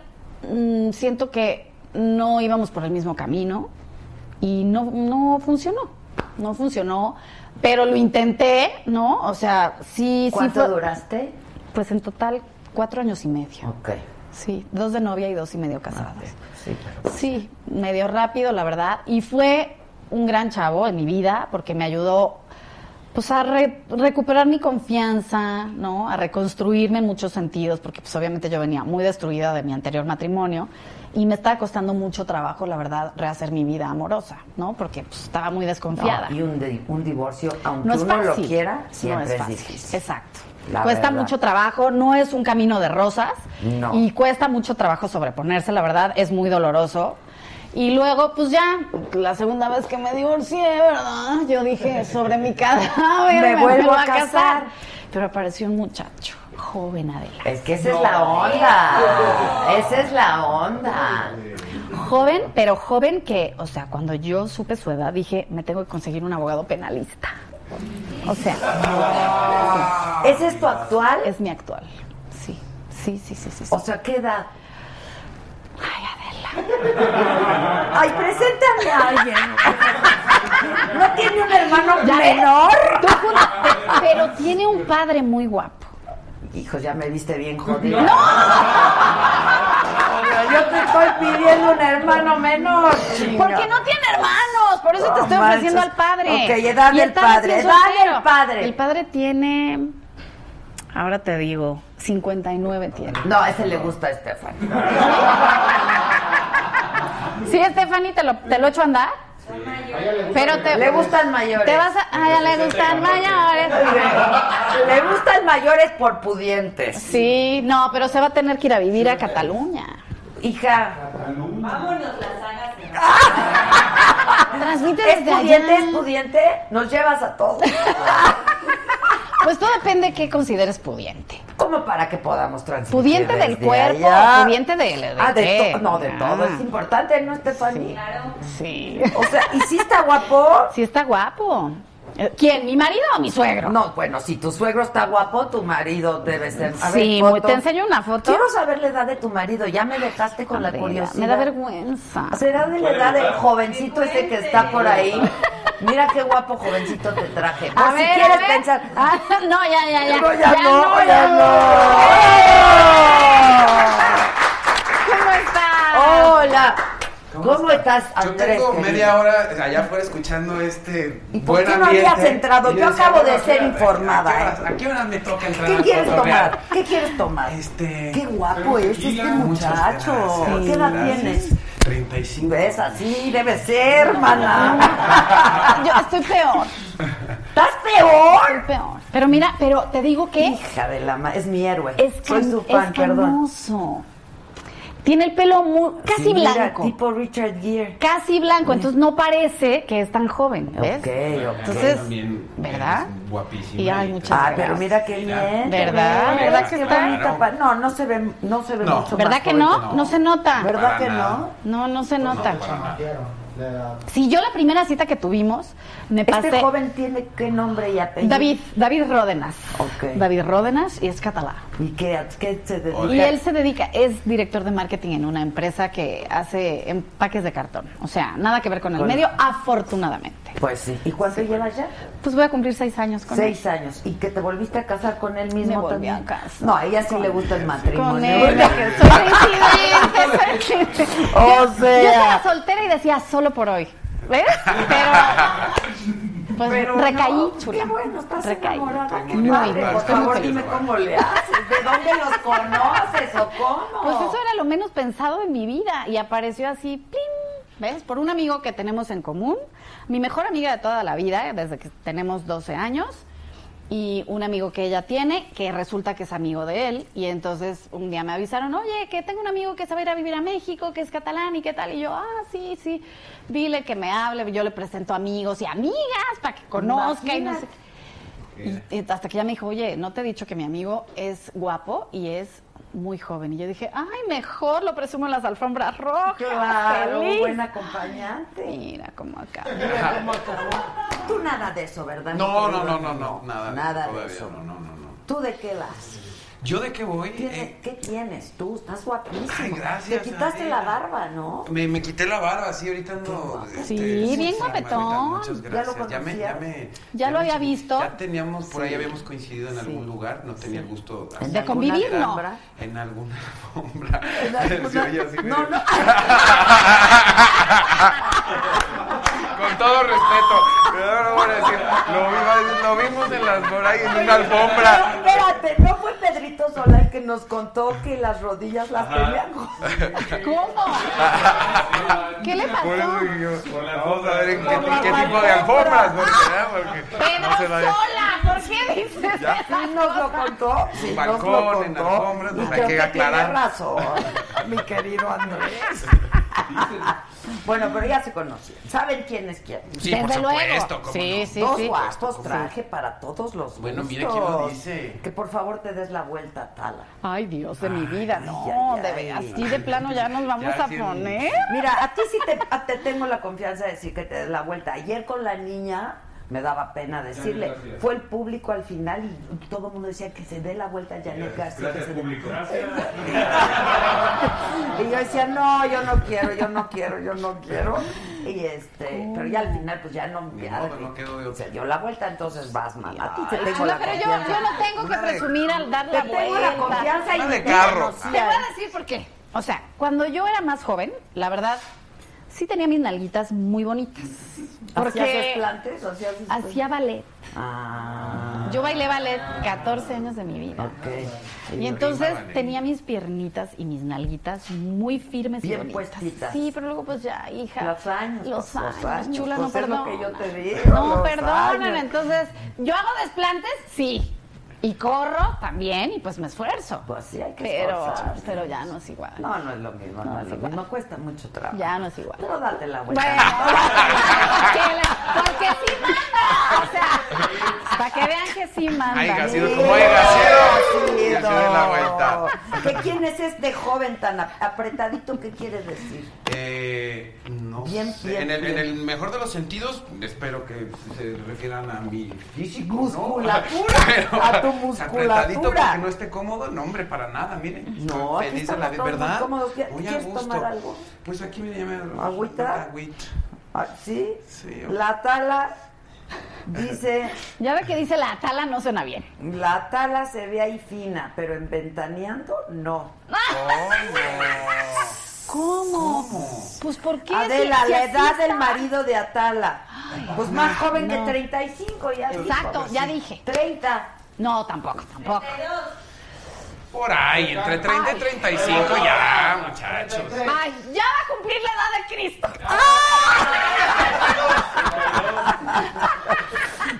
[SPEAKER 9] mm, siento que no íbamos por el mismo camino y no, no funcionó, no funcionó, pero lo intenté, ¿no? O sea, sí, sí
[SPEAKER 1] ¿Cuánto
[SPEAKER 9] fue...
[SPEAKER 1] duraste?
[SPEAKER 9] Pues en total cuatro años y medio.
[SPEAKER 1] Ok. Ah,
[SPEAKER 9] Sí, dos de novia y dos y medio casados.
[SPEAKER 1] pues. Sí, pero-
[SPEAKER 9] Sí, medio rápido, la verdad. Y fue un gran chavo en mi vida porque me ayudó pues a re- recuperar mi confianza, ¿no? A reconstruirme en muchos sentidos, porque pues obviamente yo venía muy destruida de mi anterior matrimonio y me estaba costando mucho trabajo, la verdad, rehacer mi vida amorosa, ¿no? Porque pues, estaba muy desconfiada.
[SPEAKER 1] No, Ah, y un, di- un divorcio, aunque
[SPEAKER 9] No es
[SPEAKER 1] uno
[SPEAKER 9] fácil.
[SPEAKER 1] lo quiera, siempre
[SPEAKER 9] no es,
[SPEAKER 1] es,
[SPEAKER 9] fácil.
[SPEAKER 1] difícil.
[SPEAKER 9] Exacto.
[SPEAKER 1] La
[SPEAKER 9] cuesta
[SPEAKER 1] verdad.
[SPEAKER 9] mucho trabajo, no es un camino de rosas
[SPEAKER 1] No.
[SPEAKER 9] y cuesta mucho trabajo sobreponerse, la verdad, es muy doloroso. Y luego, pues ya, la segunda vez que me divorcié, ¿verdad? Yo dije, sobre mi cadáver
[SPEAKER 1] Me vuelvo a casar.
[SPEAKER 9] Pero apareció un muchacho, joven Adela.
[SPEAKER 1] Es que esa es la onda. Esa es la onda.
[SPEAKER 9] Joven, pero joven que, o sea, cuando yo supe su edad, dije, me tengo que conseguir un abogado penalista. O sea,
[SPEAKER 1] ¿Ese es tu actual?
[SPEAKER 9] Es mi actual. Sí, sí, sí, sí, sí. sí.
[SPEAKER 1] O sea, ¿qué edad?
[SPEAKER 9] Ay, Adela.
[SPEAKER 1] Ay, preséntame a alguien. ¿No tiene un hermano
[SPEAKER 9] ¿Ya ves?
[SPEAKER 1] menor?
[SPEAKER 9] Tú jura- pero tiene un padre muy guapo.
[SPEAKER 1] Hijo, ya me viste bien jodida. ¡No! Yo te estoy pidiendo un hermano menor.
[SPEAKER 9] Porque no tiene hermanos, por eso te
[SPEAKER 1] No
[SPEAKER 9] estoy ofreciendo
[SPEAKER 1] manches.
[SPEAKER 9] al padre.
[SPEAKER 1] Ok, edad
[SPEAKER 9] Y
[SPEAKER 1] del
[SPEAKER 9] está
[SPEAKER 1] padre,
[SPEAKER 9] recién
[SPEAKER 1] edad
[SPEAKER 9] soltero.
[SPEAKER 1] del padre.
[SPEAKER 9] El padre tiene, ahora te digo, 59 tiene.
[SPEAKER 1] No, a ese le gusta a Estefan.
[SPEAKER 9] Sí, Stephanie, te lo, te lo echo a andar. Pero te,
[SPEAKER 1] Le gustan mayores.
[SPEAKER 9] Te vas a, ah, ya le gustan mayores.
[SPEAKER 1] Le gustan mayores por pudientes.
[SPEAKER 9] Sí, no, pero se va a tener que ir a vivir a Cataluña.
[SPEAKER 1] Hija.
[SPEAKER 11] Vámonos las sagas. de-
[SPEAKER 9] Transmite
[SPEAKER 1] ¿Es
[SPEAKER 9] desde
[SPEAKER 1] pudiente,
[SPEAKER 9] allá.
[SPEAKER 1] es pudiente? Nos llevas a todos.
[SPEAKER 9] Pues todo depende de qué consideres pudiente.
[SPEAKER 1] ¿Cómo para que podamos transmitir?
[SPEAKER 9] Pudiente del
[SPEAKER 1] desde
[SPEAKER 9] cuerpo,
[SPEAKER 1] allá?
[SPEAKER 9] pudiente del. ¿de
[SPEAKER 1] Ah, de
[SPEAKER 9] qué?
[SPEAKER 1] todo. No, de todo.
[SPEAKER 9] Ah.
[SPEAKER 1] Es importante, ¿no, Stephanie?
[SPEAKER 9] Sí.
[SPEAKER 1] O sea, ¿y si está guapo?
[SPEAKER 9] Sí está guapo. Eh, ¿Quién? ¿Mi marido o mi suegro?
[SPEAKER 1] No, bueno, si tu suegro está guapo, tu marido debe ser. A
[SPEAKER 9] sí,
[SPEAKER 1] ver,
[SPEAKER 9] muy-
[SPEAKER 1] foto.
[SPEAKER 9] te enseño una foto.
[SPEAKER 1] Quiero saber la edad de tu marido. Ya me dejaste con la
[SPEAKER 9] Mira,
[SPEAKER 1] curiosidad.
[SPEAKER 9] Me da vergüenza.
[SPEAKER 1] ¿Será de la edad del jovencito ese que está por ahí? Mira qué guapo jovencito te traje. Por
[SPEAKER 9] A
[SPEAKER 1] si
[SPEAKER 9] ver, a
[SPEAKER 1] quieres
[SPEAKER 9] ver.
[SPEAKER 1] pensar.
[SPEAKER 9] Ah, no, ya, ya, ya.
[SPEAKER 1] No, ya, no, ya,
[SPEAKER 9] ¿Cómo estás?
[SPEAKER 1] no. Hola. ¿Cómo, estás,
[SPEAKER 8] Yo
[SPEAKER 1] Andrés?
[SPEAKER 8] tengo
[SPEAKER 1] querido?
[SPEAKER 8] media hora allá afuera escuchando este
[SPEAKER 1] ¿Y por
[SPEAKER 8] buen
[SPEAKER 1] qué no
[SPEAKER 8] ambiente.
[SPEAKER 1] habías entrado?
[SPEAKER 8] Y
[SPEAKER 1] Yo
[SPEAKER 8] decía,
[SPEAKER 1] acabo
[SPEAKER 8] bueno,
[SPEAKER 1] de ser
[SPEAKER 8] ¿a qué hora-
[SPEAKER 1] informada,
[SPEAKER 8] ¿A qué, horas-
[SPEAKER 1] ¿eh?
[SPEAKER 8] a qué horas me toca entrar?
[SPEAKER 1] ¿Qué
[SPEAKER 8] a
[SPEAKER 1] quieres
[SPEAKER 8] cotorrear?
[SPEAKER 1] tomar? ¿Qué quieres tomar?
[SPEAKER 8] Este.
[SPEAKER 1] Qué guapo es este muchacho.
[SPEAKER 8] gracias,
[SPEAKER 1] ¿Qué edad
[SPEAKER 8] gracias.
[SPEAKER 1] tienes?
[SPEAKER 8] 35.
[SPEAKER 1] ¿Ves? Así debe ser, hermana.
[SPEAKER 9] Yo estoy peor.
[SPEAKER 1] Oh. ¿Estás peor?
[SPEAKER 9] Estoy peor. Pero mira, pero te digo que
[SPEAKER 1] Hija de la ma- Es mi héroe.
[SPEAKER 9] ¿Eh? es,
[SPEAKER 1] Soy
[SPEAKER 9] cam-
[SPEAKER 1] su fan,
[SPEAKER 9] es
[SPEAKER 1] perdón.
[SPEAKER 9] canoso. Tiene el pelo muy, casi
[SPEAKER 1] Sí, mira,
[SPEAKER 9] blanco.
[SPEAKER 1] tipo Richard Gere.
[SPEAKER 9] Casi blanco. Entonces no parece que es tan joven. ¿Ves?
[SPEAKER 1] Ok, ok.
[SPEAKER 9] Entonces,
[SPEAKER 8] También,
[SPEAKER 9] ¿verdad?
[SPEAKER 8] es Guapísima.
[SPEAKER 9] Y ay, muchas
[SPEAKER 1] Ah,
[SPEAKER 9] gracias.
[SPEAKER 1] pero mira qué bien.
[SPEAKER 9] ¿Verdad?
[SPEAKER 1] Mira
[SPEAKER 9] ¿Verdad que
[SPEAKER 1] qué
[SPEAKER 9] está?
[SPEAKER 1] bonita pa- No, no se ve, no se ve
[SPEAKER 8] No.
[SPEAKER 1] mucho
[SPEAKER 9] ¿Verdad
[SPEAKER 1] más
[SPEAKER 9] que
[SPEAKER 1] joven
[SPEAKER 9] no? No se nota.
[SPEAKER 1] ¿Verdad
[SPEAKER 8] Para
[SPEAKER 1] que
[SPEAKER 8] nada.
[SPEAKER 1] no?
[SPEAKER 9] No, no se nota.
[SPEAKER 8] Pues para nada.
[SPEAKER 9] Si yo la primera cita que tuvimos me pasé
[SPEAKER 1] Este joven tiene qué nombre y apellido.
[SPEAKER 9] David, David Ródenas.
[SPEAKER 1] Ok.
[SPEAKER 9] David Ródenas y es catalán.
[SPEAKER 1] ¿Y qué, qué se dedica?
[SPEAKER 9] Y él se dedica, es director de marketing en una empresa que hace empaques de cartón. O sea, nada que ver con el
[SPEAKER 1] Con-
[SPEAKER 9] medio, afortunadamente.
[SPEAKER 1] Pues sí. ¿Y cuánto llevas ya?
[SPEAKER 9] Pues voy a cumplir seis años con él.
[SPEAKER 1] Seis años. ¿Y que te volviste a casar con él mismo
[SPEAKER 9] Me volví
[SPEAKER 1] también?
[SPEAKER 9] a casar.
[SPEAKER 1] No, a ella sí le gusta el matrimonio.
[SPEAKER 9] Con él, que soy incidente, soy incidente.
[SPEAKER 1] O
[SPEAKER 9] Yo-
[SPEAKER 1] sea.
[SPEAKER 9] Yo estaba soltera y decía solo por hoy. ¿Ves? Pero. Pues
[SPEAKER 1] Pero
[SPEAKER 9] recaí,
[SPEAKER 1] no,
[SPEAKER 9] chula.
[SPEAKER 1] Qué bueno, estás
[SPEAKER 9] recaí.
[SPEAKER 1] enamorada. Qué
[SPEAKER 8] Muy
[SPEAKER 1] padre.
[SPEAKER 8] bien,
[SPEAKER 1] Por
[SPEAKER 8] estoy muy
[SPEAKER 1] favor,
[SPEAKER 8] feliz.
[SPEAKER 1] dime cómo le haces. ¿De dónde los conoces o cómo?
[SPEAKER 9] Pues eso era lo menos pensado en mi vida y apareció así, ¡plin! ¿Ves? Por un amigo que tenemos en común, mi mejor amiga de toda la vida, desde que tenemos 12 años, y un amigo que ella tiene, que resulta que es amigo de él, y entonces un día me avisaron, oye, que tengo un amigo que se va a ir a vivir a México, que es catalán y qué tal, y yo, ah, sí, sí, dile que me hable, yo le presento amigos y amigas para que conozca y no sé qué. Y, y hasta que ella me dijo, oye, no te he dicho que mi amigo es guapo y es muy joven. Y yo dije, ay, mejor lo presumo en las alfombras rojas.
[SPEAKER 1] Claro,
[SPEAKER 9] feliz.
[SPEAKER 1] buen acompañante.
[SPEAKER 9] Mira cómo acá.
[SPEAKER 1] Mira cómo acabó. Tú nada de eso, ¿verdad? mi
[SPEAKER 8] No,
[SPEAKER 1] querido
[SPEAKER 8] no, no, no,
[SPEAKER 1] amigo?
[SPEAKER 8] no, nada.
[SPEAKER 1] Nada de
[SPEAKER 8] todavía,
[SPEAKER 1] eso.
[SPEAKER 8] No, no, no, no.
[SPEAKER 1] ¿Tú de qué vas?
[SPEAKER 8] ¿Yo de qué voy?
[SPEAKER 1] ¿Tienes-
[SPEAKER 8] Eh,
[SPEAKER 1] ¿Qué tienes tú? Estás guapísimo.
[SPEAKER 8] Ay, gracias,
[SPEAKER 1] Te quitaste
[SPEAKER 8] Adela.
[SPEAKER 1] la barba, ¿no?
[SPEAKER 8] me, me quité la barba, así ahorita ando. este,
[SPEAKER 9] Sí,
[SPEAKER 8] sin
[SPEAKER 9] bien
[SPEAKER 8] samarra, ahorita,
[SPEAKER 9] guapetón.
[SPEAKER 1] Ya lo
[SPEAKER 8] Muchas gracias. Ya, me,
[SPEAKER 1] conocía.
[SPEAKER 8] ya me.
[SPEAKER 9] Ya lo
[SPEAKER 8] me-
[SPEAKER 9] había visto.
[SPEAKER 8] Ya teníamos, por ahí
[SPEAKER 1] Sí.
[SPEAKER 8] habíamos coincidido en
[SPEAKER 1] Sí.
[SPEAKER 8] algún lugar, no tenía el gusto.
[SPEAKER 1] ¿En
[SPEAKER 9] De
[SPEAKER 1] alguna
[SPEAKER 9] convivir, no.
[SPEAKER 1] alfombra?
[SPEAKER 8] En alguna alfombra.
[SPEAKER 1] En alguna-
[SPEAKER 8] Se oye así medio-
[SPEAKER 1] No, no.
[SPEAKER 8] Con todo respeto. Pero no voy a decir, lo, vimos- lo vimos en las por ahí en una alfombra.
[SPEAKER 1] Pero espérate, ¿no fue Pedrito Sola el que nos contó que las rodillas las teníamos?
[SPEAKER 9] ¿Cómo?
[SPEAKER 1] Ah,
[SPEAKER 9] ¿Qué le
[SPEAKER 8] Por eso
[SPEAKER 9] pasó?
[SPEAKER 8] dije yo, vamos a ver en qué,
[SPEAKER 1] Por la
[SPEAKER 8] qué tipo de
[SPEAKER 1] alfombra.
[SPEAKER 8] alfombras, porque, ¿eh? porque
[SPEAKER 9] Pedro
[SPEAKER 8] no se vaya.
[SPEAKER 9] sola, ¿por qué dices
[SPEAKER 8] Ya.
[SPEAKER 1] Sí nos lo contó. Sí nos
[SPEAKER 8] Balcón,
[SPEAKER 1] lo
[SPEAKER 8] en
[SPEAKER 1] contó.
[SPEAKER 8] alfombras, pues, hay
[SPEAKER 1] Creo
[SPEAKER 8] que
[SPEAKER 1] tiene
[SPEAKER 8] aclarar.
[SPEAKER 1] razón, mi querido Andrés. bueno, pero ya se conocen. ¿Saben quién es quién?
[SPEAKER 8] Sí,
[SPEAKER 9] Desde
[SPEAKER 8] por supuesto,
[SPEAKER 9] luego.
[SPEAKER 8] cómo
[SPEAKER 9] Sí,
[SPEAKER 8] no.
[SPEAKER 9] sí,
[SPEAKER 1] Dos
[SPEAKER 9] sí.
[SPEAKER 1] guapos traje para todos los
[SPEAKER 8] Bueno,
[SPEAKER 1] gustos.
[SPEAKER 8] mira quién lo dice.
[SPEAKER 1] Que por favor te des la vuelta, Tala.
[SPEAKER 9] Ay, Dios de mi vida, no,
[SPEAKER 1] ay,
[SPEAKER 9] de
[SPEAKER 1] ay.
[SPEAKER 9] ver- así de plano ya nos vamos
[SPEAKER 8] Ya
[SPEAKER 9] a
[SPEAKER 8] sí.
[SPEAKER 9] poner.
[SPEAKER 1] Mira, a ti sí te, a- te tengo la confianza de decir que te des la vuelta. Ayer con la niña me daba pena decirle.
[SPEAKER 12] gracias.
[SPEAKER 1] Fue el público al final y todo el mundo decía que se dé la vuelta ya no García. que
[SPEAKER 12] Gracias,
[SPEAKER 1] se dé-
[SPEAKER 12] público.
[SPEAKER 1] Y yo decía, no, yo no quiero, yo no quiero, yo no quiero. Y este, pero ya al final, pues ya no.
[SPEAKER 8] Ni
[SPEAKER 1] ya-
[SPEAKER 8] modo, no quedó de otra.
[SPEAKER 1] se dio la vuelta, entonces vas, mamá. A ti te
[SPEAKER 9] Ay,
[SPEAKER 1] tengo
[SPEAKER 9] no,
[SPEAKER 1] la
[SPEAKER 9] pero yo,
[SPEAKER 1] confianza.
[SPEAKER 9] yo no tengo que
[SPEAKER 8] Una de-
[SPEAKER 9] presumir al dar
[SPEAKER 1] Te
[SPEAKER 9] la
[SPEAKER 1] tengo
[SPEAKER 9] vuelta.
[SPEAKER 1] la confianza y
[SPEAKER 8] Una
[SPEAKER 1] ni
[SPEAKER 8] de
[SPEAKER 1] te
[SPEAKER 8] carro.
[SPEAKER 9] Te
[SPEAKER 1] conocía.
[SPEAKER 9] voy a decir por qué. O sea, cuando yo era más joven, la verdad, sí tenía mis nalguitas muy bonitas.
[SPEAKER 1] ¿Hacías
[SPEAKER 9] Porque
[SPEAKER 1] desplantes? ¿Hacías desplantes?
[SPEAKER 9] hacía ballet.
[SPEAKER 1] Ah,
[SPEAKER 9] Yo bailé ballet 14 años de mi vida.
[SPEAKER 1] ok.
[SPEAKER 9] Y entonces
[SPEAKER 8] ballet.
[SPEAKER 9] tenía mis piernitas y mis nalguitas muy firmes
[SPEAKER 1] Bien
[SPEAKER 9] y bonitas.
[SPEAKER 1] puestitas.
[SPEAKER 9] Sí, pero luego pues ya, hija.
[SPEAKER 1] Los años,
[SPEAKER 9] Los
[SPEAKER 1] los
[SPEAKER 9] años,
[SPEAKER 1] años,
[SPEAKER 9] chula,
[SPEAKER 1] pues
[SPEAKER 9] no
[SPEAKER 1] es lo
[SPEAKER 9] perdonan.
[SPEAKER 1] que yo te digo,
[SPEAKER 9] No
[SPEAKER 1] los
[SPEAKER 9] perdonan,
[SPEAKER 1] años.
[SPEAKER 9] entonces, ¿yo hago desplantes? Sí. Y corro también y pues me esfuerzo.
[SPEAKER 1] Pues sí, hay que
[SPEAKER 9] pero,
[SPEAKER 1] esforzarse.
[SPEAKER 9] pero ya no es igual.
[SPEAKER 1] No, no es lo mismo, no, es lo mismo. Cuesta mucho trabajo.
[SPEAKER 9] Ya no es igual.
[SPEAKER 1] Pero date la
[SPEAKER 9] Bueno,
[SPEAKER 1] vuelta.
[SPEAKER 9] que la- porque sí manda. O sea, para que vean que sí manda.
[SPEAKER 10] Ay, Gacido, ¿cómo hay Gacido?
[SPEAKER 1] Gacido.
[SPEAKER 10] Gacido en la vuelta.
[SPEAKER 1] ¿Qué quién es este joven tan ap- apretadito? ¿Qué quiere decir?
[SPEAKER 13] Eh, no
[SPEAKER 1] Bien,
[SPEAKER 13] sé.
[SPEAKER 1] bien,
[SPEAKER 13] en, el,
[SPEAKER 1] bien.
[SPEAKER 13] en el mejor de los sentidos, espero que se refieran a mi físico.
[SPEAKER 1] Musculatura,
[SPEAKER 13] ¿no?
[SPEAKER 1] a tu
[SPEAKER 13] Apretadito
[SPEAKER 1] musculatura.
[SPEAKER 13] porque no esté cómodo, no, hombre, para nada, miren.
[SPEAKER 1] No, aquí
[SPEAKER 13] feliz de la vida,
[SPEAKER 1] estamos todos muy
[SPEAKER 13] ¿verdad?
[SPEAKER 1] cómodos. ¿Qui-
[SPEAKER 13] Muy a
[SPEAKER 1] ¿Quieres
[SPEAKER 13] gusto.
[SPEAKER 1] tomar algo?
[SPEAKER 13] Pues aquí me llama
[SPEAKER 1] ¿Agüita?
[SPEAKER 13] Agüita.
[SPEAKER 1] Ah, ¿Sí?
[SPEAKER 13] Sí.
[SPEAKER 1] La tala dice...
[SPEAKER 9] Ya ve que dice la tala no suena bien.
[SPEAKER 1] La tala se ve ahí fina, pero en ventaneando no.
[SPEAKER 9] ¿Cómo? Pues ¿por qué?
[SPEAKER 1] Adela, Ah,
[SPEAKER 9] Si- si
[SPEAKER 1] la
[SPEAKER 9] así
[SPEAKER 1] edad
[SPEAKER 9] está.
[SPEAKER 1] del marido de Atala. pues más joven
[SPEAKER 9] no.
[SPEAKER 1] que 35, ya dijo.
[SPEAKER 9] Exacto, ya dije.
[SPEAKER 1] 30.
[SPEAKER 9] No, tampoco, tampoco.
[SPEAKER 13] Por ahí, entre 30 y 35 ya, muchachos.
[SPEAKER 9] Ay, ya va a cumplir la edad de Cristo.
[SPEAKER 1] ¡Ah!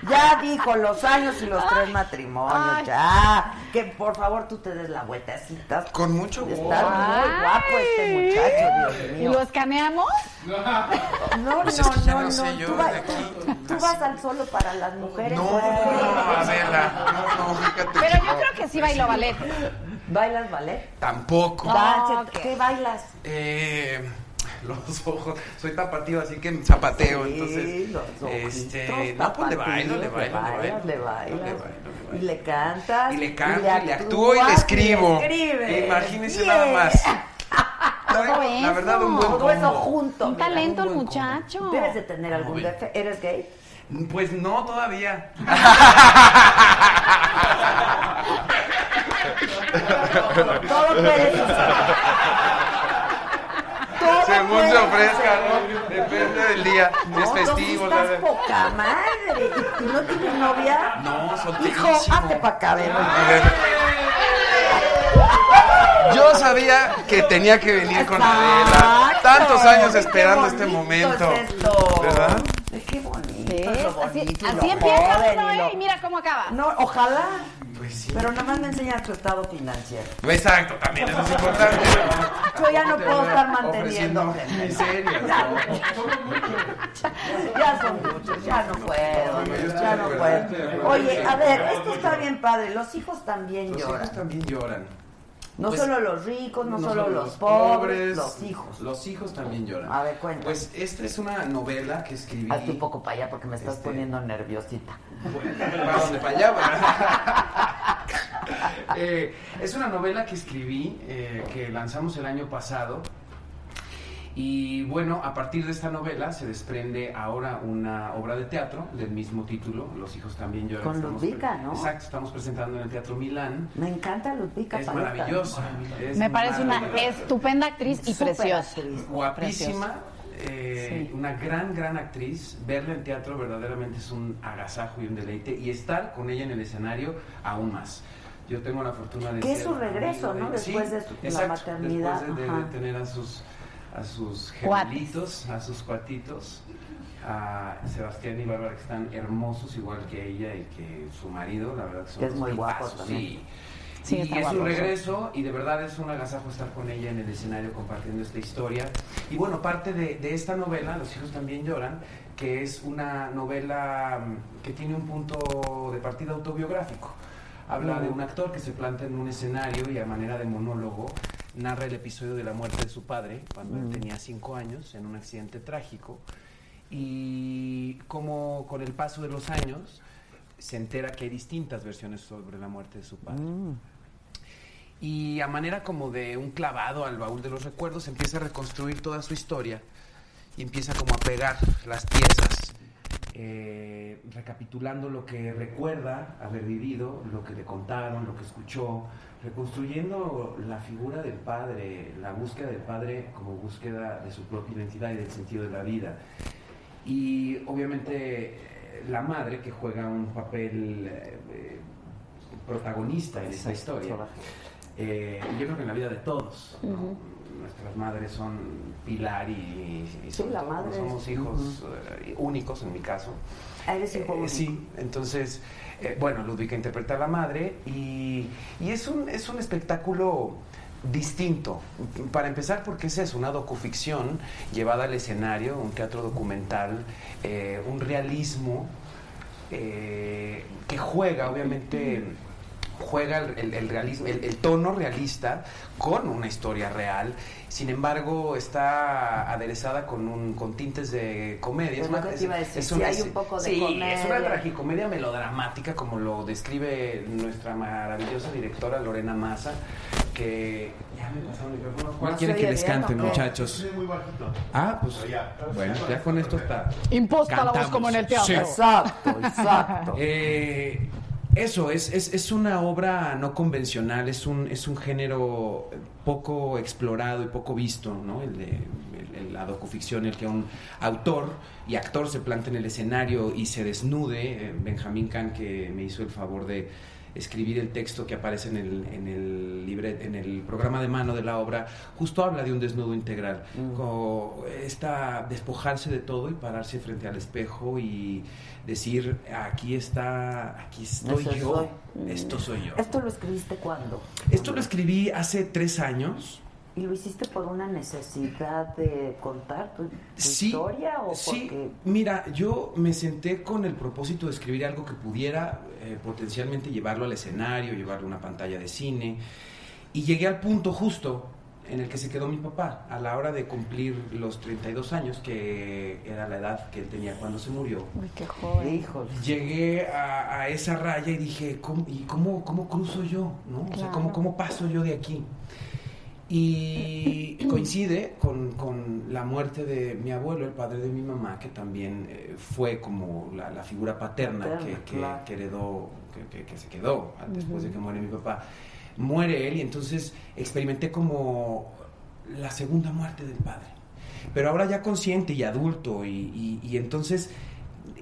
[SPEAKER 1] Ya dijo los años y los tres matrimonios.
[SPEAKER 9] Ay.
[SPEAKER 1] Ya. Que por favor tú te des la vueltecita.
[SPEAKER 13] Con mucho gusto.
[SPEAKER 1] Estás muy guapo este muchacho, Dios
[SPEAKER 9] ¿Y
[SPEAKER 1] mío.
[SPEAKER 9] ¿Lo escaneamos?
[SPEAKER 1] No,
[SPEAKER 13] Pues es
[SPEAKER 1] no,
[SPEAKER 13] que ya
[SPEAKER 1] no,
[SPEAKER 13] no sé
[SPEAKER 1] no.
[SPEAKER 13] yo
[SPEAKER 1] tú,
[SPEAKER 13] de
[SPEAKER 1] vas,
[SPEAKER 13] aquí.
[SPEAKER 1] tú vas al solo para las mujeres.
[SPEAKER 13] No,
[SPEAKER 1] güey.
[SPEAKER 13] Adela, no, no, fíjate.
[SPEAKER 9] Pero
[SPEAKER 13] que
[SPEAKER 9] yo
[SPEAKER 13] no.
[SPEAKER 9] creo que sí bailo ballet.
[SPEAKER 1] ¿Bailas ballet?
[SPEAKER 13] Tampoco.
[SPEAKER 1] Dance, ¿Qué bailas?
[SPEAKER 13] Eh, los ojos. Soy tapatío, así que zapateo,
[SPEAKER 1] Sí,
[SPEAKER 13] entonces.
[SPEAKER 1] los
[SPEAKER 13] este,
[SPEAKER 1] ojitos
[SPEAKER 13] no, pues le bailo, le
[SPEAKER 1] tapatíos,
[SPEAKER 13] bailo, le bailo.
[SPEAKER 1] le bailas,
[SPEAKER 13] le
[SPEAKER 1] le
[SPEAKER 13] bailo,
[SPEAKER 1] Y le cantas.
[SPEAKER 13] Y le canto, y le actúo y le escribo. Imagínense nada más. Traigo, la verdad, un buen
[SPEAKER 1] Todo eso
[SPEAKER 13] combo.
[SPEAKER 1] junto.
[SPEAKER 9] Un
[SPEAKER 1] mira.
[SPEAKER 9] talento el muchacho.
[SPEAKER 1] Debes de tener algún defecto. ¿Eres gay?
[SPEAKER 13] Pues no, todavía.
[SPEAKER 1] Todo puede suceder. Todo
[SPEAKER 10] Según
[SPEAKER 1] puede
[SPEAKER 10] se ofrezca,
[SPEAKER 1] suceder.
[SPEAKER 10] ¿no? Depende del día. Si es
[SPEAKER 1] No, tú sí
[SPEAKER 10] festivo, la
[SPEAKER 1] estás
[SPEAKER 10] verdad.
[SPEAKER 1] poca madre. ¿Y tú no tienes novia?
[SPEAKER 13] No,
[SPEAKER 1] Hijo,
[SPEAKER 13] solterísimo.
[SPEAKER 1] hazte pa' acá, ven.
[SPEAKER 13] Yo sabía que tenía que venir con Adela.
[SPEAKER 1] Exacto.
[SPEAKER 13] Tantos años
[SPEAKER 1] Qué
[SPEAKER 13] esperando este
[SPEAKER 1] bonito
[SPEAKER 13] momento.
[SPEAKER 1] es esto.
[SPEAKER 13] ¿Verdad?
[SPEAKER 1] Qué bonito.
[SPEAKER 9] ¿Ves?
[SPEAKER 1] lo
[SPEAKER 9] Así,
[SPEAKER 1] bonito y
[SPEAKER 9] así
[SPEAKER 1] lo
[SPEAKER 9] empieza
[SPEAKER 1] joven
[SPEAKER 9] uno,
[SPEAKER 1] y
[SPEAKER 9] ¿eh?
[SPEAKER 1] lo-
[SPEAKER 9] Y mira cómo acaba.
[SPEAKER 1] No, ojalá.
[SPEAKER 13] Pues sí.
[SPEAKER 1] Pero nada más me enseñas tu estado financiero.
[SPEAKER 13] Exacto, también eso es importante.
[SPEAKER 1] Yo ya no puedo estar
[SPEAKER 13] Ofreciendo
[SPEAKER 1] manteniendo.
[SPEAKER 13] miserias.
[SPEAKER 1] Ya son muchos, ya no puedo, ya no puedo. Oye, a ver, esto está bien padre. Los hijos también
[SPEAKER 13] Los
[SPEAKER 1] lloran.
[SPEAKER 13] hijos también lloran.
[SPEAKER 1] No
[SPEAKER 13] Pues,
[SPEAKER 1] solo los ricos, no, solo los pobres, los hijos.
[SPEAKER 13] Los hijos también lloran.
[SPEAKER 1] A ver, cuéntame.
[SPEAKER 13] Pues esta es una novela que escribí. Este,
[SPEAKER 1] Hazte un poco para allá porque me estás poniendo nerviosita.
[SPEAKER 13] ¿Para dónde? ¿Para allá? ¿verdad? Eh, es una novela que escribí, eh, que lanzamos el año pasado. Y bueno, a partir de esta novela se desprende ahora una obra de teatro del mismo título, Los hijos también lloran.
[SPEAKER 1] Con
[SPEAKER 13] Estamos
[SPEAKER 1] Ludvica,
[SPEAKER 13] pre-
[SPEAKER 1] ¿no?
[SPEAKER 13] Exacto, estamos presentando en el Teatro Milán.
[SPEAKER 1] Me encanta Ludvica
[SPEAKER 13] Es
[SPEAKER 1] Paleta.
[SPEAKER 13] maravillosa. es
[SPEAKER 9] Me parece una
[SPEAKER 13] maravillosa.
[SPEAKER 9] estupenda actriz y
[SPEAKER 1] Súper
[SPEAKER 9] preciosa.
[SPEAKER 1] actriz.
[SPEAKER 13] Guapísima, eh,
[SPEAKER 9] Sí.
[SPEAKER 13] una gran, gran actriz. Verla en teatro verdaderamente es un agasajo y un deleite. Y estar con ella en el escenario aún más. Yo tengo la fortuna de
[SPEAKER 1] Que es
[SPEAKER 13] ser
[SPEAKER 1] su regreso,
[SPEAKER 13] amigo
[SPEAKER 1] ¿no?
[SPEAKER 13] de-
[SPEAKER 1] Después de su- la maternidad,
[SPEAKER 13] Después de- de,
[SPEAKER 1] ajá.
[SPEAKER 13] tener a sus, a sus
[SPEAKER 9] Cuates.
[SPEAKER 13] gemelitos, a sus cuatitos, a Sebastián y Bárbara, que están hermosos igual que ella y que su marido, la verdad que son
[SPEAKER 1] Que es
[SPEAKER 13] unos
[SPEAKER 1] muy guapo
[SPEAKER 13] tipazos,
[SPEAKER 1] también.
[SPEAKER 13] sí.
[SPEAKER 9] Sí,
[SPEAKER 13] y
[SPEAKER 9] está
[SPEAKER 13] es
[SPEAKER 9] guapo.
[SPEAKER 13] un regreso y de verdad es un agasajo estar con ella en el escenario compartiendo esta historia. Y bueno, parte de, de esta novela, Los hijos también lloran, que es una novela mm, que tiene un punto de partida autobiográfico. Habla de un actor que se planta en un escenario y a manera de monólogo narra el episodio de la muerte de su padre cuando
[SPEAKER 9] Mm.
[SPEAKER 13] él tenía cinco años en un accidente trágico y como con el paso de los años se entera que hay distintas versiones sobre la muerte de su padre.
[SPEAKER 9] Mm.
[SPEAKER 13] Y a manera como de un clavado al baúl de los recuerdos, empieza a reconstruir toda su historia y empieza como a pegar las piezas, eh, recapitulando lo que recuerda haber vivido, lo que le contaron, lo que escuchó, reconstruyendo la figura del padre, la búsqueda del padre como búsqueda de su propia identidad y del sentido de la vida. Y obviamente eh, la madre que juega un papel eh, eh, protagonista en esta historia. Eh, yo creo que en la vida de todos. ¿no? nuestras madres son pilar y, y
[SPEAKER 1] sí, la madre
[SPEAKER 13] no somos hijos eh, únicos en mi caso.
[SPEAKER 1] Ah, eres hijo
[SPEAKER 13] Eh,
[SPEAKER 1] único.
[SPEAKER 13] Sí, entonces, eh, bueno, Ludwika interpreta a la madre y, y es, un, es un espectáculo distinto. Para empezar, porque es eso, una docuficción llevada al escenario, un teatro documental, eh, un realismo eh, que juega, obviamente, juega el, el- el realismo, el, el tono realista con una historia real. Sin embargo, está aderezada con, un, con tintes de comedia.
[SPEAKER 1] Es lo que te iba a decir, sí hay un poco de
[SPEAKER 13] sí, Es una
[SPEAKER 1] comedia.
[SPEAKER 13] tragicomedia melodramática, como lo describe nuestra maravillosa directora Lorena Massa, que... Ya me pasaron el micrófono.
[SPEAKER 10] ¿Cuál
[SPEAKER 13] No
[SPEAKER 10] quieren
[SPEAKER 13] estoy
[SPEAKER 10] que les
[SPEAKER 13] oyendo,
[SPEAKER 10] cante,
[SPEAKER 13] ¿no?
[SPEAKER 10] muchachos?
[SPEAKER 3] muy bajito.
[SPEAKER 10] Ah, pues bueno, ya con esto está.
[SPEAKER 14] Imposta la voz
[SPEAKER 10] Cantamos.
[SPEAKER 14] como en el teatro.
[SPEAKER 10] Sí.
[SPEAKER 1] Exacto, exacto.
[SPEAKER 13] Eh, eso, es, es, es una obra no convencional, es un, es un género poco explorado y poco visto, ¿no? El de el- el- la docuficción, el que un autor y actor se plante en el escenario y se desnude. Eh, Benjamín Kahn, que me hizo el favor de escribir el texto que aparece en el, en el libre, en el programa de mano de la obra, justo habla de un desnudo integral. Como esta despojarse de todo y pararse frente al espejo y decir aquí está, aquí estoy
[SPEAKER 1] Eso
[SPEAKER 13] yo,
[SPEAKER 1] soy.
[SPEAKER 13] esto soy yo.
[SPEAKER 1] ¿Esto lo escribiste cuándo?
[SPEAKER 13] Esto lo escribí hace tres años.
[SPEAKER 1] ¿Y lo hiciste por una necesidad de contar tu, tu
[SPEAKER 13] Sí,
[SPEAKER 1] historia o
[SPEAKER 13] sí.
[SPEAKER 1] porque
[SPEAKER 13] Mira, yo me senté con el propósito de escribir algo que pudiera eh, potencialmente llevarlo al escenario, llevarlo a una pantalla de cine. Y llegué al punto justo en el que se quedó mi papá, a la hora de cumplir los 32 años, que era la edad que él tenía cuando se murió.
[SPEAKER 14] Uy, qué joven.
[SPEAKER 1] Híjole.
[SPEAKER 13] Llegué a, a esa raya y dije, ¿cómo, ¿y cómo, cómo cruzo yo? ¿no? O sea, ¿cómo,
[SPEAKER 14] Claro.
[SPEAKER 13] ¿cómo paso yo de aquí? Y coincide con, con la muerte de mi abuelo, el padre de mi mamá, que también eh, fue como la, la figura paterna
[SPEAKER 10] Paterna,
[SPEAKER 13] que, que-
[SPEAKER 10] claro.
[SPEAKER 13] que heredó, que, que- que se quedó ah, después de
[SPEAKER 10] Ujú.
[SPEAKER 13] que muere mi papá. Muere él y entonces experimenté como la segunda muerte del padre. Pero ahora ya consciente y adulto y, y- y entonces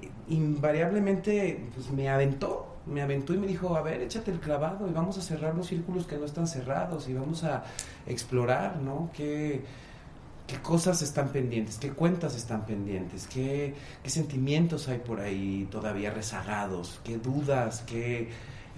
[SPEAKER 13] eh, invariablemente pues, me aventó, me aventó y me dijo, a ver, échate el clavado y vamos a cerrar los círculos que no están cerrados y vamos a explorar, ¿no? ¿Qué, qué cosas están pendientes? ¿Qué cuentas están pendientes? ¿Qué, qué sentimientos hay por ahí todavía rezagados? ¿Qué dudas? ¿Qué...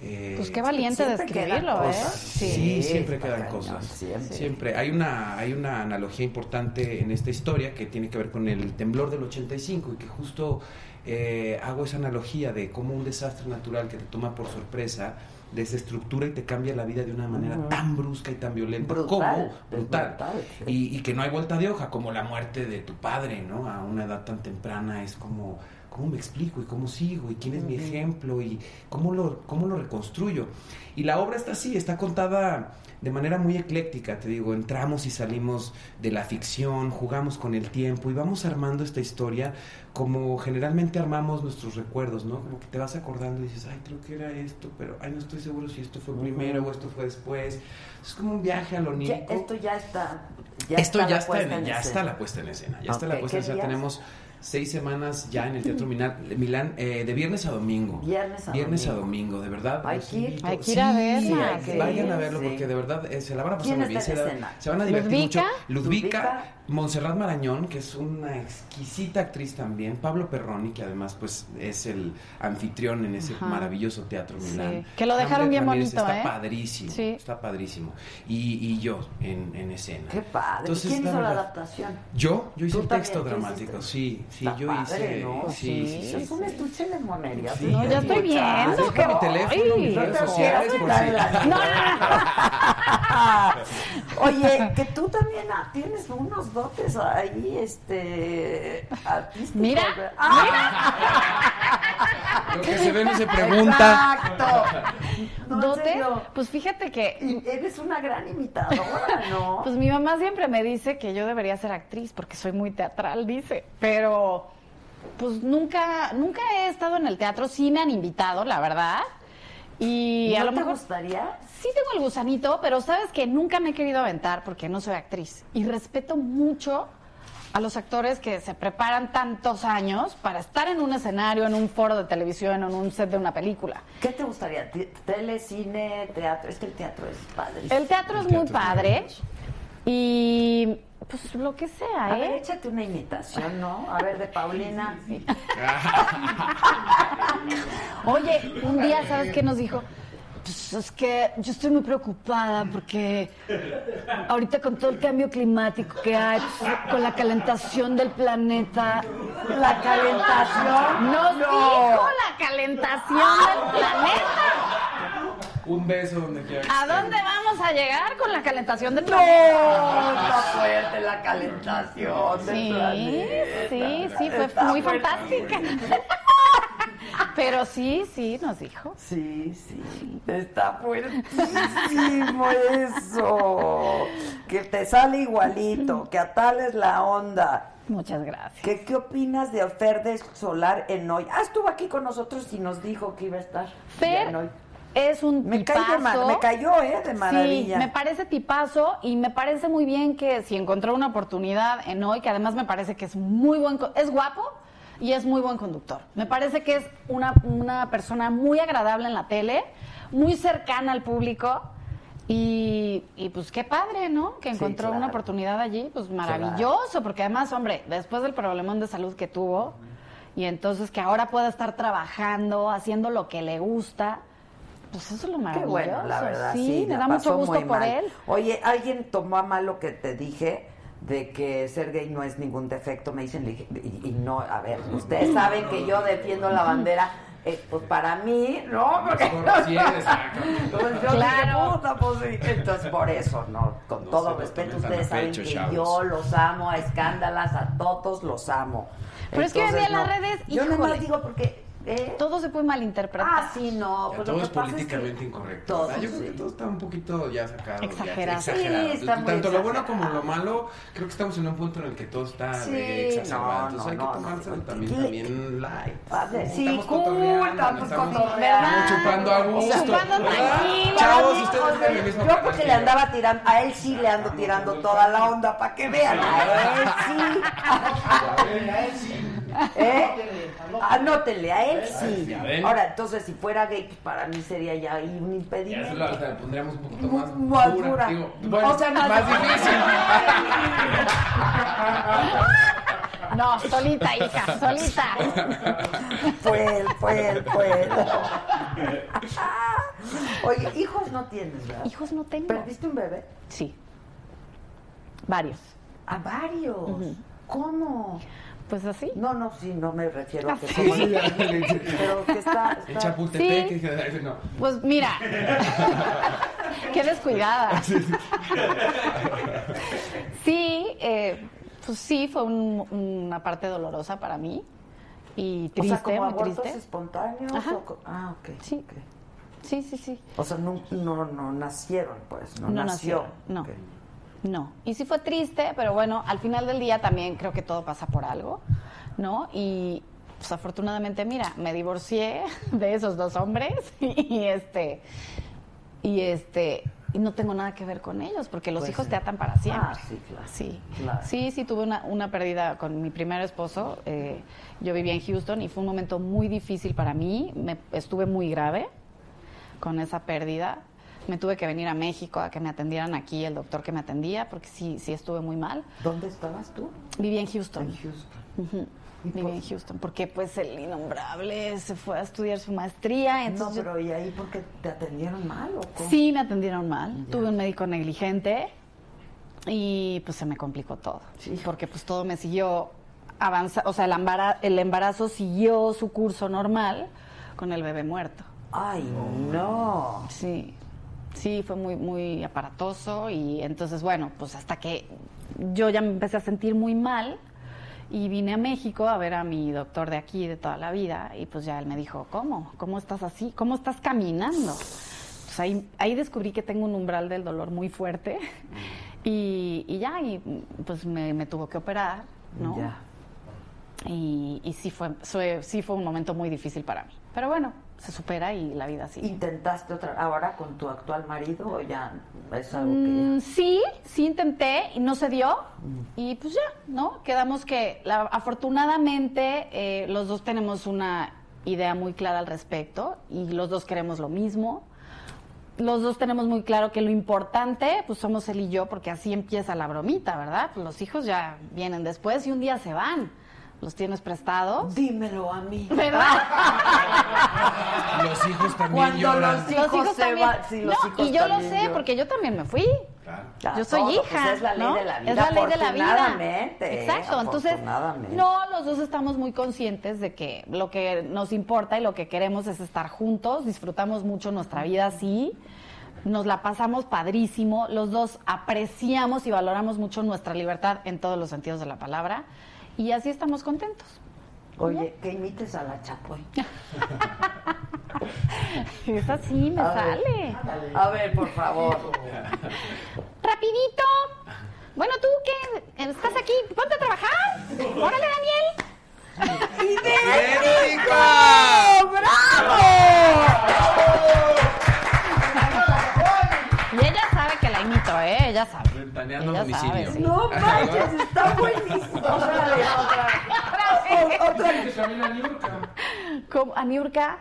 [SPEAKER 13] eh,
[SPEAKER 9] Pues qué valiente de
[SPEAKER 13] siempre quedan
[SPEAKER 9] escribirlo, ¿eh?
[SPEAKER 13] cosas. Sí, siempre
[SPEAKER 1] está
[SPEAKER 13] quedan
[SPEAKER 1] cañón,
[SPEAKER 13] cosas.
[SPEAKER 1] siempre.
[SPEAKER 13] Siempre. Hay una, hay una analogía importante en esta historia que tiene que ver con el temblor del 85 y que justo eh, hago esa analogía de cómo un desastre natural que te toma por sorpresa desestructura y te cambia la vida de una manera
[SPEAKER 1] Ujú.
[SPEAKER 13] tan brusca y tan violenta
[SPEAKER 1] Brutal, pues,
[SPEAKER 13] como brutal.
[SPEAKER 1] brutal, sí.
[SPEAKER 13] y, y que no hay vuelta de hoja, como la muerte de tu padre, ¿no? A una edad tan temprana es como, ¿cómo me explico? ¿Y cómo sigo? ¿Y quién es mi
[SPEAKER 10] Ujú.
[SPEAKER 13] ejemplo? ¿Y cómo lo, cómo lo reconstruyo? Y la obra está así, está contada de manera muy ecléctica, te digo, entramos y salimos de la ficción, jugamos con el tiempo y vamos armando esta historia como generalmente armamos nuestros recuerdos, ¿no? Como que te vas acordando y dices, ay, creo que era esto, pero ay, no estoy seguro si esto fue primero o esto fue después. Es como un viaje a lo
[SPEAKER 1] Ya-
[SPEAKER 13] onírico.
[SPEAKER 1] esto ya está
[SPEAKER 13] Esto ya,
[SPEAKER 1] la
[SPEAKER 13] está,
[SPEAKER 1] puesta
[SPEAKER 13] en- ya
[SPEAKER 1] escena?
[SPEAKER 13] está la puesta en escena. Ya está
[SPEAKER 1] Ok,
[SPEAKER 13] la puesta en
[SPEAKER 1] ¿qué
[SPEAKER 13] escena.
[SPEAKER 1] días?
[SPEAKER 13] Tenemos seis semanas ya en el Teatro Milán, Milán eh, de viernes a domingo.
[SPEAKER 1] Viernes a
[SPEAKER 13] Viernes a
[SPEAKER 1] domingo.
[SPEAKER 13] domingo, de verdad.
[SPEAKER 1] Hay
[SPEAKER 13] los
[SPEAKER 1] que ir,
[SPEAKER 13] invito.
[SPEAKER 1] hay que ir a
[SPEAKER 13] Sí,
[SPEAKER 1] verla,
[SPEAKER 13] hay que-
[SPEAKER 1] sí,
[SPEAKER 13] Vayan a verlo
[SPEAKER 1] sí.
[SPEAKER 13] porque de verdad eh, se la van a pasar
[SPEAKER 1] ¿Quién
[SPEAKER 13] muy bien.
[SPEAKER 1] está en
[SPEAKER 13] Se, la-
[SPEAKER 1] escena?
[SPEAKER 13] se van a divertir
[SPEAKER 1] ¿Ludvica?
[SPEAKER 13] mucho. Ludvica,
[SPEAKER 1] ¿Ludvica?
[SPEAKER 13] Montserrat Marañón, que es una exquisita actriz también. Pablo Perroni, que además pues es el anfitrión en ese
[SPEAKER 9] Ajá.
[SPEAKER 13] maravilloso Teatro
[SPEAKER 9] Sí.
[SPEAKER 13] Milán.
[SPEAKER 9] Que lo dejaron
[SPEAKER 13] Hamlet
[SPEAKER 9] bien
[SPEAKER 13] Ramírez
[SPEAKER 9] bonito,
[SPEAKER 13] está
[SPEAKER 9] ¿eh?
[SPEAKER 13] padrísimo.
[SPEAKER 9] Sí.
[SPEAKER 13] Está padrísimo. Y, y yo en, en escena.
[SPEAKER 1] Qué padre.
[SPEAKER 13] Entonces,
[SPEAKER 1] ¿Quién
[SPEAKER 13] la
[SPEAKER 1] hizo la
[SPEAKER 13] verdad-
[SPEAKER 1] adaptación?
[SPEAKER 13] yo, yo hice
[SPEAKER 1] Tú
[SPEAKER 13] el texto
[SPEAKER 1] también, ¿tú
[SPEAKER 13] dramático, sí, sí, yo
[SPEAKER 1] Padre,
[SPEAKER 13] hice,
[SPEAKER 1] ¿no?
[SPEAKER 13] sí, sí, sí,
[SPEAKER 1] Es un estuche de monerías.
[SPEAKER 13] Sí, No, ya estoy
[SPEAKER 9] viendo.
[SPEAKER 13] Busca mi teléfono, mis
[SPEAKER 1] No
[SPEAKER 13] redes
[SPEAKER 1] te
[SPEAKER 13] sociales,
[SPEAKER 1] quiero
[SPEAKER 13] por si-
[SPEAKER 1] quitar
[SPEAKER 13] No,
[SPEAKER 1] la- Oye, que tú también ah, tienes unos dotes ahí, este, artísticos. Ah.
[SPEAKER 9] Mira,
[SPEAKER 10] Lo que se ve no se pregunta.
[SPEAKER 1] Exacto. No, en
[SPEAKER 9] ¿Dotes?
[SPEAKER 1] serio.
[SPEAKER 9] Pues fíjate que...
[SPEAKER 1] Eres una gran imitadora, ¿no?
[SPEAKER 9] Pues mi mamá siempre me dice que yo debería ser actriz porque soy muy teatral, dice. Pero pues nunca, nunca he estado en el teatro, sí me han invitado, la verdad. Y
[SPEAKER 1] ¿No
[SPEAKER 9] a lo
[SPEAKER 1] te
[SPEAKER 9] mejor
[SPEAKER 1] gustaría?
[SPEAKER 9] sí tengo el gusanito, pero sabes que nunca me he querido aventar porque no soy actriz. Y respeto mucho a los actores que se preparan tantos años para estar en un escenario, en un foro de televisión, en un set de una película.
[SPEAKER 1] ¿Qué te gustaría? Te- Tele, cine, teatro. Es que el teatro es padre.
[SPEAKER 9] El teatro es muy padre, Y pues lo que sea,
[SPEAKER 1] A
[SPEAKER 9] ¿eh?
[SPEAKER 1] ver, échate una imitación, ¿no? A ver, de Paulina.
[SPEAKER 9] Oye, un día, ¿sabes qué nos dijo? Pues es que yo estoy muy preocupada porque ahorita con todo el cambio climático que hay, pues, con la calentación del planeta.
[SPEAKER 1] ¿La calentación?
[SPEAKER 9] ¡Nos
[SPEAKER 1] No.
[SPEAKER 9] dijo la calentación del planeta!
[SPEAKER 13] Un beso donde quieras.
[SPEAKER 9] ¿A dónde vamos a llegar con la calentación del
[SPEAKER 1] ¡No!
[SPEAKER 9] planeta?
[SPEAKER 1] Está fuerte la calentación del
[SPEAKER 9] Sí,
[SPEAKER 1] planeta.
[SPEAKER 9] sí, sí, fue
[SPEAKER 1] Está
[SPEAKER 9] muy
[SPEAKER 1] fuerte.
[SPEAKER 9] fantástica. Pero sí, sí, nos dijo.
[SPEAKER 1] Sí, sí. Está fuertísimo eso. Que te sale igualito, que atales la onda.
[SPEAKER 9] Muchas gracias.
[SPEAKER 1] ¿Qué, qué opinas de Ferdes Solar en hoy? Ah, estuvo aquí con nosotros y nos dijo que iba a estar.
[SPEAKER 9] Fer
[SPEAKER 1] en hoy.
[SPEAKER 9] es un
[SPEAKER 1] Me cae
[SPEAKER 9] tipazo.
[SPEAKER 1] de mar- me cayó, ¿eh? De maravilla.
[SPEAKER 9] Sí, me parece tipazo y me parece muy bien que si encontró una oportunidad en hoy, que además me parece que es muy buen, co- es guapo y es muy buen conductor. Me parece que es una, una persona muy agradable en la tele, muy cercana al público y, y pues qué padre, ¿no? Que
[SPEAKER 1] Sí,
[SPEAKER 9] encontró
[SPEAKER 1] claro.
[SPEAKER 9] una oportunidad allí, pues maravilloso, porque además, hombre, después del problemón de salud que tuvo, y entonces que ahora pueda estar trabajando, haciendo lo que le gusta, pues eso es lo
[SPEAKER 1] Qué
[SPEAKER 9] maravilloso.
[SPEAKER 1] bueno, la verdad. Sí,
[SPEAKER 9] me
[SPEAKER 1] la
[SPEAKER 9] da mucho
[SPEAKER 1] pasó
[SPEAKER 9] gusto
[SPEAKER 1] muy
[SPEAKER 9] por
[SPEAKER 1] mal.
[SPEAKER 9] él.
[SPEAKER 1] Oye, alguien tomó a mal lo que te dije de que ser gay no es ningún defecto, me dicen, le dije, y, y no, a ver, ustedes saben que yo defiendo la bandera, eh, pues para mí, no, porque
[SPEAKER 13] Sí, exacto.
[SPEAKER 1] Pues yo
[SPEAKER 9] Claro.
[SPEAKER 1] dije, puta, pues sí. Entonces, por eso, ¿no? Con
[SPEAKER 7] No se
[SPEAKER 1] todo
[SPEAKER 7] lo
[SPEAKER 1] respeto,
[SPEAKER 7] tomen tan a
[SPEAKER 1] ustedes saben
[SPEAKER 7] pecho,
[SPEAKER 1] que
[SPEAKER 7] chavos.
[SPEAKER 1] yo los amo, a escándalas, a todos los amo.
[SPEAKER 9] Pero es que hoy en día
[SPEAKER 1] Entonces,
[SPEAKER 9] las redes,
[SPEAKER 1] Yo nada
[SPEAKER 9] híjole.
[SPEAKER 1] más digo porque... ¿eh?
[SPEAKER 9] Todo se puede malinterpretar.
[SPEAKER 1] Ah, sí, no. Pues
[SPEAKER 13] todo
[SPEAKER 1] lo
[SPEAKER 13] es
[SPEAKER 1] que pasa es que-
[SPEAKER 13] políticamente incorrecto.
[SPEAKER 1] Todo,
[SPEAKER 13] O sea, yo creo
[SPEAKER 1] sí.
[SPEAKER 13] que todo está un poquito ya sacado. ya
[SPEAKER 9] Exagerado.
[SPEAKER 13] exagerado.
[SPEAKER 1] Sí, está muy
[SPEAKER 13] Tanto lo bueno
[SPEAKER 1] exagerado.
[SPEAKER 13] como lo malo, creo que estamos en un punto en el que todo está
[SPEAKER 1] Sí,
[SPEAKER 13] eh, exagerado.
[SPEAKER 1] no,
[SPEAKER 13] Entonces
[SPEAKER 1] no,
[SPEAKER 13] hay
[SPEAKER 1] no,
[SPEAKER 13] que tomárselo
[SPEAKER 1] no.
[SPEAKER 13] también,
[SPEAKER 1] ¿Qué?
[SPEAKER 13] también light.
[SPEAKER 1] A ver, sí,
[SPEAKER 13] Estamos
[SPEAKER 1] cool,
[SPEAKER 13] cotorreando,
[SPEAKER 1] estamos
[SPEAKER 13] estamos
[SPEAKER 1] cotorreando.
[SPEAKER 13] chupando a gusto.
[SPEAKER 9] Chupando
[SPEAKER 13] ¿Verdad?
[SPEAKER 9] tranquilo.
[SPEAKER 13] Chavos,
[SPEAKER 1] Sí,
[SPEAKER 13] ustedes
[SPEAKER 1] o
[SPEAKER 13] tienen
[SPEAKER 1] sea,
[SPEAKER 13] el mismo
[SPEAKER 1] Yo
[SPEAKER 13] canal
[SPEAKER 1] porque
[SPEAKER 13] que
[SPEAKER 1] le andaba tirando, a él sí le ando tirando toda la onda, para que vean, a él sí.
[SPEAKER 3] Ah,
[SPEAKER 1] ¿Eh? Anótenle, a él sí.
[SPEAKER 13] ya ven.
[SPEAKER 1] Ahora, entonces, si fuera gay, pues, para mí sería ya ahí un
[SPEAKER 13] Ya eso
[SPEAKER 1] impedimento.
[SPEAKER 13] la, la pondríamos un poquito
[SPEAKER 1] Mu-
[SPEAKER 13] más,
[SPEAKER 1] más
[SPEAKER 13] dura.
[SPEAKER 1] dura.
[SPEAKER 13] Digo, bueno,
[SPEAKER 1] O sea, más-
[SPEAKER 13] más, difícil.
[SPEAKER 9] No, solita, hija, solita.
[SPEAKER 1] Fue él, fue él, fue él. Oye, hijos no tienes, ¿verdad?
[SPEAKER 9] Hijos no tengo.
[SPEAKER 1] ¿Perdiste un bebé?
[SPEAKER 9] Sí. Varios.
[SPEAKER 1] A varios. ¿Cómo?
[SPEAKER 9] Pues así.
[SPEAKER 1] No, no, sí, no me refiero a que
[SPEAKER 9] Así.
[SPEAKER 1] como- Pero que está,
[SPEAKER 13] En
[SPEAKER 1] está-
[SPEAKER 13] Chapultepec,
[SPEAKER 9] Sí.
[SPEAKER 13] que- no.
[SPEAKER 9] Pues mira. Qué descuidada. Sí, eh, pues sí, fue un- una parte dolorosa para mí. Y
[SPEAKER 1] o
[SPEAKER 9] triste,
[SPEAKER 1] sea, como
[SPEAKER 9] muy
[SPEAKER 1] abortos
[SPEAKER 9] triste.
[SPEAKER 1] espontáneos.
[SPEAKER 9] Ajá.
[SPEAKER 1] o co- ah, ok.
[SPEAKER 9] Sí.
[SPEAKER 1] ok.
[SPEAKER 9] Sí, sí, sí.
[SPEAKER 1] O sea, no, no, no nacieron, pues, no,
[SPEAKER 9] No
[SPEAKER 1] nació.
[SPEAKER 9] nacieron, no.
[SPEAKER 1] Ok.
[SPEAKER 9] No. Y sí fue triste, pero bueno, al final del día también creo que todo pasa por algo, ¿no? Y pues afortunadamente, mira, me divorcié de esos dos hombres y este y este y no tengo nada que ver con ellos porque los
[SPEAKER 1] Pues
[SPEAKER 9] hijos
[SPEAKER 1] sí.
[SPEAKER 9] te atan para siempre.
[SPEAKER 1] Ah, sí, claro.
[SPEAKER 9] Sí,
[SPEAKER 1] Claro.
[SPEAKER 9] sí, sí, tuve una, una pérdida con mi primer esposo. eh, yo vivía en Houston y fue un momento muy difícil para mí. Me, estuve muy grave con esa pérdida. Me tuve que venir a México a que me atendieran aquí el doctor que me atendía porque sí, sí estuve muy mal.
[SPEAKER 1] ¿Dónde estabas tú?
[SPEAKER 9] Vivía en Houston.
[SPEAKER 1] En Houston.
[SPEAKER 9] Ujú.
[SPEAKER 1] ¿Y
[SPEAKER 9] Vivía
[SPEAKER 1] por-
[SPEAKER 9] en Houston porque pues el innombrable se fue a estudiar su maestría.
[SPEAKER 1] No,
[SPEAKER 9] Entonces yo-
[SPEAKER 1] pero ¿y ahí porque te atendieron mal o cómo?
[SPEAKER 9] Sí, me atendieron mal. Tuve un médico negligente y pues se me complicó todo. Porque pues todo me siguió avanza, o sea, el embarazo, el embarazo siguió su curso normal con el bebé muerto.
[SPEAKER 1] Ay, no.
[SPEAKER 9] Sí. Sí, fue muy muy aparatoso y entonces bueno, pues hasta que yo ya me empecé a sentir muy mal y vine a México a ver a mi doctor de aquí de toda la vida y pues ya él me dijo, "¿Cómo? ¿Cómo estás así? ¿Cómo estás caminando?" Pues ahí, ahí descubrí que tengo un umbral del dolor muy fuerte y, y ya, y pues me, me tuvo que operar, ¿no?
[SPEAKER 1] Ya.
[SPEAKER 9] Y, y sí, fue, fue- sí fue un momento muy difícil para mí. Pero bueno, se supera y la vida sigue.
[SPEAKER 1] ¿Intentaste otra ahora con tu actual marido o ya es algo
[SPEAKER 9] Mm,
[SPEAKER 1] que
[SPEAKER 9] sí, sí intenté y no se dio.
[SPEAKER 1] Mm.
[SPEAKER 9] Y pues ya, ¿no? Quedamos que la- afortunadamente eh, los dos tenemos una idea muy clara al respecto y los dos queremos lo mismo. los dos tenemos muy claro que lo importante, pues somos él y yo, porque así empieza la bromita, ¿verdad? Pues los hijos ya vienen después y un día se van. ¿Los tienes prestados?
[SPEAKER 1] Dímelo a mí.
[SPEAKER 9] ¿Verdad?
[SPEAKER 13] Los hijos también
[SPEAKER 1] Cuando
[SPEAKER 13] lloran.
[SPEAKER 1] los hijos, se
[SPEAKER 9] también-
[SPEAKER 1] van, sí, los
[SPEAKER 9] No,
[SPEAKER 1] hijos
[SPEAKER 9] y yo lo
[SPEAKER 1] también
[SPEAKER 9] sé,
[SPEAKER 1] lloran.
[SPEAKER 9] porque yo también me fui.
[SPEAKER 1] Claro,
[SPEAKER 9] Yo soy
[SPEAKER 1] todo,
[SPEAKER 9] hija.
[SPEAKER 1] pues es la ley
[SPEAKER 9] ¿no?
[SPEAKER 1] de la vida,
[SPEAKER 9] Es la ley de la vida.
[SPEAKER 1] afortunadamente,
[SPEAKER 9] Exacto. Entonces,
[SPEAKER 1] afortunadamente.
[SPEAKER 9] no, los dos estamos muy conscientes de que lo que nos importa y lo que queremos es estar juntos. Disfrutamos mucho nuestra vida así. Nos la pasamos padrísimo. Los dos apreciamos y valoramos mucho nuestra libertad en todos los sentidos de la palabra. Y así estamos contentos.
[SPEAKER 1] Oye, que imites a la Chapoy.
[SPEAKER 9] Es así, me
[SPEAKER 1] A ver,
[SPEAKER 9] sale.
[SPEAKER 1] A ver, por favor.
[SPEAKER 9] Rapidito. Bueno, tú que estás aquí, ponte a trabajar. Órale, Daniel.
[SPEAKER 8] ¡Idéntico!
[SPEAKER 9] Y ella sabe que la imito, ¿eh? Ella sabe.
[SPEAKER 13] Ventaneando
[SPEAKER 9] Ella
[SPEAKER 13] domicilio.
[SPEAKER 9] sabe, sí.
[SPEAKER 1] No manches, está buenísimo. Otra vez, otra vez. O- otra vez.
[SPEAKER 9] ¿Cómo? ¿A Niurka?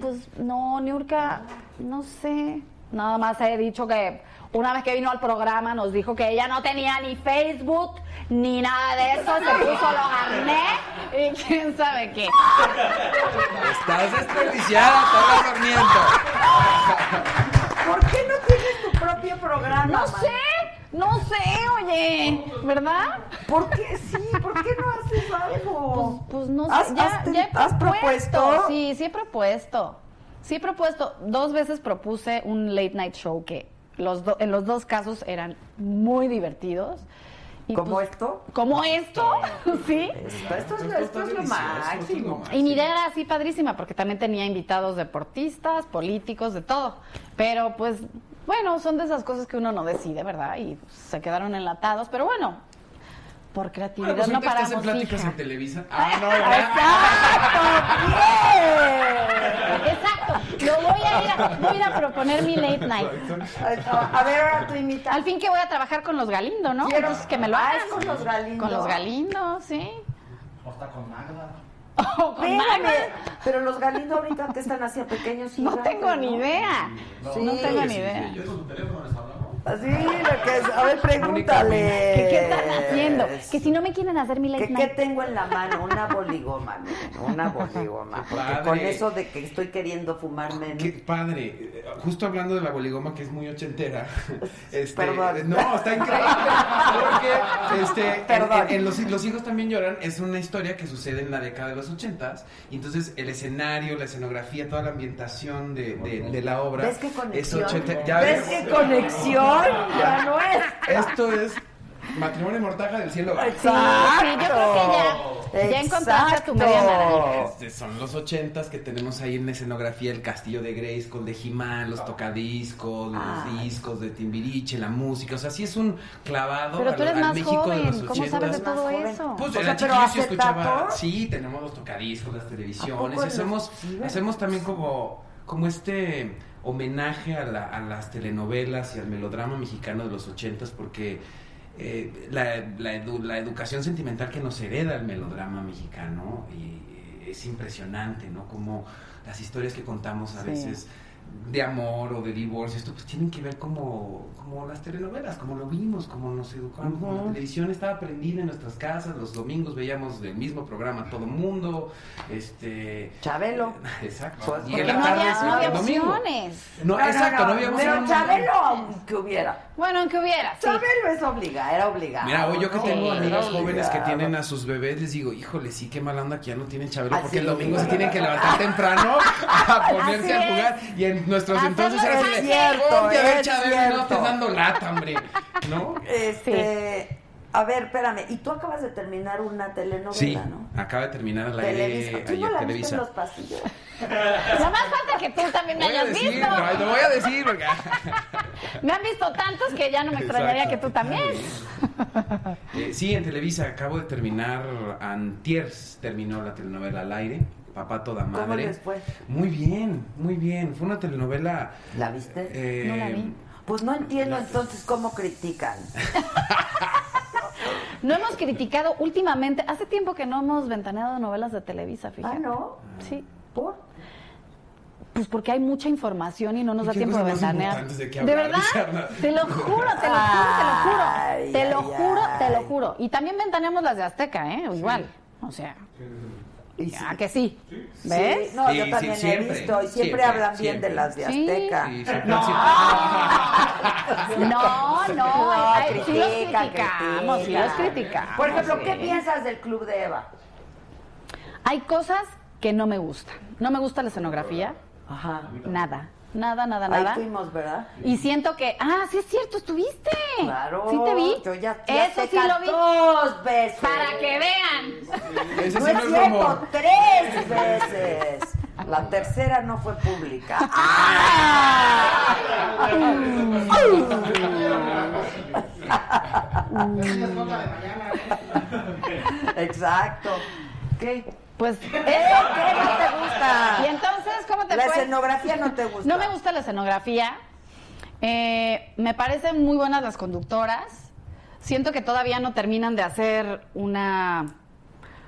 [SPEAKER 9] Pues no, Niurka, no sé. Nada más he dicho que una vez que vino al programa nos dijo que ella no tenía ni Facebook ni nada de eso. Se puso los arnés y quién sabe qué.
[SPEAKER 8] Estás desperdiciada, Paula Sarmiento.
[SPEAKER 1] ¿Por qué no tienes tu propio programa?
[SPEAKER 9] No
[SPEAKER 1] man?
[SPEAKER 9] sé, no sé, oye, ¿verdad?
[SPEAKER 1] ¿Por qué sí? ¿Por qué no haces algo?
[SPEAKER 9] Pues no
[SPEAKER 1] ¿Has-
[SPEAKER 9] sé, ya,
[SPEAKER 1] has ten-
[SPEAKER 9] ya he
[SPEAKER 1] has propuesto?
[SPEAKER 9] Sí, sí he propuesto. Sí he propuesto. Dos veces propuse un late night show que los do- en los dos casos eran muy divertidos. Y
[SPEAKER 1] ¿Como
[SPEAKER 9] pues,
[SPEAKER 1] esto?
[SPEAKER 9] Como esto, sí.
[SPEAKER 1] Esto, esto es, lo- esto es lo máximo.
[SPEAKER 9] Y mi idea era así padrísima, porque también tenía invitados deportistas, políticos, de todo. Pero pues, bueno, son de esas cosas que uno no decide, ¿verdad? Y pues, se quedaron enlatados, pero bueno, por creatividad
[SPEAKER 13] Bueno, pues
[SPEAKER 9] no
[SPEAKER 13] ahorita estás en
[SPEAKER 9] paramos.
[SPEAKER 13] pláticas
[SPEAKER 9] hija.
[SPEAKER 13] en Televisa. Ah, no,
[SPEAKER 9] Exacto, pues. lo voy a ir a, voy a, ir a proponer mi late night.
[SPEAKER 1] A ver, ahora tú imitas.
[SPEAKER 9] Al fin que voy a trabajar con los Galindo, ¿no?
[SPEAKER 1] Quiero-
[SPEAKER 9] Entonces, que me lo
[SPEAKER 1] Ah,
[SPEAKER 9] hagan.
[SPEAKER 1] es con los Galindo.
[SPEAKER 9] Con los Galindo, sí.
[SPEAKER 15] Hasta con Magda.
[SPEAKER 9] O con
[SPEAKER 1] Espérame,
[SPEAKER 9] Magda.
[SPEAKER 1] pero los galindo ahorita te están hacia pequeños
[SPEAKER 9] No
[SPEAKER 1] gigantes,
[SPEAKER 9] tengo ni idea.
[SPEAKER 1] Sí.
[SPEAKER 9] No tengo ni idea.
[SPEAKER 15] Yo con su teléfono les hablamos.
[SPEAKER 1] Así, lo que es. A ver, pregúntale.
[SPEAKER 9] ¿Qué, qué están haciendo? Que si no me quieren hacer mi late
[SPEAKER 1] ¿Qué, qué
[SPEAKER 9] night.
[SPEAKER 1] tengo en la mano? Una boligoma, miren, una boligoma.
[SPEAKER 13] Qué
[SPEAKER 1] Porque
[SPEAKER 13] padre.
[SPEAKER 1] con eso de que estoy queriendo fumarme.
[SPEAKER 13] Qué padre. Eh, Justo hablando de la boligoma que es muy ochentera. Este,
[SPEAKER 1] Perdón.
[SPEAKER 13] No, está increíble. Porque este, en-
[SPEAKER 1] Perdón.
[SPEAKER 13] En, en los, los hijos también lloran es una historia que sucede en la década de los ochentas. Y entonces el escenario, la escenografía, toda la ambientación de, de- de la obra.
[SPEAKER 1] ¿Ves qué conexión?
[SPEAKER 13] Es ochenta- ya ves.
[SPEAKER 1] ¿Ves qué conexión? Ya no es.
[SPEAKER 13] Esto es matrimonio y mortaja del cielo.
[SPEAKER 9] Sí, sí, yo creo que ya, ya encontraste a tu media naranja.
[SPEAKER 13] Este, son los ochentas que tenemos ahí en la escenografía el castillo de Grace con de Jimán, los tocadiscos, los
[SPEAKER 1] Ah.
[SPEAKER 13] discos de Timbiriche, la música. O sea, sí es un clavado
[SPEAKER 9] Pero
[SPEAKER 13] al,
[SPEAKER 9] tú eres
[SPEAKER 13] al
[SPEAKER 9] más
[SPEAKER 13] México de los
[SPEAKER 9] joven. ¿Cómo
[SPEAKER 13] ochentas.
[SPEAKER 9] sabes de
[SPEAKER 1] Más
[SPEAKER 9] todo
[SPEAKER 1] joven.
[SPEAKER 9] eso?
[SPEAKER 13] Pues
[SPEAKER 1] O sea,
[SPEAKER 13] era
[SPEAKER 1] pero
[SPEAKER 13] chiquillo y sí
[SPEAKER 1] ¿hace
[SPEAKER 13] escuchaba.
[SPEAKER 1] tanto?
[SPEAKER 13] Sí, tenemos los tocadiscos, las
[SPEAKER 1] ¿A
[SPEAKER 13] televisiones.
[SPEAKER 1] poco
[SPEAKER 13] Hacemos,
[SPEAKER 1] los- sí?
[SPEAKER 13] hacemos también como, como este homenaje a, la- a las telenovelas y al melodrama mexicano de los ochentas, porque eh, la, la edu- la educación sentimental que nos hereda el melodrama mexicano y, eh, es impresionante, ¿no? Como las historias que contamos a
[SPEAKER 9] Sí.
[SPEAKER 13] veces de amor o de divorcio, esto pues tienen que ver como, como las telenovelas, como lo vimos, como nos educaron, como la
[SPEAKER 1] Ujú.
[SPEAKER 13] televisión estaba prendida en nuestras casas, los domingos veíamos el mismo programa todo mundo, este...
[SPEAKER 1] Chabelo.
[SPEAKER 13] Exacto. Y
[SPEAKER 1] Pues, porque
[SPEAKER 13] en
[SPEAKER 9] Porque
[SPEAKER 13] la
[SPEAKER 9] no
[SPEAKER 13] tarde
[SPEAKER 9] había,
[SPEAKER 13] sí,
[SPEAKER 9] no había
[SPEAKER 13] el domingo.
[SPEAKER 9] opciones.
[SPEAKER 13] No, exacto, no, había
[SPEAKER 1] Pero
[SPEAKER 13] opciones.
[SPEAKER 1] Chabelo, aunque hubiera.
[SPEAKER 9] Bueno, aunque hubiera, sí.
[SPEAKER 1] Chabelo es obligado, era obligado.
[SPEAKER 13] Mira, hoy yo que
[SPEAKER 1] ¿no?
[SPEAKER 13] tengo
[SPEAKER 1] Era
[SPEAKER 13] amigos jóvenes que
[SPEAKER 1] obligado.
[SPEAKER 13] tienen a sus bebés, les digo, híjole, sí, qué mala onda que ya no tienen Chabelo,
[SPEAKER 1] Así
[SPEAKER 13] porque el
[SPEAKER 1] es.
[SPEAKER 13] domingo se tienen que levantar temprano a ponerse
[SPEAKER 9] Así
[SPEAKER 13] a jugar. Y en nuestros
[SPEAKER 9] Hacerlo
[SPEAKER 13] entonces era así
[SPEAKER 9] es eh".
[SPEAKER 13] de,
[SPEAKER 1] cierto,
[SPEAKER 13] "Ponte a ver
[SPEAKER 1] es
[SPEAKER 13] Chabelo, no
[SPEAKER 1] cierto".
[SPEAKER 13] estás dando lata, hombre. ¿No?
[SPEAKER 1] Este, a ver, espérame, y tú acabas de terminar una telenovela,
[SPEAKER 13] Sí,
[SPEAKER 1] ¿no?
[SPEAKER 13] acaba de terminar la aire
[SPEAKER 1] Televisa. ¿Tú no
[SPEAKER 13] ayer
[SPEAKER 1] la viste en
[SPEAKER 13] Televisa.
[SPEAKER 1] los pasillos?
[SPEAKER 9] Nada más falta que tú también me
[SPEAKER 13] Voy a
[SPEAKER 9] hayas
[SPEAKER 13] decir,
[SPEAKER 9] visto.
[SPEAKER 13] no, lo voy a decir, porque...
[SPEAKER 9] Me han visto tantos que ya no me extrañaría que tú también.
[SPEAKER 13] Eh, sí, en Televisa acabo de terminar, antiers terminó la telenovela al aire, Papá Toda Madre.
[SPEAKER 1] ¿Cómo les fue?
[SPEAKER 13] Muy bien, muy bien, fue una telenovela...
[SPEAKER 1] ¿La viste?
[SPEAKER 13] eh,
[SPEAKER 9] No la vi.
[SPEAKER 1] Pues no entiendo entonces cómo critican.
[SPEAKER 9] No hemos criticado últimamente, hace tiempo que no hemos ventaneado novelas de Televisa, fíjate.
[SPEAKER 1] Ah, ¿no?
[SPEAKER 9] Sí.
[SPEAKER 1] ¿Por?
[SPEAKER 9] Pues porque hay mucha información y no nos da
[SPEAKER 13] ¿Qué
[SPEAKER 9] tiempo de
[SPEAKER 13] cosas más
[SPEAKER 9] ventanear.
[SPEAKER 13] importantes de qué
[SPEAKER 9] de
[SPEAKER 13] hablar,
[SPEAKER 9] verdad,
[SPEAKER 13] Isabela?
[SPEAKER 9] te lo juro, te lo juro, te lo juro.
[SPEAKER 13] Ay,
[SPEAKER 9] te lo
[SPEAKER 13] ay,
[SPEAKER 9] juro, te lo juro. Y también ventaneamos las de Azteca, ¿eh? Igual. O sea, ¿a que sí?
[SPEAKER 1] Sí,
[SPEAKER 9] ¿Ves?
[SPEAKER 1] no, yo también he visto. Y siempre, hablan bien de las de Azteca. Ah. no,
[SPEAKER 9] No, no, hay- sí los
[SPEAKER 1] critican,
[SPEAKER 9] criticamos, sí los criticamos,
[SPEAKER 1] Por ejemplo, ¿qué
[SPEAKER 9] sí.
[SPEAKER 1] piensas del Club de Eva?
[SPEAKER 9] Hay cosas que no me gustan. No me gusta la escenografía. Ajá. Nada. Nada, nada,
[SPEAKER 1] Ahí
[SPEAKER 9] nada.
[SPEAKER 1] fuimos, ¿verdad?
[SPEAKER 9] Y siento que, ah, sí es cierto, estuviste.
[SPEAKER 1] Claro.
[SPEAKER 9] Sí te vi.
[SPEAKER 1] Yo ya, ya
[SPEAKER 9] Eso
[SPEAKER 1] te
[SPEAKER 9] sí lo vi.
[SPEAKER 1] Dos veces.
[SPEAKER 9] Para que vean.
[SPEAKER 1] no es cierto, tres veces. La tercera no fue pública. Exacto. ¿Qué?
[SPEAKER 9] Pues,
[SPEAKER 1] ¿Eh? ¿Qué no te gusta?
[SPEAKER 9] Y entonces, ¿cómo te
[SPEAKER 1] La
[SPEAKER 9] fue?
[SPEAKER 1] escenografía no te gusta.
[SPEAKER 9] No me gusta la escenografía. Eh, me parecen muy buenas las conductoras. Siento que todavía no terminan de hacer una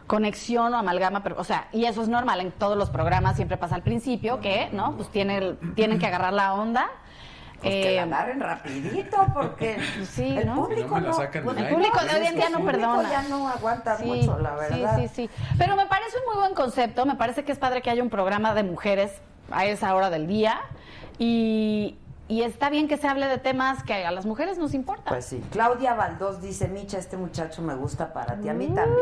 [SPEAKER 9] conexión o amalgama, pero, o sea, y eso es normal en todos los programas, siempre pasa al principio que, ¿no? Pues tiene el- tienen que agarrar la onda.
[SPEAKER 1] Pues que la agarren rapidito porque
[SPEAKER 9] Eh, sí,
[SPEAKER 1] el
[SPEAKER 9] ¿no?
[SPEAKER 1] público
[SPEAKER 9] Si no me la
[SPEAKER 1] no-
[SPEAKER 9] sacan
[SPEAKER 1] pues
[SPEAKER 9] del aire. El público de hoy en día no
[SPEAKER 1] El público
[SPEAKER 9] perdona.
[SPEAKER 1] ya no aguanta
[SPEAKER 9] Sí,
[SPEAKER 1] mucho, la verdad.
[SPEAKER 9] Sí, sí, sí. Pero me parece un muy buen concepto. Me parece que es padre que haya un programa de mujeres a esa hora del día. Y, y está bien que se hable de temas que a las mujeres nos importan.
[SPEAKER 1] Pues sí. Claudia Valdós dice, Micha, este muchacho me gusta para ti, a mí también.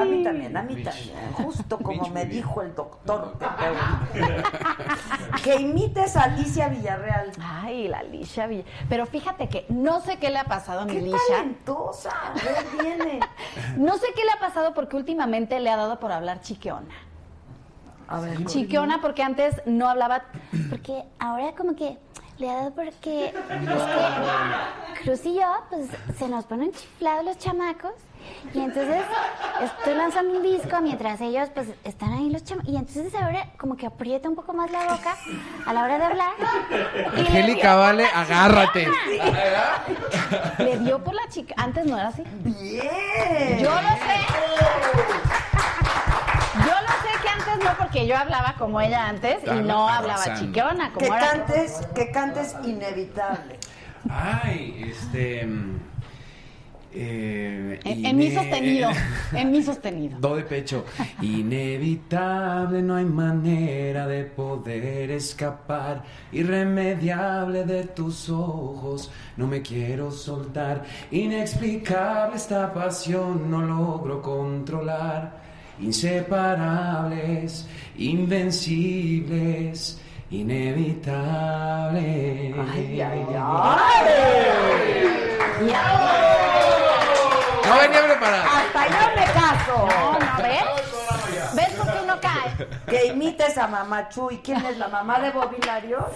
[SPEAKER 1] A mí también, a mí también. Justo como me dijo el doctor. que imites a Alicia Villarreal.
[SPEAKER 9] Ay, la Alicia Villarreal. Pero fíjate que no sé qué le ha pasado a mi
[SPEAKER 1] ¡Qué
[SPEAKER 9] Lisha.
[SPEAKER 1] talentosa! ¿Qué viene?
[SPEAKER 9] No sé qué le ha pasado porque últimamente le ha dado por hablar chiqueona.
[SPEAKER 1] A ver.
[SPEAKER 9] Chiqueona porque antes no hablaba, porque ahora como que le ha dado porque es
[SPEAKER 14] que Cruz y yo, pues se nos ponen chiflados los chamacos y entonces estoy lanzando un disco mientras ellos pues están ahí los chamacos y entonces ahora como que aprieta un poco más la boca a la hora de hablar. y le
[SPEAKER 10] Angélica,
[SPEAKER 14] dio-
[SPEAKER 10] vale, agárrate.
[SPEAKER 9] Le dio por la chica. Antes no era así.
[SPEAKER 1] ¡Bien!
[SPEAKER 9] Yo lo sé. Yo lo sé que antes no, porque yo hablaba como ella antes y
[SPEAKER 13] Dale,
[SPEAKER 9] no hablaba
[SPEAKER 13] avanzando.
[SPEAKER 9] chiqueona como
[SPEAKER 1] Que
[SPEAKER 9] ahora.
[SPEAKER 1] cantes, que cantes inevitable.
[SPEAKER 13] Ay, este. mm, eh,
[SPEAKER 9] E-, En, en mi
[SPEAKER 13] ine- eh,
[SPEAKER 9] sostenido. En mi sostenido.
[SPEAKER 13] Do de pecho. Inevitable, no hay manera de poder escapar. Irremediable de tus ojos, no me quiero soltar. Inexplicable esta pasión, no logro controlar. Inseparables, invencibles, inevitables. Ay, ay,
[SPEAKER 10] No venía preparada.
[SPEAKER 1] Hasta yo me caso.
[SPEAKER 9] No, no, ¿ves? ¿Ves por qué uno cae?
[SPEAKER 1] Que imites a Mamá Chuy. ¿Quién es la mamá de Bobilario?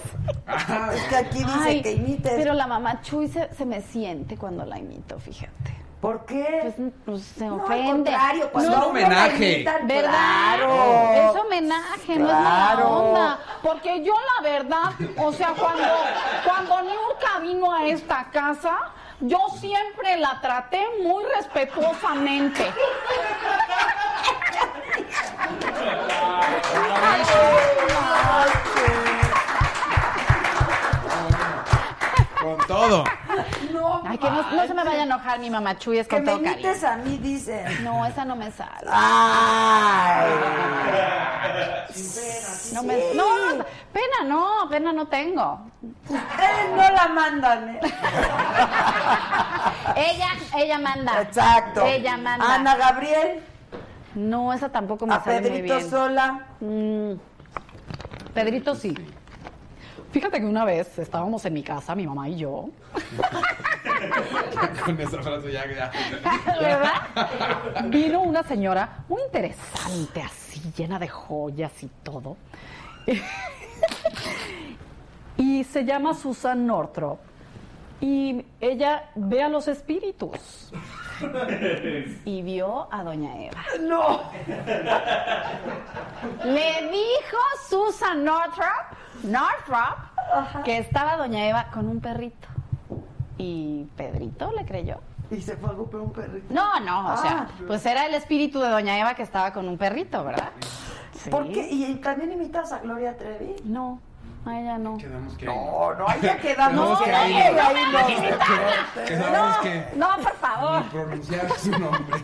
[SPEAKER 1] Es que aquí dice
[SPEAKER 9] Ay,
[SPEAKER 1] que imites.
[SPEAKER 9] Pero la mamá Chuy se, se me siente cuando la imito, fíjate.
[SPEAKER 1] ¿Por qué?
[SPEAKER 9] Pues, pues, se
[SPEAKER 1] No, al
[SPEAKER 9] ofende.
[SPEAKER 1] contrario, cuando
[SPEAKER 10] Es un a uno la homenaje. imitan,
[SPEAKER 9] ¿Verdad? Oh,
[SPEAKER 1] claro.
[SPEAKER 9] Es homenaje, no es mala
[SPEAKER 1] Claro.
[SPEAKER 9] onda. Porque yo, la verdad, o sea, cuando, cuando Nurka vino a esta casa, yo siempre la traté muy respetuosamente.
[SPEAKER 10] Con todo.
[SPEAKER 1] No,
[SPEAKER 9] Ay, que no, no se me vaya a enojar mi mamá Chuy, es
[SPEAKER 1] que
[SPEAKER 9] con
[SPEAKER 1] me
[SPEAKER 9] todo cariño.
[SPEAKER 1] imites a mí, dice.
[SPEAKER 9] No, esa no me sale.
[SPEAKER 1] Ay.
[SPEAKER 9] No, me,
[SPEAKER 1] Sí.
[SPEAKER 9] no, no, pena no, pena no tengo.
[SPEAKER 1] Ustedes no la mandan, ¿eh?
[SPEAKER 9] Ella, ella manda.
[SPEAKER 1] Exacto.
[SPEAKER 9] Ella manda.
[SPEAKER 1] Ana Gabriel,
[SPEAKER 9] No, esa tampoco me
[SPEAKER 1] a
[SPEAKER 9] sale muy
[SPEAKER 1] Pedrito
[SPEAKER 9] bien.
[SPEAKER 1] Sola.
[SPEAKER 9] Mm, Pedrito sí. Fíjate que una vez estábamos en mi casa, mi mamá y yo,
[SPEAKER 10] Con esa frase ya, ya.
[SPEAKER 9] ¿verdad? Vino una señora muy interesante, así, llena de joyas y todo. y se llama Susan Northrop. Y ella ve a los espíritus. Y vio a Doña Eva.
[SPEAKER 1] No.
[SPEAKER 9] Le dijo Susan Northrop, Northrop que estaba Doña Eva con un perrito. Y Pedrito le creyó.
[SPEAKER 1] Y se fue a comprar un perrito.
[SPEAKER 9] No, no, o
[SPEAKER 1] Ah.
[SPEAKER 9] sea, pues era el espíritu de Doña Eva que estaba con un perrito, ¿verdad?
[SPEAKER 1] ¿Por qué? ¿Y también imitas a Gloria Trevi?
[SPEAKER 9] No, a ella no.
[SPEAKER 13] Quedamos que
[SPEAKER 1] No, no, ahí ya
[SPEAKER 13] Quedamos
[SPEAKER 1] quedamos.
[SPEAKER 13] que ahí
[SPEAKER 1] ahí,
[SPEAKER 13] no.
[SPEAKER 1] ahí no.
[SPEAKER 13] Quedamos que
[SPEAKER 9] No, por favor.
[SPEAKER 13] ni pronunciar su nombre.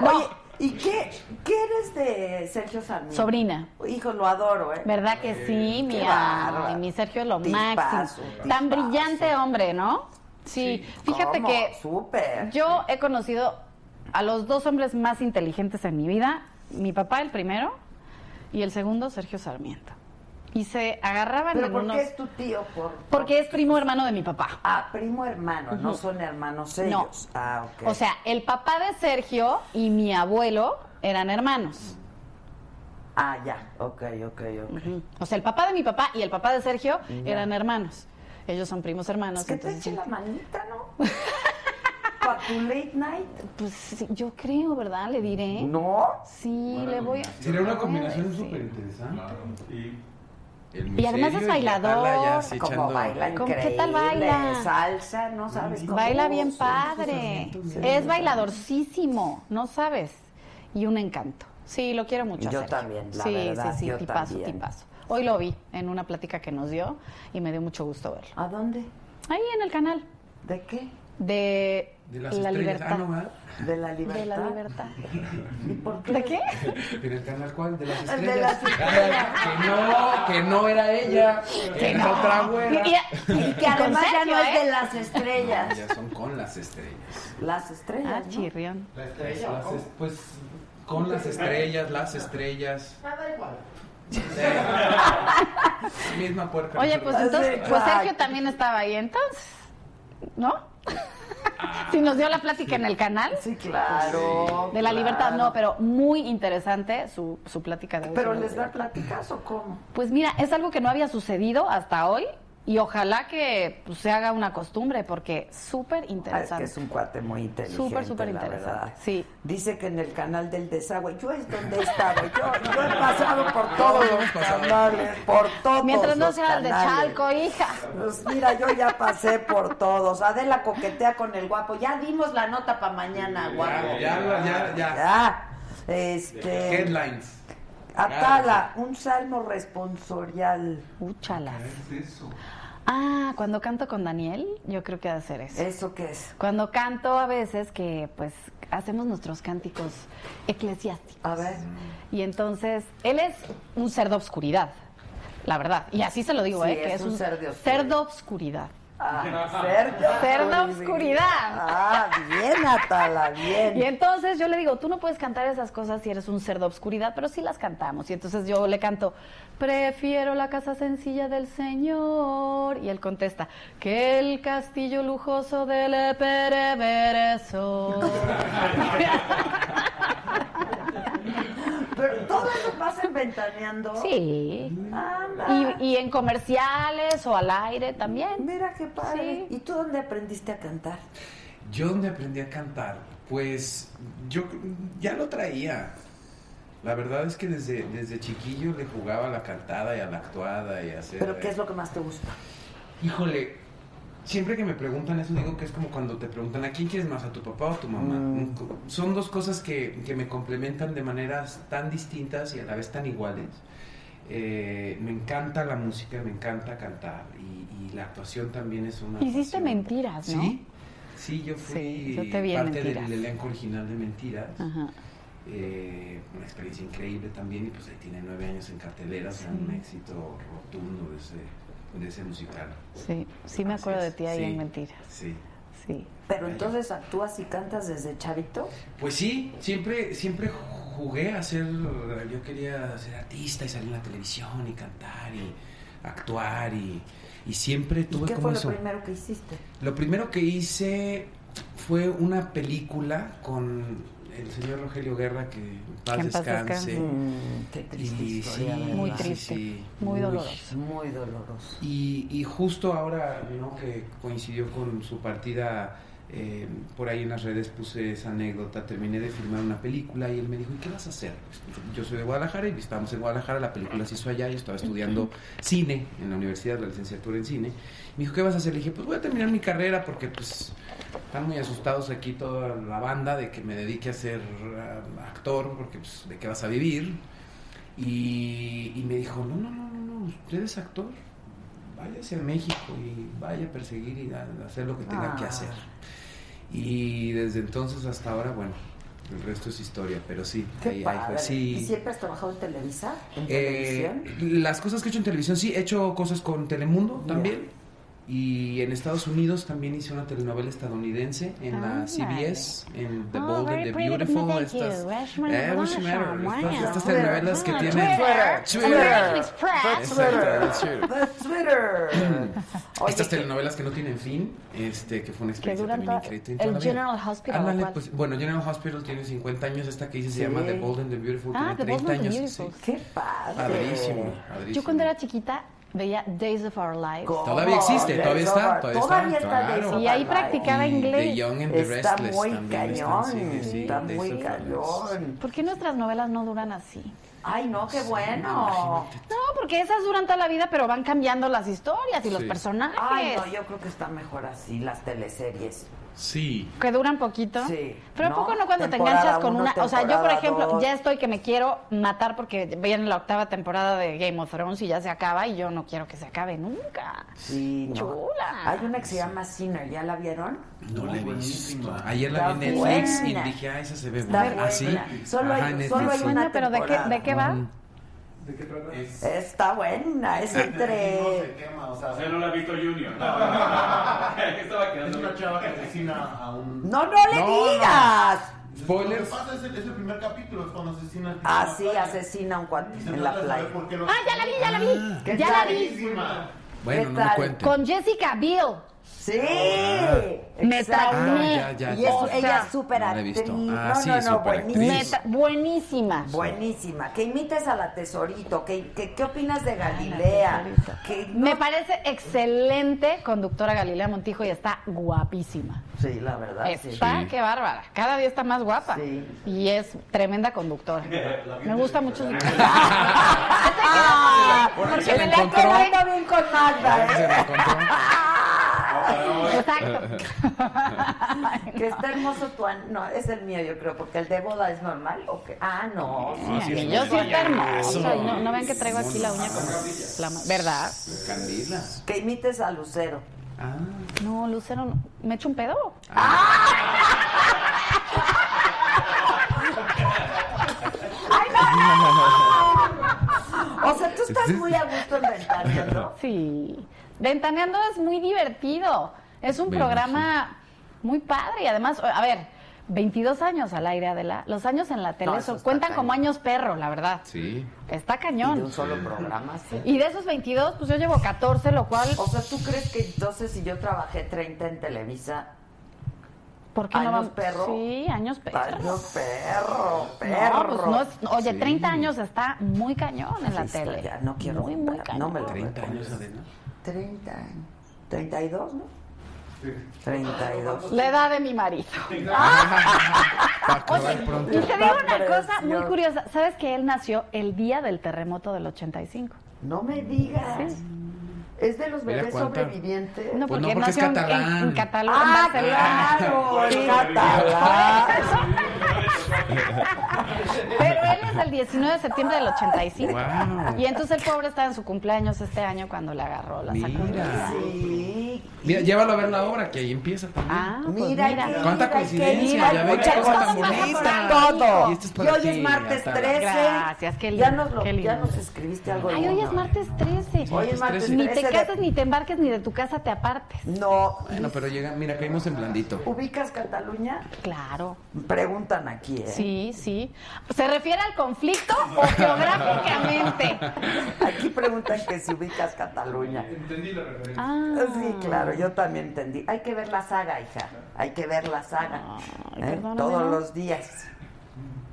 [SPEAKER 1] Oye, ¿y qué, qué eres de Sergio Sarmiento?
[SPEAKER 9] Sobrina.
[SPEAKER 1] Hijo, lo adoro, ¿eh?
[SPEAKER 9] ¿Verdad que sí? Mi,
[SPEAKER 1] qué
[SPEAKER 9] ay,
[SPEAKER 1] bárbaro.
[SPEAKER 9] mi Sergio lo
[SPEAKER 1] Tipazo,
[SPEAKER 9] máximo.
[SPEAKER 1] tipazo.
[SPEAKER 9] Tan brillante hombre, ¿no? Sí. Fíjate
[SPEAKER 1] ¿Cómo?
[SPEAKER 9] que
[SPEAKER 1] Súper.
[SPEAKER 9] yo he conocido a los dos hombres más inteligentes en mi vida. Mi papá, el primero, y el segundo, Sergio Sarmiento. Y se agarraban
[SPEAKER 1] ¿Pero
[SPEAKER 9] en
[SPEAKER 1] por
[SPEAKER 9] unos-
[SPEAKER 1] qué es tu tío? Por...
[SPEAKER 9] Porque es primo hermano de mi papá.
[SPEAKER 1] Ah, primo hermano, no
[SPEAKER 9] Ujú.
[SPEAKER 1] son hermanos
[SPEAKER 9] No.
[SPEAKER 1] ellos. Ah, ok.
[SPEAKER 9] O sea, el papá de Sergio y mi abuelo eran hermanos.
[SPEAKER 1] Ah, ya, ok, ok, ok.
[SPEAKER 9] Ujú. O sea, el papá de mi papá y el papá de Sergio
[SPEAKER 1] Ya.
[SPEAKER 9] eran hermanos. Ellos son primos hermanos.
[SPEAKER 1] Es que te
[SPEAKER 9] entonces
[SPEAKER 1] eche
[SPEAKER 9] sí.
[SPEAKER 1] la manita, ¿no? ¿Para tu late night?
[SPEAKER 9] Pues sí, yo creo, ¿verdad? Le diré.
[SPEAKER 1] ¿No?
[SPEAKER 9] Sí, le voy a... Ah,
[SPEAKER 13] Sería una combinación súper interesante.
[SPEAKER 9] Y además es bailador.
[SPEAKER 1] Como baila
[SPEAKER 9] ¿Cómo-
[SPEAKER 1] increíble.
[SPEAKER 9] ¿Qué tal baila?
[SPEAKER 1] Salsa, no sabes cómo.
[SPEAKER 9] Baila bien
[SPEAKER 1] Sí,
[SPEAKER 9] padre.
[SPEAKER 1] sí, sí, sí.
[SPEAKER 9] Es bailadorcísimo, no sabes. Y un encanto. Sí, lo quiero mucho. a
[SPEAKER 1] Yo
[SPEAKER 9] Sergio.
[SPEAKER 1] también, la
[SPEAKER 9] sí,
[SPEAKER 1] verdad,
[SPEAKER 9] Sí, sí,
[SPEAKER 1] yo
[SPEAKER 9] tipazo,
[SPEAKER 1] también.
[SPEAKER 9] tipazo. Hoy lo vi en una plática que nos dio y me dio mucho gusto verlo.
[SPEAKER 1] ¿A dónde?
[SPEAKER 9] Ahí en el canal
[SPEAKER 1] ¿De qué?
[SPEAKER 9] de,
[SPEAKER 13] De las
[SPEAKER 9] La
[SPEAKER 13] estrellas.
[SPEAKER 9] Libertad.
[SPEAKER 13] Ah, no, ¿verdad?
[SPEAKER 1] De la libertad.
[SPEAKER 9] de La Libertad.
[SPEAKER 1] ¿Y por qué?
[SPEAKER 9] ¿De qué?
[SPEAKER 13] En el canal cuál? De las
[SPEAKER 1] El
[SPEAKER 13] estrellas.
[SPEAKER 1] de las estrellas.
[SPEAKER 13] Ah, que no, que no era ella. Que era otra güera.
[SPEAKER 9] Y- y-
[SPEAKER 1] Y que además ya no
[SPEAKER 9] Sergio,
[SPEAKER 1] es de
[SPEAKER 9] ¿eh?
[SPEAKER 1] las estrellas.
[SPEAKER 13] Ya son con las estrellas.
[SPEAKER 1] Las estrellas.
[SPEAKER 9] Ah,
[SPEAKER 1] ¿no?
[SPEAKER 9] chirrión.
[SPEAKER 13] Las estrellas. Pues con las estrellas, las estrellas.
[SPEAKER 1] Ah,
[SPEAKER 7] Nada igual.
[SPEAKER 13] Misma puerca.
[SPEAKER 9] Oye, pues
[SPEAKER 13] Ah,
[SPEAKER 9] entonces,
[SPEAKER 1] Sí,
[SPEAKER 9] pues
[SPEAKER 1] claro.
[SPEAKER 9] Sergio también estaba ahí entonces, ¿no? Si nos dio la plática en el canal.
[SPEAKER 1] Ah. Sí, claro.
[SPEAKER 9] De la
[SPEAKER 1] claro.
[SPEAKER 9] libertad, no, pero muy interesante su, su plática de hoy.
[SPEAKER 1] ¿Pero
[SPEAKER 9] sobre
[SPEAKER 1] les
[SPEAKER 9] la
[SPEAKER 1] da
[SPEAKER 9] libertad.
[SPEAKER 1] pláticas o cómo?
[SPEAKER 9] Pues mira, es algo que no había sucedido hasta hoy y ojalá que pues, se haga una costumbre porque súper
[SPEAKER 1] Ah, es que
[SPEAKER 9] interesante.
[SPEAKER 1] es un cuate muy inteligente.
[SPEAKER 9] Súper, súper
[SPEAKER 1] la
[SPEAKER 9] interesante,
[SPEAKER 1] verdad.
[SPEAKER 9] sí.
[SPEAKER 1] Dice que en el canal del desagüe, yo es donde he estado. Yo, yo he pasado por todos los canales, por todos
[SPEAKER 9] Mientras no
[SPEAKER 1] los
[SPEAKER 9] sea el de
[SPEAKER 1] canales.
[SPEAKER 9] Chalco, hija.
[SPEAKER 1] Pues mira, yo ya pasé por todos. Adela coquetea con el guapo. Ya dimos la nota para mañana, guapo.
[SPEAKER 13] Ya, ya, ya.
[SPEAKER 1] Ya. Este.
[SPEAKER 13] Headlines.
[SPEAKER 1] Atala, un salmo responsorial.
[SPEAKER 9] Úchalas.
[SPEAKER 13] ¿Qué es eso?
[SPEAKER 9] Ah, cuando canto con Daniel, yo creo que ha de ser eso.
[SPEAKER 1] ¿Eso qué es?
[SPEAKER 9] Cuando canto a veces que pues hacemos nuestros cánticos eclesiásticos.
[SPEAKER 1] A ver.
[SPEAKER 9] Y entonces, él es un ser de obscuridad, la verdad. Y así se lo digo,
[SPEAKER 1] Sí,
[SPEAKER 9] ¿eh? Que
[SPEAKER 1] es un ser de
[SPEAKER 9] ser de obscuridad.
[SPEAKER 1] Ah, ser de
[SPEAKER 9] Ser de obscuridad.
[SPEAKER 1] Ah, bien, Atala, bien.
[SPEAKER 9] Y entonces yo le digo, tú no puedes cantar esas cosas si eres un ser de obscuridad, pero sí las cantamos. Y entonces yo le canto, prefiero la casa sencilla del Señor. Y él contesta, que el castillo lujoso del perevereso.
[SPEAKER 1] Pero todo eso pasa en ventaneando.
[SPEAKER 9] sí.
[SPEAKER 1] Anda.
[SPEAKER 9] Y, y en comerciales o al aire también.
[SPEAKER 1] Mira qué padre.
[SPEAKER 9] Sí.
[SPEAKER 1] ¿Y tú dónde aprendiste a cantar?
[SPEAKER 13] Yo donde aprendí a cantar, pues yo ya lo traía. La verdad es que desde, desde chiquillo le jugaba a la cantada y a la actuada y a hacer...
[SPEAKER 1] ¿Pero qué es lo que más te gusta?
[SPEAKER 13] Híjole, siempre que me preguntan eso digo que es como cuando te preguntan a quién quieres más, a tu papá o a tu mamá. Son dos cosas que, que me complementan de maneras tan distintas y a la vez tan iguales. Eh, me encanta la música, me encanta cantar y, y la actuación también es una...
[SPEAKER 9] Hiciste
[SPEAKER 13] pasión.
[SPEAKER 9] mentiras, ¿no?
[SPEAKER 13] Sí, sí, yo fui
[SPEAKER 9] Sí, yo te vi en
[SPEAKER 13] parte
[SPEAKER 9] Mentiras.
[SPEAKER 13] del elenco original de Mentiras.
[SPEAKER 9] Ajá.
[SPEAKER 13] Eh, una experiencia increíble también y pues ahí tiene nueve años en cartelera, o sea, un éxito rotundo de ese, de ese musical.
[SPEAKER 9] Sí, sí me
[SPEAKER 13] Así
[SPEAKER 9] acuerdo de
[SPEAKER 13] es.
[SPEAKER 9] ti ahí
[SPEAKER 13] Sí,
[SPEAKER 9] en Mentiras.
[SPEAKER 13] Sí.
[SPEAKER 9] Sí.
[SPEAKER 1] Pero entonces actúas y cantas desde chavito.
[SPEAKER 13] Pues sí, siempre, siempre jugué a ser, yo quería ser artista y salir en la televisión y cantar y actuar y, y siempre
[SPEAKER 1] ¿Y
[SPEAKER 13] tuve
[SPEAKER 1] qué
[SPEAKER 13] como
[SPEAKER 1] fue
[SPEAKER 13] eso.
[SPEAKER 1] lo primero que hiciste?
[SPEAKER 13] Lo primero que hice fue una película con el señor Rogelio Guerra que en paz,
[SPEAKER 9] Que en paz
[SPEAKER 13] descanse.
[SPEAKER 9] descanse.
[SPEAKER 1] Mm, qué triste
[SPEAKER 13] Eh, Y
[SPEAKER 1] historia.
[SPEAKER 13] sí,
[SPEAKER 1] ¿verdad?
[SPEAKER 9] Muy
[SPEAKER 13] sí,
[SPEAKER 9] triste,
[SPEAKER 13] sí,
[SPEAKER 9] muy doloroso.
[SPEAKER 1] Muy doloroso.
[SPEAKER 13] Y, y justo ahora, ¿no? que coincidió con su partida, eh, por ahí en las redes puse esa anécdota, terminé de filmar una película y él me dijo, ¿y qué vas a hacer? Pues, yo soy de Guadalajara y estábamos en Guadalajara, la película se hizo allá, yo estaba estudiando cine en la universidad, la licenciatura en cine. Me dijo, ¿qué vas a hacer? Le dije, pues voy a terminar mi carrera porque pues están muy asustados aquí um, toda la banda de que me dedique a ser ah, actor porque pues de qué vas a vivir. Y, y me dijo, no, no, no, no, no, usted es actor, váyase a México y vaya a perseguir y a- a hacer lo que tenga que
[SPEAKER 1] Ah.
[SPEAKER 13] hacer. Y desde entonces hasta ahora, bueno, el resto es historia, pero sí,
[SPEAKER 1] Qué
[SPEAKER 13] ahí- ahí fue.
[SPEAKER 1] padre.
[SPEAKER 13] Sí.
[SPEAKER 1] ¿Y siempre has trabajado en Televisa? ¿En
[SPEAKER 13] Eh,
[SPEAKER 1] televisión?
[SPEAKER 13] las cosas que he hecho en televisión, sí, he hecho cosas con Telemundo también. Y en Estados Unidos también hice una telenovela estadounidense en la
[SPEAKER 16] Ándale.
[SPEAKER 13] CBS, en The
[SPEAKER 16] Oh,
[SPEAKER 13] Bold and
[SPEAKER 16] Ah, very
[SPEAKER 13] the
[SPEAKER 16] pretty,
[SPEAKER 13] Beautiful.
[SPEAKER 16] thank you.
[SPEAKER 13] Estas,
[SPEAKER 16] Rushmore,
[SPEAKER 13] eh,
[SPEAKER 16] Rushmore,
[SPEAKER 13] Rushmore,
[SPEAKER 16] bueno.
[SPEAKER 13] estas, estas telenovelas que
[SPEAKER 16] Ah,
[SPEAKER 13] tienen
[SPEAKER 16] Twitter, Twitter, Express.
[SPEAKER 13] Exacto, Twitter.
[SPEAKER 1] The Twitter.
[SPEAKER 13] Estas telenovelas que no tienen fin, este, que fue una
[SPEAKER 16] Que
[SPEAKER 13] experiencia
[SPEAKER 16] duran
[SPEAKER 13] también
[SPEAKER 16] toda...
[SPEAKER 13] increíble. toda
[SPEAKER 16] El
[SPEAKER 13] la vida.
[SPEAKER 16] General Hospital.
[SPEAKER 13] Ándale,
[SPEAKER 16] ¿cuál?
[SPEAKER 13] pues, bueno, General Hospital tiene 50 años, esta que hice
[SPEAKER 16] Sí.
[SPEAKER 13] se llama The Bold and the Beautiful,
[SPEAKER 16] Ah, The
[SPEAKER 13] tiene
[SPEAKER 16] Bold
[SPEAKER 13] 30
[SPEAKER 16] and the
[SPEAKER 13] años.
[SPEAKER 16] Beautiful.
[SPEAKER 1] Qué padre.
[SPEAKER 13] Padrísimo,
[SPEAKER 16] Yo
[SPEAKER 13] padrísimo.
[SPEAKER 16] cuando era chiquita veía Days of Our Lives.
[SPEAKER 13] Todavía existe, todavía está, todavía está.
[SPEAKER 1] Todavía está Days of Our
[SPEAKER 16] Y ahí
[SPEAKER 1] Lives.
[SPEAKER 16] practicaba
[SPEAKER 13] Y
[SPEAKER 16] inglés.
[SPEAKER 13] The Young and the
[SPEAKER 1] Está
[SPEAKER 13] Restless
[SPEAKER 1] muy
[SPEAKER 13] también
[SPEAKER 1] cañón,
[SPEAKER 13] están, sí, sí,
[SPEAKER 1] está
[SPEAKER 13] Days
[SPEAKER 1] muy
[SPEAKER 13] of Our
[SPEAKER 1] cañón.
[SPEAKER 13] Lives.
[SPEAKER 16] ¿Por qué nuestras novelas no duran así?
[SPEAKER 1] Ay, no, qué bueno.
[SPEAKER 9] No, porque esas duran toda la vida, pero van cambiando las historias y los
[SPEAKER 1] Sí.
[SPEAKER 9] personajes.
[SPEAKER 1] Ay, no, yo creo que está mejor así, las teleseries.
[SPEAKER 13] Sí.
[SPEAKER 9] Que duran poquito.
[SPEAKER 1] Sí.
[SPEAKER 9] Pero
[SPEAKER 1] ¿no?
[SPEAKER 9] ¿a poco no cuando te
[SPEAKER 1] Temporada
[SPEAKER 9] enganchas con
[SPEAKER 1] uno,
[SPEAKER 9] una... O sea, yo, por
[SPEAKER 1] temporada
[SPEAKER 9] ejemplo,
[SPEAKER 1] dos.
[SPEAKER 9] ya estoy que me quiero matar porque viene la octava temporada de Game of Thrones y ya se acaba y yo no quiero que se acabe nunca.
[SPEAKER 1] Sí, no.
[SPEAKER 9] Chula.
[SPEAKER 1] Hay una que se llama Sinner, ¿ya la vieron?
[SPEAKER 13] No la he visto.
[SPEAKER 1] buenísima.
[SPEAKER 13] Ayer la vi en
[SPEAKER 1] Está
[SPEAKER 13] Netflix
[SPEAKER 1] buena.
[SPEAKER 13] y dije, ah, esa se ve
[SPEAKER 1] Está
[SPEAKER 13] buena.
[SPEAKER 1] buena.
[SPEAKER 13] Así.
[SPEAKER 1] Solo hay- solo hay una
[SPEAKER 9] pero ¿de qué,
[SPEAKER 1] temporada.
[SPEAKER 9] ¿de qué va?
[SPEAKER 17] ¿De qué trata?
[SPEAKER 1] Está buena, es entre...
[SPEAKER 3] quema, o sea,
[SPEAKER 2] O sea, no la ha visto Junior. Estaba
[SPEAKER 3] es
[SPEAKER 2] quedando.
[SPEAKER 3] una chava que asesina a un...
[SPEAKER 1] No, no le
[SPEAKER 3] No, no.
[SPEAKER 1] digas.
[SPEAKER 3] Lo que pasa es el, es el primer capítulo, es cuando asesina al tipo
[SPEAKER 1] Ah,
[SPEAKER 3] en la
[SPEAKER 1] sí,
[SPEAKER 3] playa.
[SPEAKER 1] asesina a un cuate
[SPEAKER 3] Y se
[SPEAKER 1] en la
[SPEAKER 3] trata de
[SPEAKER 1] playa.
[SPEAKER 3] saber por qué lo-
[SPEAKER 9] Ah, ya la vi, ya la vi.
[SPEAKER 1] ¿Qué
[SPEAKER 9] ya
[SPEAKER 1] tal?
[SPEAKER 9] la vi.
[SPEAKER 3] Buenísima.
[SPEAKER 13] Bueno, no
[SPEAKER 1] tal?
[SPEAKER 13] me cuenten.
[SPEAKER 9] Con Jessica Biel.
[SPEAKER 1] Sí.
[SPEAKER 13] Ah.
[SPEAKER 9] Me
[SPEAKER 1] exacto.
[SPEAKER 9] traumé.
[SPEAKER 13] Ah, ya, ya,
[SPEAKER 1] Y es-
[SPEAKER 13] ya.
[SPEAKER 1] ella es súper
[SPEAKER 13] No la he
[SPEAKER 1] actriz.
[SPEAKER 13] visto. Ah,
[SPEAKER 1] no,
[SPEAKER 13] sí,
[SPEAKER 1] no, no,
[SPEAKER 13] superactriz.
[SPEAKER 1] buenísima.
[SPEAKER 9] Neta, buenísima.
[SPEAKER 1] Buenísima. Que imites a la tesorito. ¿Qué, qué, qué opinas de Galilea? Que no-
[SPEAKER 9] Me parece excelente conductora Galilea Montijo y está guapísima.
[SPEAKER 1] Sí, la verdad. sí.
[SPEAKER 9] Está, qué bárbara. Cada día está más guapa. Y es tremenda conductora. Me gusta mucho su
[SPEAKER 1] Ah,
[SPEAKER 9] Porque
[SPEAKER 1] porque
[SPEAKER 9] me
[SPEAKER 1] me
[SPEAKER 9] la
[SPEAKER 1] la
[SPEAKER 9] encontró.
[SPEAKER 1] quedando bien con Magda, ¿eh?
[SPEAKER 9] Exacto.
[SPEAKER 1] Que está hermoso tu an... No, es el mío, yo creo, porque el de boda es normal. ¿o qué? Ah, no.
[SPEAKER 9] Mira,
[SPEAKER 1] sí,
[SPEAKER 9] y
[SPEAKER 1] sí,
[SPEAKER 9] yo
[SPEAKER 1] sí.
[SPEAKER 9] soy está hermosa. y No, no vean que traigo aquí la uña como la ma- ¿Verdad?
[SPEAKER 13] Candila.
[SPEAKER 1] Que imites a Lucero.
[SPEAKER 9] No, Lucero, no. ¿me echo un pedo?
[SPEAKER 1] O sea, tú estás muy a gusto en ventaneando.
[SPEAKER 9] Sí. Ventaneando es muy divertido. Es un
[SPEAKER 13] Bueno,
[SPEAKER 9] programa muy padre y además, a ver, 22 años al aire, Adela. Los años en la tele
[SPEAKER 1] No, eso
[SPEAKER 9] son-
[SPEAKER 1] está
[SPEAKER 9] cuentan como
[SPEAKER 1] cañón.
[SPEAKER 9] años perro, la verdad.
[SPEAKER 13] Sí.
[SPEAKER 9] Está
[SPEAKER 1] Y de
[SPEAKER 9] cañón.
[SPEAKER 1] un solo programa, sí.
[SPEAKER 9] Y de esos 22, pues yo llevo 14, lo cual,
[SPEAKER 1] O sea, ¿tú crees que entonces si yo trabajé 30 en Televisa,
[SPEAKER 9] ¿por qué no
[SPEAKER 1] ¿años
[SPEAKER 9] vamos?
[SPEAKER 1] perro?
[SPEAKER 9] Sí, años perro.
[SPEAKER 1] años perro, perro?
[SPEAKER 9] Pues, No, pues no es- oye,
[SPEAKER 13] Sí.
[SPEAKER 9] 30 años está muy cañón en la
[SPEAKER 1] Sí, está,
[SPEAKER 9] tele.
[SPEAKER 1] ya, no quiero
[SPEAKER 9] Muy, muy
[SPEAKER 1] comprar,
[SPEAKER 9] cañón.
[SPEAKER 1] no me lo
[SPEAKER 13] 30 años, Adela.
[SPEAKER 1] 30 años. 32, ¿no? 32.
[SPEAKER 9] La edad de mi marido.
[SPEAKER 13] Para acabar pronto.
[SPEAKER 9] Y te digo una
[SPEAKER 1] Está
[SPEAKER 9] cosa muy
[SPEAKER 1] precioso.
[SPEAKER 9] curiosa. ¿Sabes que él nació el día del terremoto del 85?
[SPEAKER 1] No me digas. Es de los
[SPEAKER 13] Mira
[SPEAKER 1] bebés
[SPEAKER 13] cuánta-
[SPEAKER 1] sobrevivientes.
[SPEAKER 9] No,
[SPEAKER 13] Pues
[SPEAKER 9] porque,
[SPEAKER 13] no, porque es
[SPEAKER 9] nació en- en,
[SPEAKER 13] catalán.
[SPEAKER 9] en Catalu- en
[SPEAKER 1] ah,
[SPEAKER 9] Barcelona.
[SPEAKER 1] claro,
[SPEAKER 2] Sí.
[SPEAKER 1] el catalán.
[SPEAKER 9] Pero él es el 19 de septiembre del 85.
[SPEAKER 13] Wow.
[SPEAKER 9] Y entonces el pobre estaba en su cumpleaños este año cuando le agarró la sacudida.
[SPEAKER 13] Mira.
[SPEAKER 1] Sí.
[SPEAKER 13] Mira, llévalo a ver la obra que ahí empieza también.
[SPEAKER 9] Ah, pues
[SPEAKER 1] Mira,
[SPEAKER 9] mira.
[SPEAKER 1] hay que
[SPEAKER 13] Cuánta
[SPEAKER 1] ir, hay que
[SPEAKER 13] coincidencia,
[SPEAKER 1] ir, hay
[SPEAKER 13] ya ves,
[SPEAKER 1] muchas
[SPEAKER 13] cosas tan
[SPEAKER 1] cosas que
[SPEAKER 13] bonitas.
[SPEAKER 1] pasan todo.
[SPEAKER 13] Y esto es
[SPEAKER 1] Y
[SPEAKER 13] para
[SPEAKER 1] hoy
[SPEAKER 13] ti,
[SPEAKER 1] es martes
[SPEAKER 13] Atala.
[SPEAKER 1] 13.
[SPEAKER 9] Gracias, qué
[SPEAKER 1] Ya
[SPEAKER 9] lindo,
[SPEAKER 1] nos, lo-
[SPEAKER 9] qué
[SPEAKER 1] ya
[SPEAKER 9] lindo.
[SPEAKER 1] nos escribiste algo.
[SPEAKER 9] Ay, hoy
[SPEAKER 1] lindo.
[SPEAKER 9] es martes 13.
[SPEAKER 1] Hoy es martes
[SPEAKER 13] 13.
[SPEAKER 9] Ni te
[SPEAKER 1] 13 de-
[SPEAKER 9] casas, ni te embarques, ni de tu casa te apartes.
[SPEAKER 1] No.
[SPEAKER 13] Bueno, pero llega, mira, caímos en blandito.
[SPEAKER 1] ¿Ubicas Cataluña?
[SPEAKER 9] Claro.
[SPEAKER 1] Preguntan aquí, ¿eh?
[SPEAKER 9] Sí, sí. ¿Se refiere al conflicto o geográficamente?
[SPEAKER 1] Aquí preguntan que si ubicas Cataluña.
[SPEAKER 17] Entendí la referencia.
[SPEAKER 9] Ah,
[SPEAKER 1] Sí, claro, yo también entendí. Hay que ver la saga, hija. Hay que ver la saga.
[SPEAKER 9] Ay,
[SPEAKER 1] ¿eh?
[SPEAKER 9] perdóname,
[SPEAKER 1] Todos
[SPEAKER 9] ¿no?
[SPEAKER 1] los días.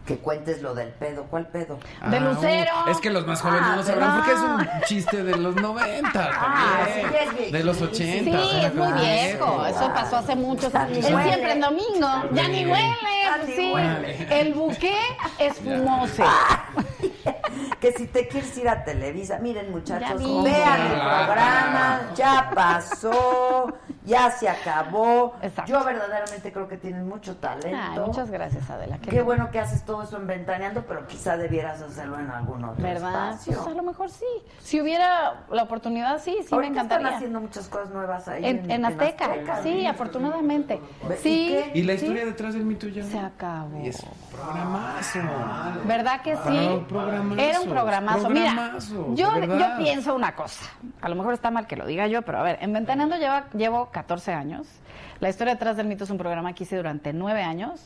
[SPEAKER 1] Que cuentes lo del pedo. ¿Cuál pedo?
[SPEAKER 9] de
[SPEAKER 13] Ah,
[SPEAKER 9] Lucero.
[SPEAKER 13] uy, es que los más jóvenes no lo sabrán
[SPEAKER 1] Ah,
[SPEAKER 13] porque es un chiste de los 90
[SPEAKER 1] Ah,
[SPEAKER 13] también.
[SPEAKER 1] sí, es viejo.
[SPEAKER 13] de los
[SPEAKER 9] Sí,
[SPEAKER 13] 80. o sea,
[SPEAKER 9] es muy
[SPEAKER 13] como
[SPEAKER 9] viejo. Eso pasó hace muchos años. Él
[SPEAKER 1] huele.
[SPEAKER 9] siempre en domingo. Ya ni huele.
[SPEAKER 1] Ya
[SPEAKER 9] pues
[SPEAKER 1] ni
[SPEAKER 9] sí.
[SPEAKER 1] huele.
[SPEAKER 9] El buque es fumoso.
[SPEAKER 1] Que si te quieres ir a Televisa, miren muchachos,
[SPEAKER 9] Ya vi.
[SPEAKER 1] vean el
[SPEAKER 13] Ah.
[SPEAKER 1] programa, ya pasó, ya se acabó. Yo verdaderamente creo que tienes mucho talento.
[SPEAKER 9] Ay, muchas gracias, Adela.
[SPEAKER 1] Qué, bueno que haces todo eso en Ventaneando, pero quizá debieras hacerlo en algún otro
[SPEAKER 9] ¿Verdad?
[SPEAKER 1] espacio.
[SPEAKER 9] Pues a lo mejor sí. Si hubiera la oportunidad, sí, sí me
[SPEAKER 1] Ahorita
[SPEAKER 9] encantaría.
[SPEAKER 1] están haciendo muchas cosas nuevas ahí.
[SPEAKER 9] en, en Azteca, sí, afortunadamente. Sí,
[SPEAKER 13] ¿Y la
[SPEAKER 9] sí.
[SPEAKER 13] historia detrás del mito ya?
[SPEAKER 9] Se acabó.
[SPEAKER 13] Y es un programazo.
[SPEAKER 9] ¿Verdad que sí?
[SPEAKER 13] Era un programazo.
[SPEAKER 9] Era un programazo.
[SPEAKER 13] Programazo, de
[SPEAKER 9] Mira, yo,
[SPEAKER 13] verdad.
[SPEAKER 9] yo pienso una cosa. A lo mejor está mal que lo diga yo, pero a ver, en Ventaneando lleva, llevo 14 años. La historia detrás del mito es un programa que hice durante 9 años.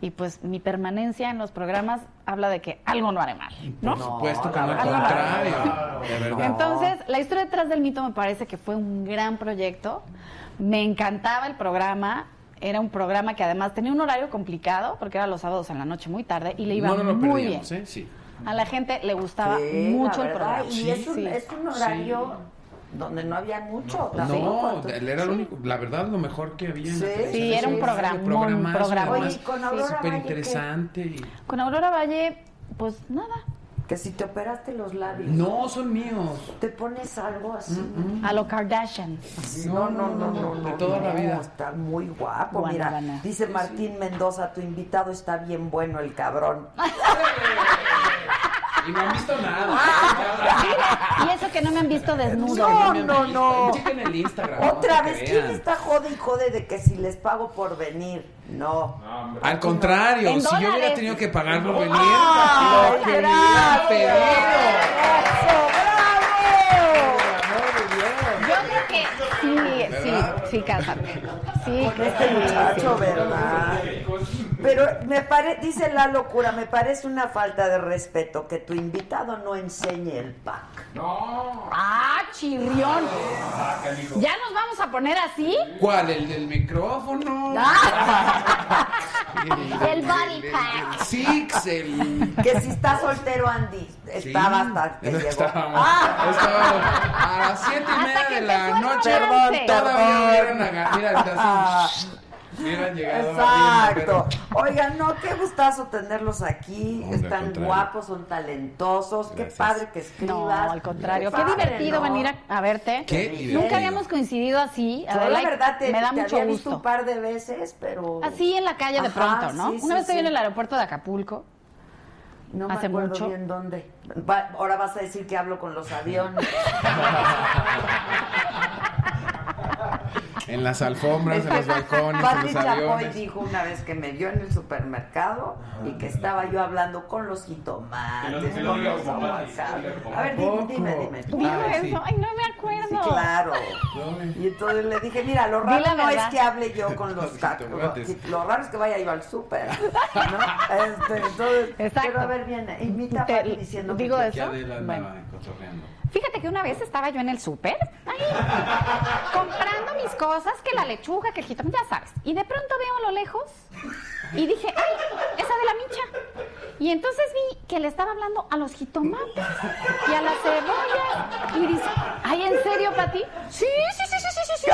[SPEAKER 9] Y pues mi permanencia en los programas habla de que algo no haré mal.
[SPEAKER 13] Por
[SPEAKER 9] Ah,
[SPEAKER 13] supuesto que no, al
[SPEAKER 9] la
[SPEAKER 13] contrario.
[SPEAKER 9] verdad.
[SPEAKER 13] De verdad.
[SPEAKER 9] Entonces, la historia detrás del mito me parece que fue un gran proyecto. Me encantaba el programa. Era un programa que además tenía un horario complicado porque era los sábados en la noche muy tarde y le iba
[SPEAKER 13] no, no, no,
[SPEAKER 9] muy bien.
[SPEAKER 13] perdíamos, ¿eh? Sí.
[SPEAKER 9] A la gente le gustaba
[SPEAKER 1] Sí,
[SPEAKER 9] mucho
[SPEAKER 1] la
[SPEAKER 9] el
[SPEAKER 1] verdad,
[SPEAKER 9] programa.
[SPEAKER 1] Y es, un, es un horario donde no había mucho. tampoco,
[SPEAKER 13] No,
[SPEAKER 1] entonces-
[SPEAKER 13] él era lo único, la verdad, lo mejor que había. en la
[SPEAKER 1] Sí,
[SPEAKER 13] televisión.
[SPEAKER 9] sí, era un programón,
[SPEAKER 13] programazo,
[SPEAKER 9] programón.
[SPEAKER 13] además,
[SPEAKER 9] Oye, y con Aurora
[SPEAKER 13] súper
[SPEAKER 9] Valle, ¿qué?
[SPEAKER 13] interesante. y-
[SPEAKER 9] Con Aurora Valle, pues nada.
[SPEAKER 1] Que si te operaste los labios.
[SPEAKER 13] No, Mm, son míos.
[SPEAKER 1] Te pones algo así.
[SPEAKER 9] A lo Kardashian.
[SPEAKER 1] No, no, no, no, no.
[SPEAKER 13] De toda la
[SPEAKER 1] no,
[SPEAKER 13] vida.
[SPEAKER 1] Está muy guapo,
[SPEAKER 9] Guana,
[SPEAKER 1] mira.
[SPEAKER 9] guana.
[SPEAKER 1] Dice Martín Mendoza, tu invitado está bien bueno, el cabrón.
[SPEAKER 13] Y no han visto nada.
[SPEAKER 9] Y eso que no me han visto desnudo.
[SPEAKER 1] No, no, no.
[SPEAKER 13] Chequen el Instagram.
[SPEAKER 1] Otra
[SPEAKER 13] no se
[SPEAKER 1] vez, ¿quién
[SPEAKER 13] crean.
[SPEAKER 1] está jode y jode de que si les pago por venir? No.
[SPEAKER 13] Al contrario,
[SPEAKER 1] En
[SPEAKER 13] si yo hubiera
[SPEAKER 1] dólares.
[SPEAKER 13] tenido que pagar por venir,
[SPEAKER 1] ¡Ay,
[SPEAKER 13] lo que hubiera pedido.
[SPEAKER 9] Yo creo que sí, sí, sí, cásate. Sí,
[SPEAKER 1] Con este muchacho, ¿verdad? Pero me pare, dice la locura, me parece una falta de respeto que tu invitado no enseñe el pack.
[SPEAKER 9] Ah, chirrión. ¿Ya nos vamos a poner así?
[SPEAKER 13] ¿Cuál? ¿El del micrófono?
[SPEAKER 9] El body pack.
[SPEAKER 13] El Six, el.
[SPEAKER 1] Que si está soltero Andy, estaba hasta que
[SPEAKER 13] no
[SPEAKER 1] llegó. Ah,
[SPEAKER 13] estábamos. Estábamos a las siete y media de la noche.
[SPEAKER 1] Perdón,
[SPEAKER 13] Todavía
[SPEAKER 1] perdón.
[SPEAKER 13] hubieran agarrado. Mira, entonces, hubieran llegado.
[SPEAKER 1] Exacto. Oigan, no, qué gustazo tenerlos aquí.
[SPEAKER 13] No, al
[SPEAKER 1] Están
[SPEAKER 13] contrario.
[SPEAKER 1] guapos, son talentosos. Qué padre que escribas.
[SPEAKER 9] No, al contrario. Qué,
[SPEAKER 1] padre,
[SPEAKER 9] divertido
[SPEAKER 1] ¿no?
[SPEAKER 9] venir a, a verte.
[SPEAKER 1] Qué divertido.
[SPEAKER 9] Nunca habíamos coincidido así.
[SPEAKER 1] Yo, la
[SPEAKER 9] Adela, y
[SPEAKER 1] verdad, te,
[SPEAKER 9] me da
[SPEAKER 1] te
[SPEAKER 9] mucho
[SPEAKER 1] había visto
[SPEAKER 9] gusto.
[SPEAKER 1] un par de veces, pero...
[SPEAKER 9] Así en la calle de
[SPEAKER 1] Ajá,
[SPEAKER 9] pronto, ¿no?
[SPEAKER 1] sí, sí,
[SPEAKER 9] Una vez te vi
[SPEAKER 1] sí.
[SPEAKER 9] en el aeropuerto de Acapulco.
[SPEAKER 1] No
[SPEAKER 9] hace
[SPEAKER 1] me acuerdo
[SPEAKER 9] mucho.
[SPEAKER 1] bien dónde. Va- ahora vas a decir que hablo con los aviones.
[SPEAKER 13] En las alfombras, en los balcones, en los
[SPEAKER 1] Pati Chapoy
[SPEAKER 13] aviones.
[SPEAKER 1] dijo una vez que me vio en el supermercado y que estaba yo hablando con los jitomates,
[SPEAKER 2] Que lo- que lo
[SPEAKER 1] con
[SPEAKER 2] diga
[SPEAKER 1] los
[SPEAKER 2] como Pati,
[SPEAKER 1] aguacates.
[SPEAKER 2] que lo diga
[SPEAKER 1] A ver, dime,
[SPEAKER 2] como
[SPEAKER 1] dime,
[SPEAKER 13] Ah,
[SPEAKER 1] dime.
[SPEAKER 9] Dijo eso. Ay, no me acuerdo.
[SPEAKER 1] Sí, claro. Y entonces le dije, mira, lo
[SPEAKER 9] Di la
[SPEAKER 1] raro no es
[SPEAKER 9] verdad.
[SPEAKER 1] que hable yo con los tacos.
[SPEAKER 13] jitomates.
[SPEAKER 1] Lo raro es que vaya yo al súper. ¿no? Este, entonces,
[SPEAKER 9] Exacto.
[SPEAKER 1] quiero a ver bien, imita a
[SPEAKER 9] Te-
[SPEAKER 1] Pati diciendo
[SPEAKER 9] digo
[SPEAKER 1] que-
[SPEAKER 9] eso. Bueno.
[SPEAKER 13] cotorreando.
[SPEAKER 9] Fíjate que una vez estaba yo en el súper, ahí, comprando mis cosas, que la lechuga, que el jitomate, ya sabes. Y de pronto veo a lo lejos y dije, ¡ay, esa de la micha! Y entonces vi que le estaba hablando a los jitomates y a las cebollas. Y dice, ¿ay, en serio, Pati? Sí, sí, sí, sí, sí, sí, sí.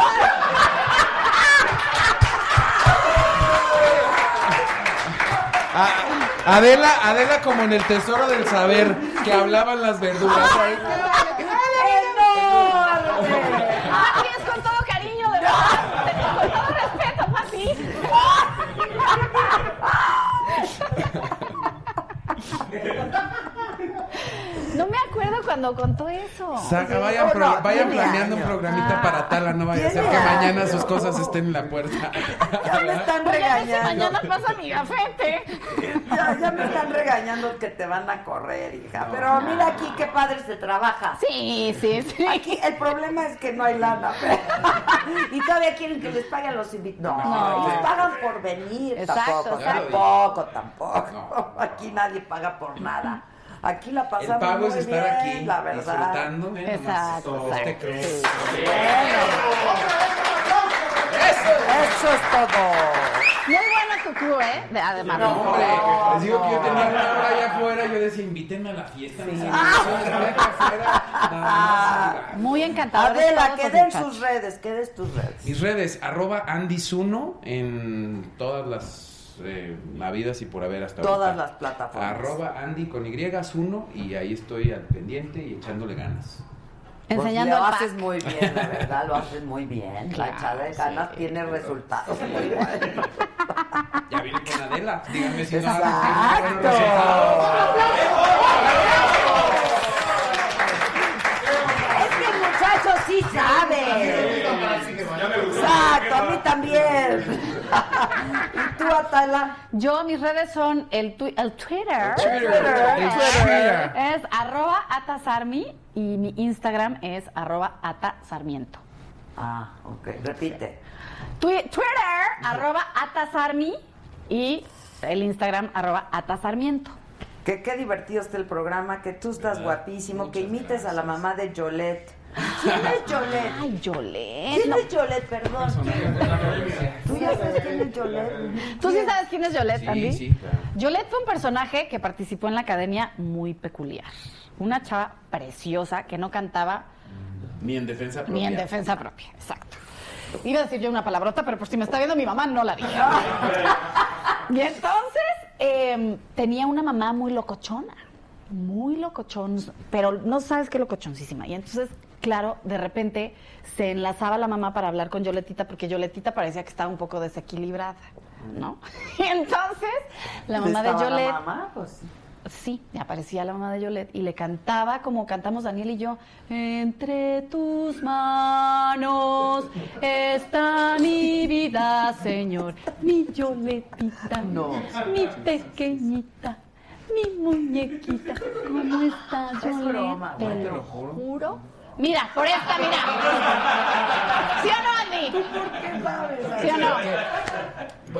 [SPEAKER 13] A- Adela, Adela como en el tesoro del saber que hablaban las verduras.
[SPEAKER 1] ¡Enorme!
[SPEAKER 9] Así es, con todo cariño, de verdad. Con todo respeto, Pati. No me acuerdo cuando contó eso.
[SPEAKER 13] Saca, Ah, vayan,
[SPEAKER 9] No,
[SPEAKER 13] pro-
[SPEAKER 9] no,
[SPEAKER 13] vayan
[SPEAKER 9] tiene
[SPEAKER 13] planeando un
[SPEAKER 9] años.
[SPEAKER 1] Ah,
[SPEAKER 13] programita para Tala, no vaya a ser que
[SPEAKER 9] Tiene
[SPEAKER 13] mañana
[SPEAKER 9] años.
[SPEAKER 13] sus cosas estén en la puerta.
[SPEAKER 1] Ya me están
[SPEAKER 9] Oigan, ese
[SPEAKER 1] regañando.
[SPEAKER 9] mañana pasa mi gafete.
[SPEAKER 1] Ya, ya me están regañando que te van a correr, hija. Pero mira aquí qué padre se trabaja.
[SPEAKER 9] Sí, sí, sí.
[SPEAKER 1] Aquí el problema es que no hay lana. pero- y todavía quieren que les paguen los invitados. No,
[SPEAKER 9] No.
[SPEAKER 1] les pagan por venir.
[SPEAKER 9] Exacto,
[SPEAKER 1] tampoco,
[SPEAKER 9] exacto.
[SPEAKER 1] tampoco, tampoco. Aquí nadie paga por nada. Aquí la
[SPEAKER 13] El
[SPEAKER 1] pasamos
[SPEAKER 13] pago es
[SPEAKER 1] muy
[SPEAKER 13] estar
[SPEAKER 1] bien,
[SPEAKER 13] aquí
[SPEAKER 1] la verdad.
[SPEAKER 13] disfrutando. ve nomás.
[SPEAKER 9] Exacto,
[SPEAKER 13] ¿Te
[SPEAKER 9] exacto.
[SPEAKER 13] crees?
[SPEAKER 1] Eso es todo.
[SPEAKER 9] Muy buena tu crew, ¿eh? De- Además.
[SPEAKER 13] No, hombre, les digo que yo tenía una hora allá afuera, yo decía, invítenme a la fiesta. mis
[SPEAKER 1] Ah.
[SPEAKER 13] amigos, estoy acá afuera, nada más".
[SPEAKER 9] Muy encantadora.
[SPEAKER 1] Adela, que den sus redes, que des tus redes.
[SPEAKER 13] Mis redes, arroba Andysuno en todas las eh, habidas y por haber hasta
[SPEAKER 1] Todas
[SPEAKER 13] ahorita.
[SPEAKER 1] las plataformas.
[SPEAKER 13] Arroba Andy con Y, Zuno, y ahí estoy al pendiente y echándole ganas.
[SPEAKER 1] Pues
[SPEAKER 9] Enseñando
[SPEAKER 1] lo
[SPEAKER 9] al
[SPEAKER 1] haces
[SPEAKER 9] pack.
[SPEAKER 1] muy bien, la verdad, lo haces muy bien.
[SPEAKER 9] Claro,
[SPEAKER 1] la echada de
[SPEAKER 9] sí.
[SPEAKER 1] ganas tiene resultados.
[SPEAKER 13] Ya viene con Adela. Díganme si no
[SPEAKER 1] Exacto. Este muchacho sí sabe. Exacto, a mí también. ¿Y tú, Atala?
[SPEAKER 9] Yo, mis redes son el, twi- el Twitter.
[SPEAKER 1] El Twitter, el
[SPEAKER 9] Es-
[SPEAKER 1] Twitter.
[SPEAKER 9] Es arroba atasarmi y mi Instagram es arroba atasarmiento.
[SPEAKER 1] Ah, ok, repite.
[SPEAKER 9] Twi- Twitter, arroba atasarmi y el Instagram, arroba atasarmiento.
[SPEAKER 1] Que qué divertido está el programa, que tú estás guapísimo, que imites a la mamá de Yolette. ¿Quién es Yolette?
[SPEAKER 9] Ay, Yolette.
[SPEAKER 1] ¿Quién es Yolette? Perdón. ¿Tú ya sabes quién es Yolette?
[SPEAKER 9] ¿Tú sí sabes quién es Yolette,
[SPEAKER 1] Sí,
[SPEAKER 9] Andy?
[SPEAKER 1] sí, claro.
[SPEAKER 9] Yolette fue un personaje que participó en la academia muy peculiar. Una chava preciosa que no cantaba
[SPEAKER 18] Ni en defensa propia.
[SPEAKER 9] ni en defensa propia. Exacto. Iba a decir yo una palabrota, pero por si me está viendo mi mamá, no la dije. y entonces eh, tenía una mamá muy locochona. Muy locochón, pero no sabes qué locochoncísima. Y entonces, claro, de repente se enlazaba la mamá para hablar con Yoletita, porque Yoletita parecía que estaba un poco desequilibrada, ¿no? Y entonces, la mamá de
[SPEAKER 1] ¿Estaba la
[SPEAKER 9] Yolette.
[SPEAKER 1] mamá? Pues,
[SPEAKER 9] Sí, me aparecía la mamá de Yolette y le cantaba como cantamos Daniel y yo. Entre tus manos está mi vida, Señor. Mi Yoletita, mi pequeñita, mi muñequita. ¿Cómo está Yolette? Te lo juro. Mira, por esta, mira. ¿Sí o no, Andy? ¿Sí o no?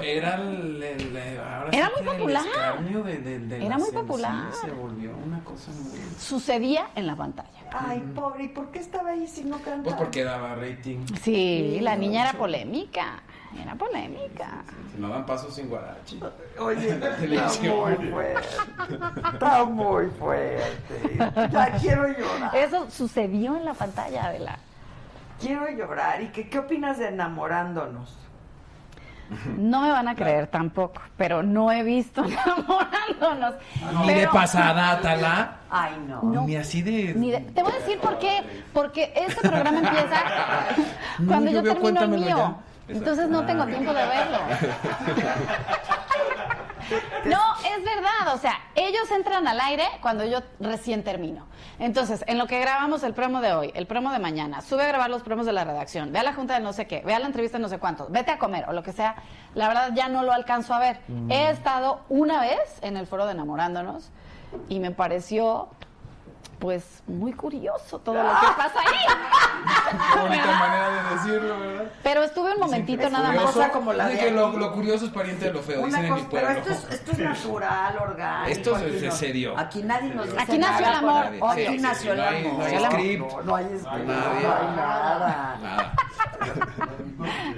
[SPEAKER 13] Era el, el- el- ahora
[SPEAKER 9] Era
[SPEAKER 13] sí
[SPEAKER 9] muy
[SPEAKER 13] que el
[SPEAKER 9] popular.
[SPEAKER 13] escarnio de- de- de
[SPEAKER 9] Era
[SPEAKER 13] la
[SPEAKER 9] muy
[SPEAKER 13] seducción
[SPEAKER 9] popular.
[SPEAKER 13] Se volvió una cosa muy...
[SPEAKER 9] Sucedía en la pantalla.
[SPEAKER 1] Ay, pobre, ¿y por qué estaba ahí si no cantaba?
[SPEAKER 13] Pues porque daba rating.
[SPEAKER 9] Sí, la niña era polémica. Era polémica.
[SPEAKER 13] Si no dan paso sin guarachi.
[SPEAKER 1] Oye,
[SPEAKER 13] La
[SPEAKER 1] está
[SPEAKER 13] televisión.
[SPEAKER 1] muy fuerte. Está muy fuerte. Ya quiero llorar.
[SPEAKER 9] Eso sucedió en la pantalla, Adela.
[SPEAKER 1] Quiero llorar. ¿Y qué, qué opinas de enamorándonos?
[SPEAKER 9] No me van a creer tampoco, pero no he visto enamorándonos.
[SPEAKER 13] Ah, Ni de
[SPEAKER 9] Pero-
[SPEAKER 13] pasada, Atala.
[SPEAKER 1] Ay, no.
[SPEAKER 13] Ni así de...
[SPEAKER 9] Ni de- te voy a decir por qué. Porque este programa empieza
[SPEAKER 13] No,
[SPEAKER 9] cuando yo,
[SPEAKER 13] yo veo
[SPEAKER 9] termino el
[SPEAKER 13] Cuéntamelo
[SPEAKER 9] mío.
[SPEAKER 13] ya.
[SPEAKER 9] Entonces no
[SPEAKER 13] Ah.
[SPEAKER 9] tengo tiempo de verlo. No, es verdad. O sea, ellos entran al aire cuando yo recién termino. Entonces, en lo que grabamos el promo de hoy, el promo de mañana, sube a grabar los promos de la redacción, ve a la junta de no sé qué, ve a la entrevista de no sé cuántos, vete a comer o lo que sea. La verdad ya no lo alcanzo a ver.
[SPEAKER 5] Mm.
[SPEAKER 9] He estado una vez en el foro de enamorándonos y me pareció pues muy curioso todo lo que pasa ahí.
[SPEAKER 13] Bonita
[SPEAKER 9] ¿Verdad?
[SPEAKER 13] manera de decirlo, ¿verdad?
[SPEAKER 9] Pero estuve un momentito
[SPEAKER 13] Es
[SPEAKER 9] nada más.
[SPEAKER 13] curioso. Dicen que lo, lo curioso es pariente de lo feo,
[SPEAKER 1] Una
[SPEAKER 13] dicen en mi
[SPEAKER 1] cosa, pero
[SPEAKER 13] pueblo.
[SPEAKER 1] esto es, esto es natural, orgánico.
[SPEAKER 13] Esto
[SPEAKER 1] aquí
[SPEAKER 13] es de
[SPEAKER 1] no-
[SPEAKER 13] serio.
[SPEAKER 1] Aquí nadie nos dice
[SPEAKER 9] Aquí nació
[SPEAKER 1] nada.
[SPEAKER 9] el amor,
[SPEAKER 13] Sí,
[SPEAKER 1] Aquí
[SPEAKER 13] sí,
[SPEAKER 1] nació el
[SPEAKER 13] no hay-
[SPEAKER 1] amor.
[SPEAKER 13] no hay script.
[SPEAKER 1] No, no hay script,
[SPEAKER 13] Nadie.
[SPEAKER 1] no hay nada.
[SPEAKER 13] Nada.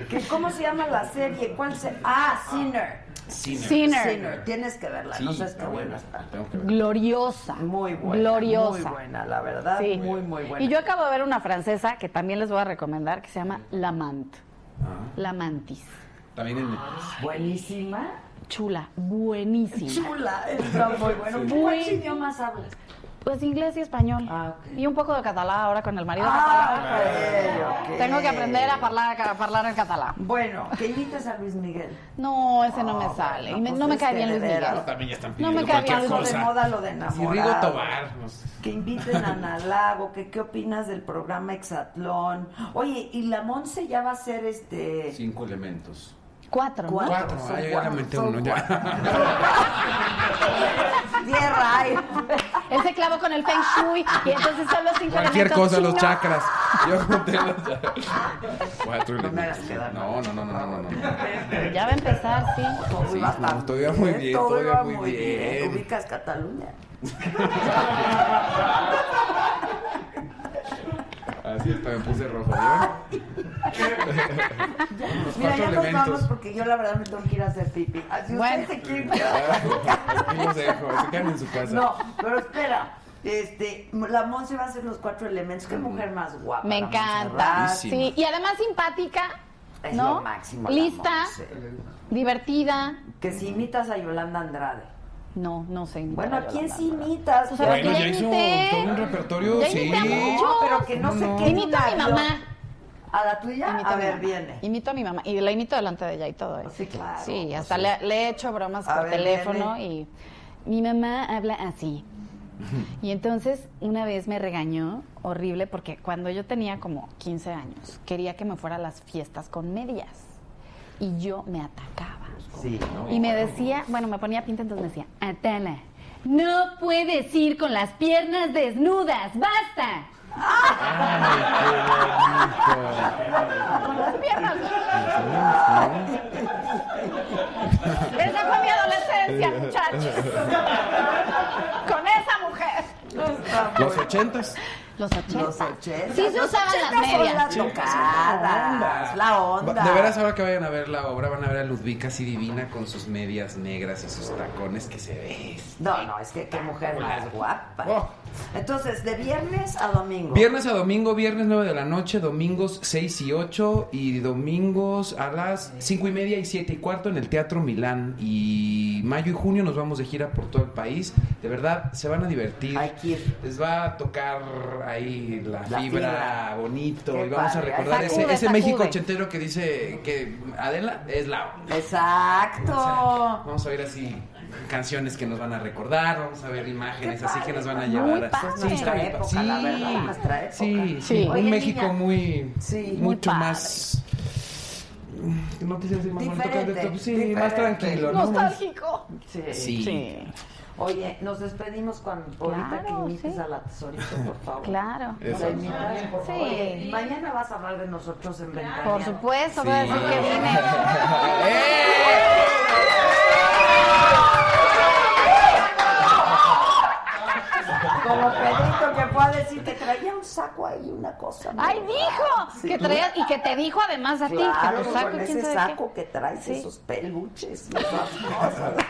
[SPEAKER 1] ¿Qué- ¿Cómo se llama la serie? ¿Cuál se... Ah, Sinner.
[SPEAKER 13] Sinner.
[SPEAKER 9] Sinner.
[SPEAKER 1] Tienes que verla.
[SPEAKER 13] Sí,
[SPEAKER 1] no sabes
[SPEAKER 13] está
[SPEAKER 1] qué
[SPEAKER 13] buena.
[SPEAKER 1] buena está.
[SPEAKER 9] Gloriosa. Muy
[SPEAKER 1] buena,
[SPEAKER 9] Gloriosa.
[SPEAKER 1] Muy buena, la verdad.
[SPEAKER 9] Sí.
[SPEAKER 1] Muy, muy buena.
[SPEAKER 9] Y yo acabo de ver una francesa que también les voy a recomendar que se llama Lamant.
[SPEAKER 1] Ah.
[SPEAKER 9] Lamantis.
[SPEAKER 13] También en mi...
[SPEAKER 1] Buenísima.
[SPEAKER 9] Chula, buenísima.
[SPEAKER 1] Chula, está muy bueno.
[SPEAKER 9] Sí.
[SPEAKER 1] ¿Cuántos idiomas hablas?
[SPEAKER 9] Pues inglés y español. Y un poco de catalán ahora con el marido
[SPEAKER 1] Ah,
[SPEAKER 9] catalán.
[SPEAKER 1] ok, ok.
[SPEAKER 9] Tengo que aprender a hablar, a hablar en catalán.
[SPEAKER 1] Bueno, que invites a Luis Miguel.
[SPEAKER 9] No, ese no me sale. Y me-
[SPEAKER 1] pues
[SPEAKER 9] no me
[SPEAKER 1] es
[SPEAKER 9] cae
[SPEAKER 1] que
[SPEAKER 9] bien
[SPEAKER 1] de
[SPEAKER 9] Luis Miguel.
[SPEAKER 1] veras.
[SPEAKER 13] No, también ya están
[SPEAKER 9] No
[SPEAKER 13] pidiendo
[SPEAKER 9] me cae bien
[SPEAKER 13] cualquier
[SPEAKER 9] Luis
[SPEAKER 1] Algo de
[SPEAKER 13] cosa.
[SPEAKER 1] moda lo de
[SPEAKER 13] Y Rigo
[SPEAKER 1] enamorado.
[SPEAKER 13] Tobar. no sé.
[SPEAKER 1] Que inviten a Nalago, que qué opinas del programa Exatlón. Oye, y la Monse ya va a ser este...
[SPEAKER 13] Cinco elementos.
[SPEAKER 9] Cuatro, ¿no?
[SPEAKER 13] Cuatro.
[SPEAKER 1] Son
[SPEAKER 13] Ah, yo ya
[SPEAKER 1] cuatro,
[SPEAKER 13] aumenté
[SPEAKER 1] son
[SPEAKER 13] uno. Ya.
[SPEAKER 1] Tierra, aire.
[SPEAKER 9] Él se clavó con el Feng Shui y entonces son los cinco
[SPEAKER 13] Cualquier
[SPEAKER 9] elementos
[SPEAKER 13] cosa, los
[SPEAKER 9] chinos.
[SPEAKER 13] chakras. Yo conté los chakras. Cuatro
[SPEAKER 1] No me
[SPEAKER 13] elementos.
[SPEAKER 1] hagas quedar
[SPEAKER 13] No, no, no, no, no, no. no.
[SPEAKER 9] Ya va a empezar, sí.
[SPEAKER 13] Sí, no, todavía muy bien,
[SPEAKER 1] Todo
[SPEAKER 13] todavía
[SPEAKER 1] iba
[SPEAKER 13] muy bien.
[SPEAKER 1] Ubicas Cataluña.
[SPEAKER 13] Así es, me puse rojo. ¿vieron?
[SPEAKER 1] Mira,
[SPEAKER 13] Cuatro
[SPEAKER 1] ya nos
[SPEAKER 13] elementos.
[SPEAKER 1] vamos porque yo la verdad me tengo que ir a hacer pipí. Así
[SPEAKER 9] Bueno.
[SPEAKER 1] usted se quiere
[SPEAKER 13] Aquí los dejo, se quedan en su casa.
[SPEAKER 1] No, pero espera. Este, la Monse va a hacer los cuatro elementos. Qué mujer más guapa.
[SPEAKER 9] Me
[SPEAKER 1] la
[SPEAKER 9] encanta.
[SPEAKER 1] Montserrat.
[SPEAKER 9] Sí. Y además simpática,
[SPEAKER 1] Es
[SPEAKER 9] ¿no?
[SPEAKER 1] lo máximo. la
[SPEAKER 9] Lista,
[SPEAKER 1] Monse.
[SPEAKER 9] divertida.
[SPEAKER 1] Que si imitas a Yolanda Andrade.
[SPEAKER 9] No, no sé.
[SPEAKER 1] Bueno, ¿a quién sí imitas?
[SPEAKER 9] O sea,
[SPEAKER 19] Bueno,
[SPEAKER 9] ya
[SPEAKER 19] ya hizo
[SPEAKER 9] imité.
[SPEAKER 19] todo un repertorio,
[SPEAKER 9] Ya
[SPEAKER 19] sí.
[SPEAKER 9] imité a muchos.
[SPEAKER 1] pero que no se
[SPEAKER 9] No.
[SPEAKER 1] quede
[SPEAKER 9] Imito a mi
[SPEAKER 1] una-
[SPEAKER 9] mamá.
[SPEAKER 1] ¿A la tuya?
[SPEAKER 9] Imito
[SPEAKER 1] a
[SPEAKER 9] mi
[SPEAKER 1] ver,
[SPEAKER 9] mamá.
[SPEAKER 1] viene. Oh,
[SPEAKER 9] Imito a mi mamá. Y la imito delante de ella y todo. ¿eh? Sí,
[SPEAKER 1] claro. pues
[SPEAKER 9] hasta le, le he hecho bromas
[SPEAKER 1] A
[SPEAKER 9] por
[SPEAKER 1] ver,
[SPEAKER 9] teléfono y... Mi mamá habla así. Y entonces una vez me regañó horrible porque cuando yo tenía como 15 años quería que me fuera a las fiestas con medias y yo me atacaba.
[SPEAKER 1] Sí.
[SPEAKER 9] Y me decía, bueno, me ponía pinta, entonces me decía, Atala, no puedes ir con las piernas desnudas, basta. Con las piernas. Esa fue mi adolescencia, muchachos. Con esa mujer.
[SPEAKER 19] Los ochentas.
[SPEAKER 9] Los ochentas.
[SPEAKER 1] Los ochentas.
[SPEAKER 9] Sí se
[SPEAKER 1] Los
[SPEAKER 9] usaban las
[SPEAKER 1] ochentas son
[SPEAKER 9] medias.
[SPEAKER 1] las
[SPEAKER 9] Sí,
[SPEAKER 1] tocadas, la onda.
[SPEAKER 19] De veras, ahora que vayan a ver la obra, van a ver a Ludvica así divina con sus medias negras y sus tacones que se ve.
[SPEAKER 1] No, no, es que qué mujer más guapa. Entonces, de viernes a domingo.
[SPEAKER 19] Viernes a domingo, viernes 9 de la noche, domingos 6 y 8 y domingos a las 5 y media y 7 y cuarto en el Teatro Milán. Y mayo y junio nos vamos de gira por todo el país. De verdad, se van a divertir. Les va a tocar ahí la,
[SPEAKER 13] La
[SPEAKER 19] fibra,
[SPEAKER 13] fibra.
[SPEAKER 19] bonito
[SPEAKER 13] Qué
[SPEAKER 19] y vamos
[SPEAKER 13] padre.
[SPEAKER 19] a recordar ese,
[SPEAKER 13] Sacude,
[SPEAKER 19] ese
[SPEAKER 13] sacude.
[SPEAKER 19] México ochentero que dice que Adela es la onda.
[SPEAKER 1] Exacto.
[SPEAKER 19] O sea, vamos a ver así canciones que nos van a recordar, vamos a ver imágenes así que nos van a
[SPEAKER 1] Muy
[SPEAKER 19] llevar a sí,
[SPEAKER 1] padre.
[SPEAKER 19] está
[SPEAKER 1] Nuestra
[SPEAKER 19] bien pa-
[SPEAKER 1] época, la verdad,
[SPEAKER 19] sí,
[SPEAKER 1] nuestra época.
[SPEAKER 19] sí, sí,
[SPEAKER 1] Sí.
[SPEAKER 19] un
[SPEAKER 1] Oye,
[SPEAKER 19] México
[SPEAKER 1] niña.
[SPEAKER 19] muy
[SPEAKER 1] Sí, muy
[SPEAKER 19] mucho
[SPEAKER 1] padre.
[SPEAKER 19] más no quisiera decir más bonito que-
[SPEAKER 1] Diferente,
[SPEAKER 19] sí, más
[SPEAKER 1] diferente.
[SPEAKER 19] tranquilo, ¿no?
[SPEAKER 9] Nostálgico.
[SPEAKER 1] Sí.
[SPEAKER 19] Sí.
[SPEAKER 1] Oye, nos despedimos con ahorita que imites a la tesorita, por favor.
[SPEAKER 9] Claro.
[SPEAKER 1] Por
[SPEAKER 9] Eso.
[SPEAKER 1] ahí, mira, por favor.
[SPEAKER 9] Sí.
[SPEAKER 1] Oye, mañana vas a hablar de nosotros en Ventana.
[SPEAKER 9] Por supuesto, voy a decir que vine.
[SPEAKER 1] Como Pedrito que fue a decir que traía un saco ahí, una cosa.
[SPEAKER 9] ¡Ay,
[SPEAKER 1] ¿no?
[SPEAKER 9] dijo!
[SPEAKER 1] Sí.
[SPEAKER 9] Que traía, y que te dijo además a ti
[SPEAKER 1] Claro,
[SPEAKER 9] que tu
[SPEAKER 1] con
[SPEAKER 9] saco, quién
[SPEAKER 1] ese
[SPEAKER 9] sabe
[SPEAKER 1] saco que traes,
[SPEAKER 9] Sí.
[SPEAKER 1] esos peluches y esas cosas.
[SPEAKER 9] qué.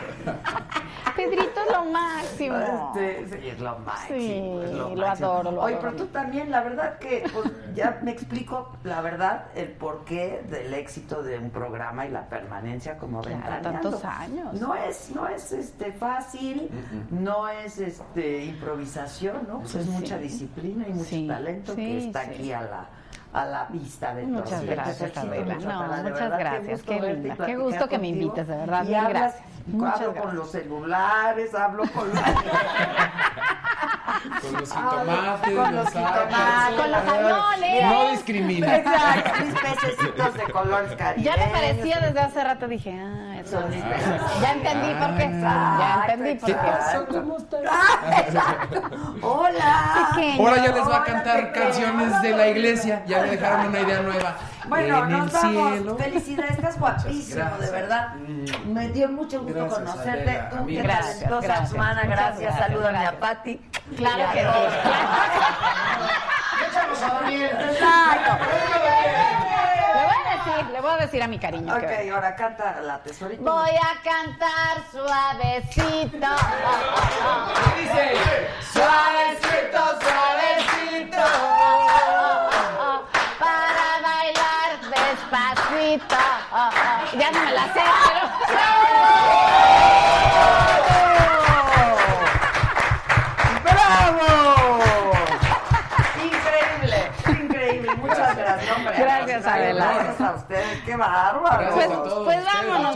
[SPEAKER 9] Pedrito es lo máximo.
[SPEAKER 1] Este, sí, es lo máximo.
[SPEAKER 9] Sí,
[SPEAKER 1] es
[SPEAKER 9] lo
[SPEAKER 1] máximo.
[SPEAKER 9] adoro, lo
[SPEAKER 1] Oye,
[SPEAKER 9] adoro.
[SPEAKER 1] pero tú también, la verdad que pues, ya me explico, la verdad, el porqué del éxito de un programa y la permanencia como
[SPEAKER 9] Claro,
[SPEAKER 1] Ventaneando.
[SPEAKER 9] tantos años.
[SPEAKER 1] No es, no es este fácil, no es este improvisación, ¿no? Pues es
[SPEAKER 9] Sí.
[SPEAKER 1] mucha disciplina y mucho talento que
[SPEAKER 9] sí,
[SPEAKER 1] está
[SPEAKER 9] sí.
[SPEAKER 1] aquí a la a la vista de todos.
[SPEAKER 9] Muchas gracias,
[SPEAKER 1] Éxito,
[SPEAKER 9] Adela.
[SPEAKER 1] mucho
[SPEAKER 9] No,
[SPEAKER 1] talento, de
[SPEAKER 9] muchas
[SPEAKER 1] verdad,
[SPEAKER 9] gracias,
[SPEAKER 1] gusto
[SPEAKER 9] qué
[SPEAKER 1] verte y
[SPEAKER 9] linda. Qué
[SPEAKER 1] platicar
[SPEAKER 9] gusto que me
[SPEAKER 1] contigo.
[SPEAKER 9] invitas, de verdad,
[SPEAKER 1] Y
[SPEAKER 9] mil
[SPEAKER 1] hablas-
[SPEAKER 9] gracias.
[SPEAKER 1] Hablo
[SPEAKER 9] Muchas gracias.
[SPEAKER 1] con los celulares, hablo con los
[SPEAKER 19] Con los
[SPEAKER 1] Ay,
[SPEAKER 19] jitomates,
[SPEAKER 1] con los
[SPEAKER 19] tacos.
[SPEAKER 1] jitomates, con los
[SPEAKER 9] aviones.
[SPEAKER 19] No discrimina.
[SPEAKER 1] Exacto, mis pececitos de colores caribeños.
[SPEAKER 9] Ya me parecía desde hace rato, dije, ah, eso
[SPEAKER 1] Son
[SPEAKER 9] es.
[SPEAKER 1] diferentes. Ah,
[SPEAKER 9] Ya entendí por qué.
[SPEAKER 19] Ah.
[SPEAKER 9] Ya
[SPEAKER 1] Exacto,
[SPEAKER 9] entendí por qué.
[SPEAKER 1] exacto. Ah, exacto. Hola.
[SPEAKER 9] Pequeño.
[SPEAKER 19] Ahora ya les va a
[SPEAKER 1] Hola,
[SPEAKER 19] cantar
[SPEAKER 1] pequeño.
[SPEAKER 19] canciones de la iglesia. Ya le dejaron una idea nueva.
[SPEAKER 1] Bueno,
[SPEAKER 19] en el
[SPEAKER 1] nos vamos.
[SPEAKER 19] cielo.
[SPEAKER 1] Felicidades, estás guapísimo,
[SPEAKER 19] gracias. Mm.
[SPEAKER 1] de verdad. Me dio mucho gusto
[SPEAKER 19] Gracias,
[SPEAKER 1] conocerte.
[SPEAKER 19] Adela,
[SPEAKER 1] Tú,
[SPEAKER 19] amiga.
[SPEAKER 1] qué
[SPEAKER 19] Gracias,
[SPEAKER 1] talentosa
[SPEAKER 9] gracias.
[SPEAKER 1] hermana,
[SPEAKER 9] Muchas
[SPEAKER 1] gracias.
[SPEAKER 9] gracias,
[SPEAKER 1] Salúdame a
[SPEAKER 9] gracias.
[SPEAKER 1] Pati.
[SPEAKER 9] Claro
[SPEAKER 1] Y
[SPEAKER 9] que
[SPEAKER 1] a
[SPEAKER 9] sí.
[SPEAKER 1] todos.
[SPEAKER 3] Échanos a dormir.
[SPEAKER 1] Exacto.
[SPEAKER 9] Le voy a decir, le voy a decir a mi cariño. que
[SPEAKER 1] Ok, ahora canta la tesorita.
[SPEAKER 9] Voy a cantar suavecito.
[SPEAKER 19] Dice,
[SPEAKER 9] Suavecito, suavecito. Para bailar despacito. Ya no me la sé,
[SPEAKER 1] ¡Bravo! Increíble, increíble. Muchas gracias, hombre.
[SPEAKER 9] Gracias, Adela.
[SPEAKER 1] Gracias a ustedes. Qué bárbaro.
[SPEAKER 9] pero. Pues, pues vámonos.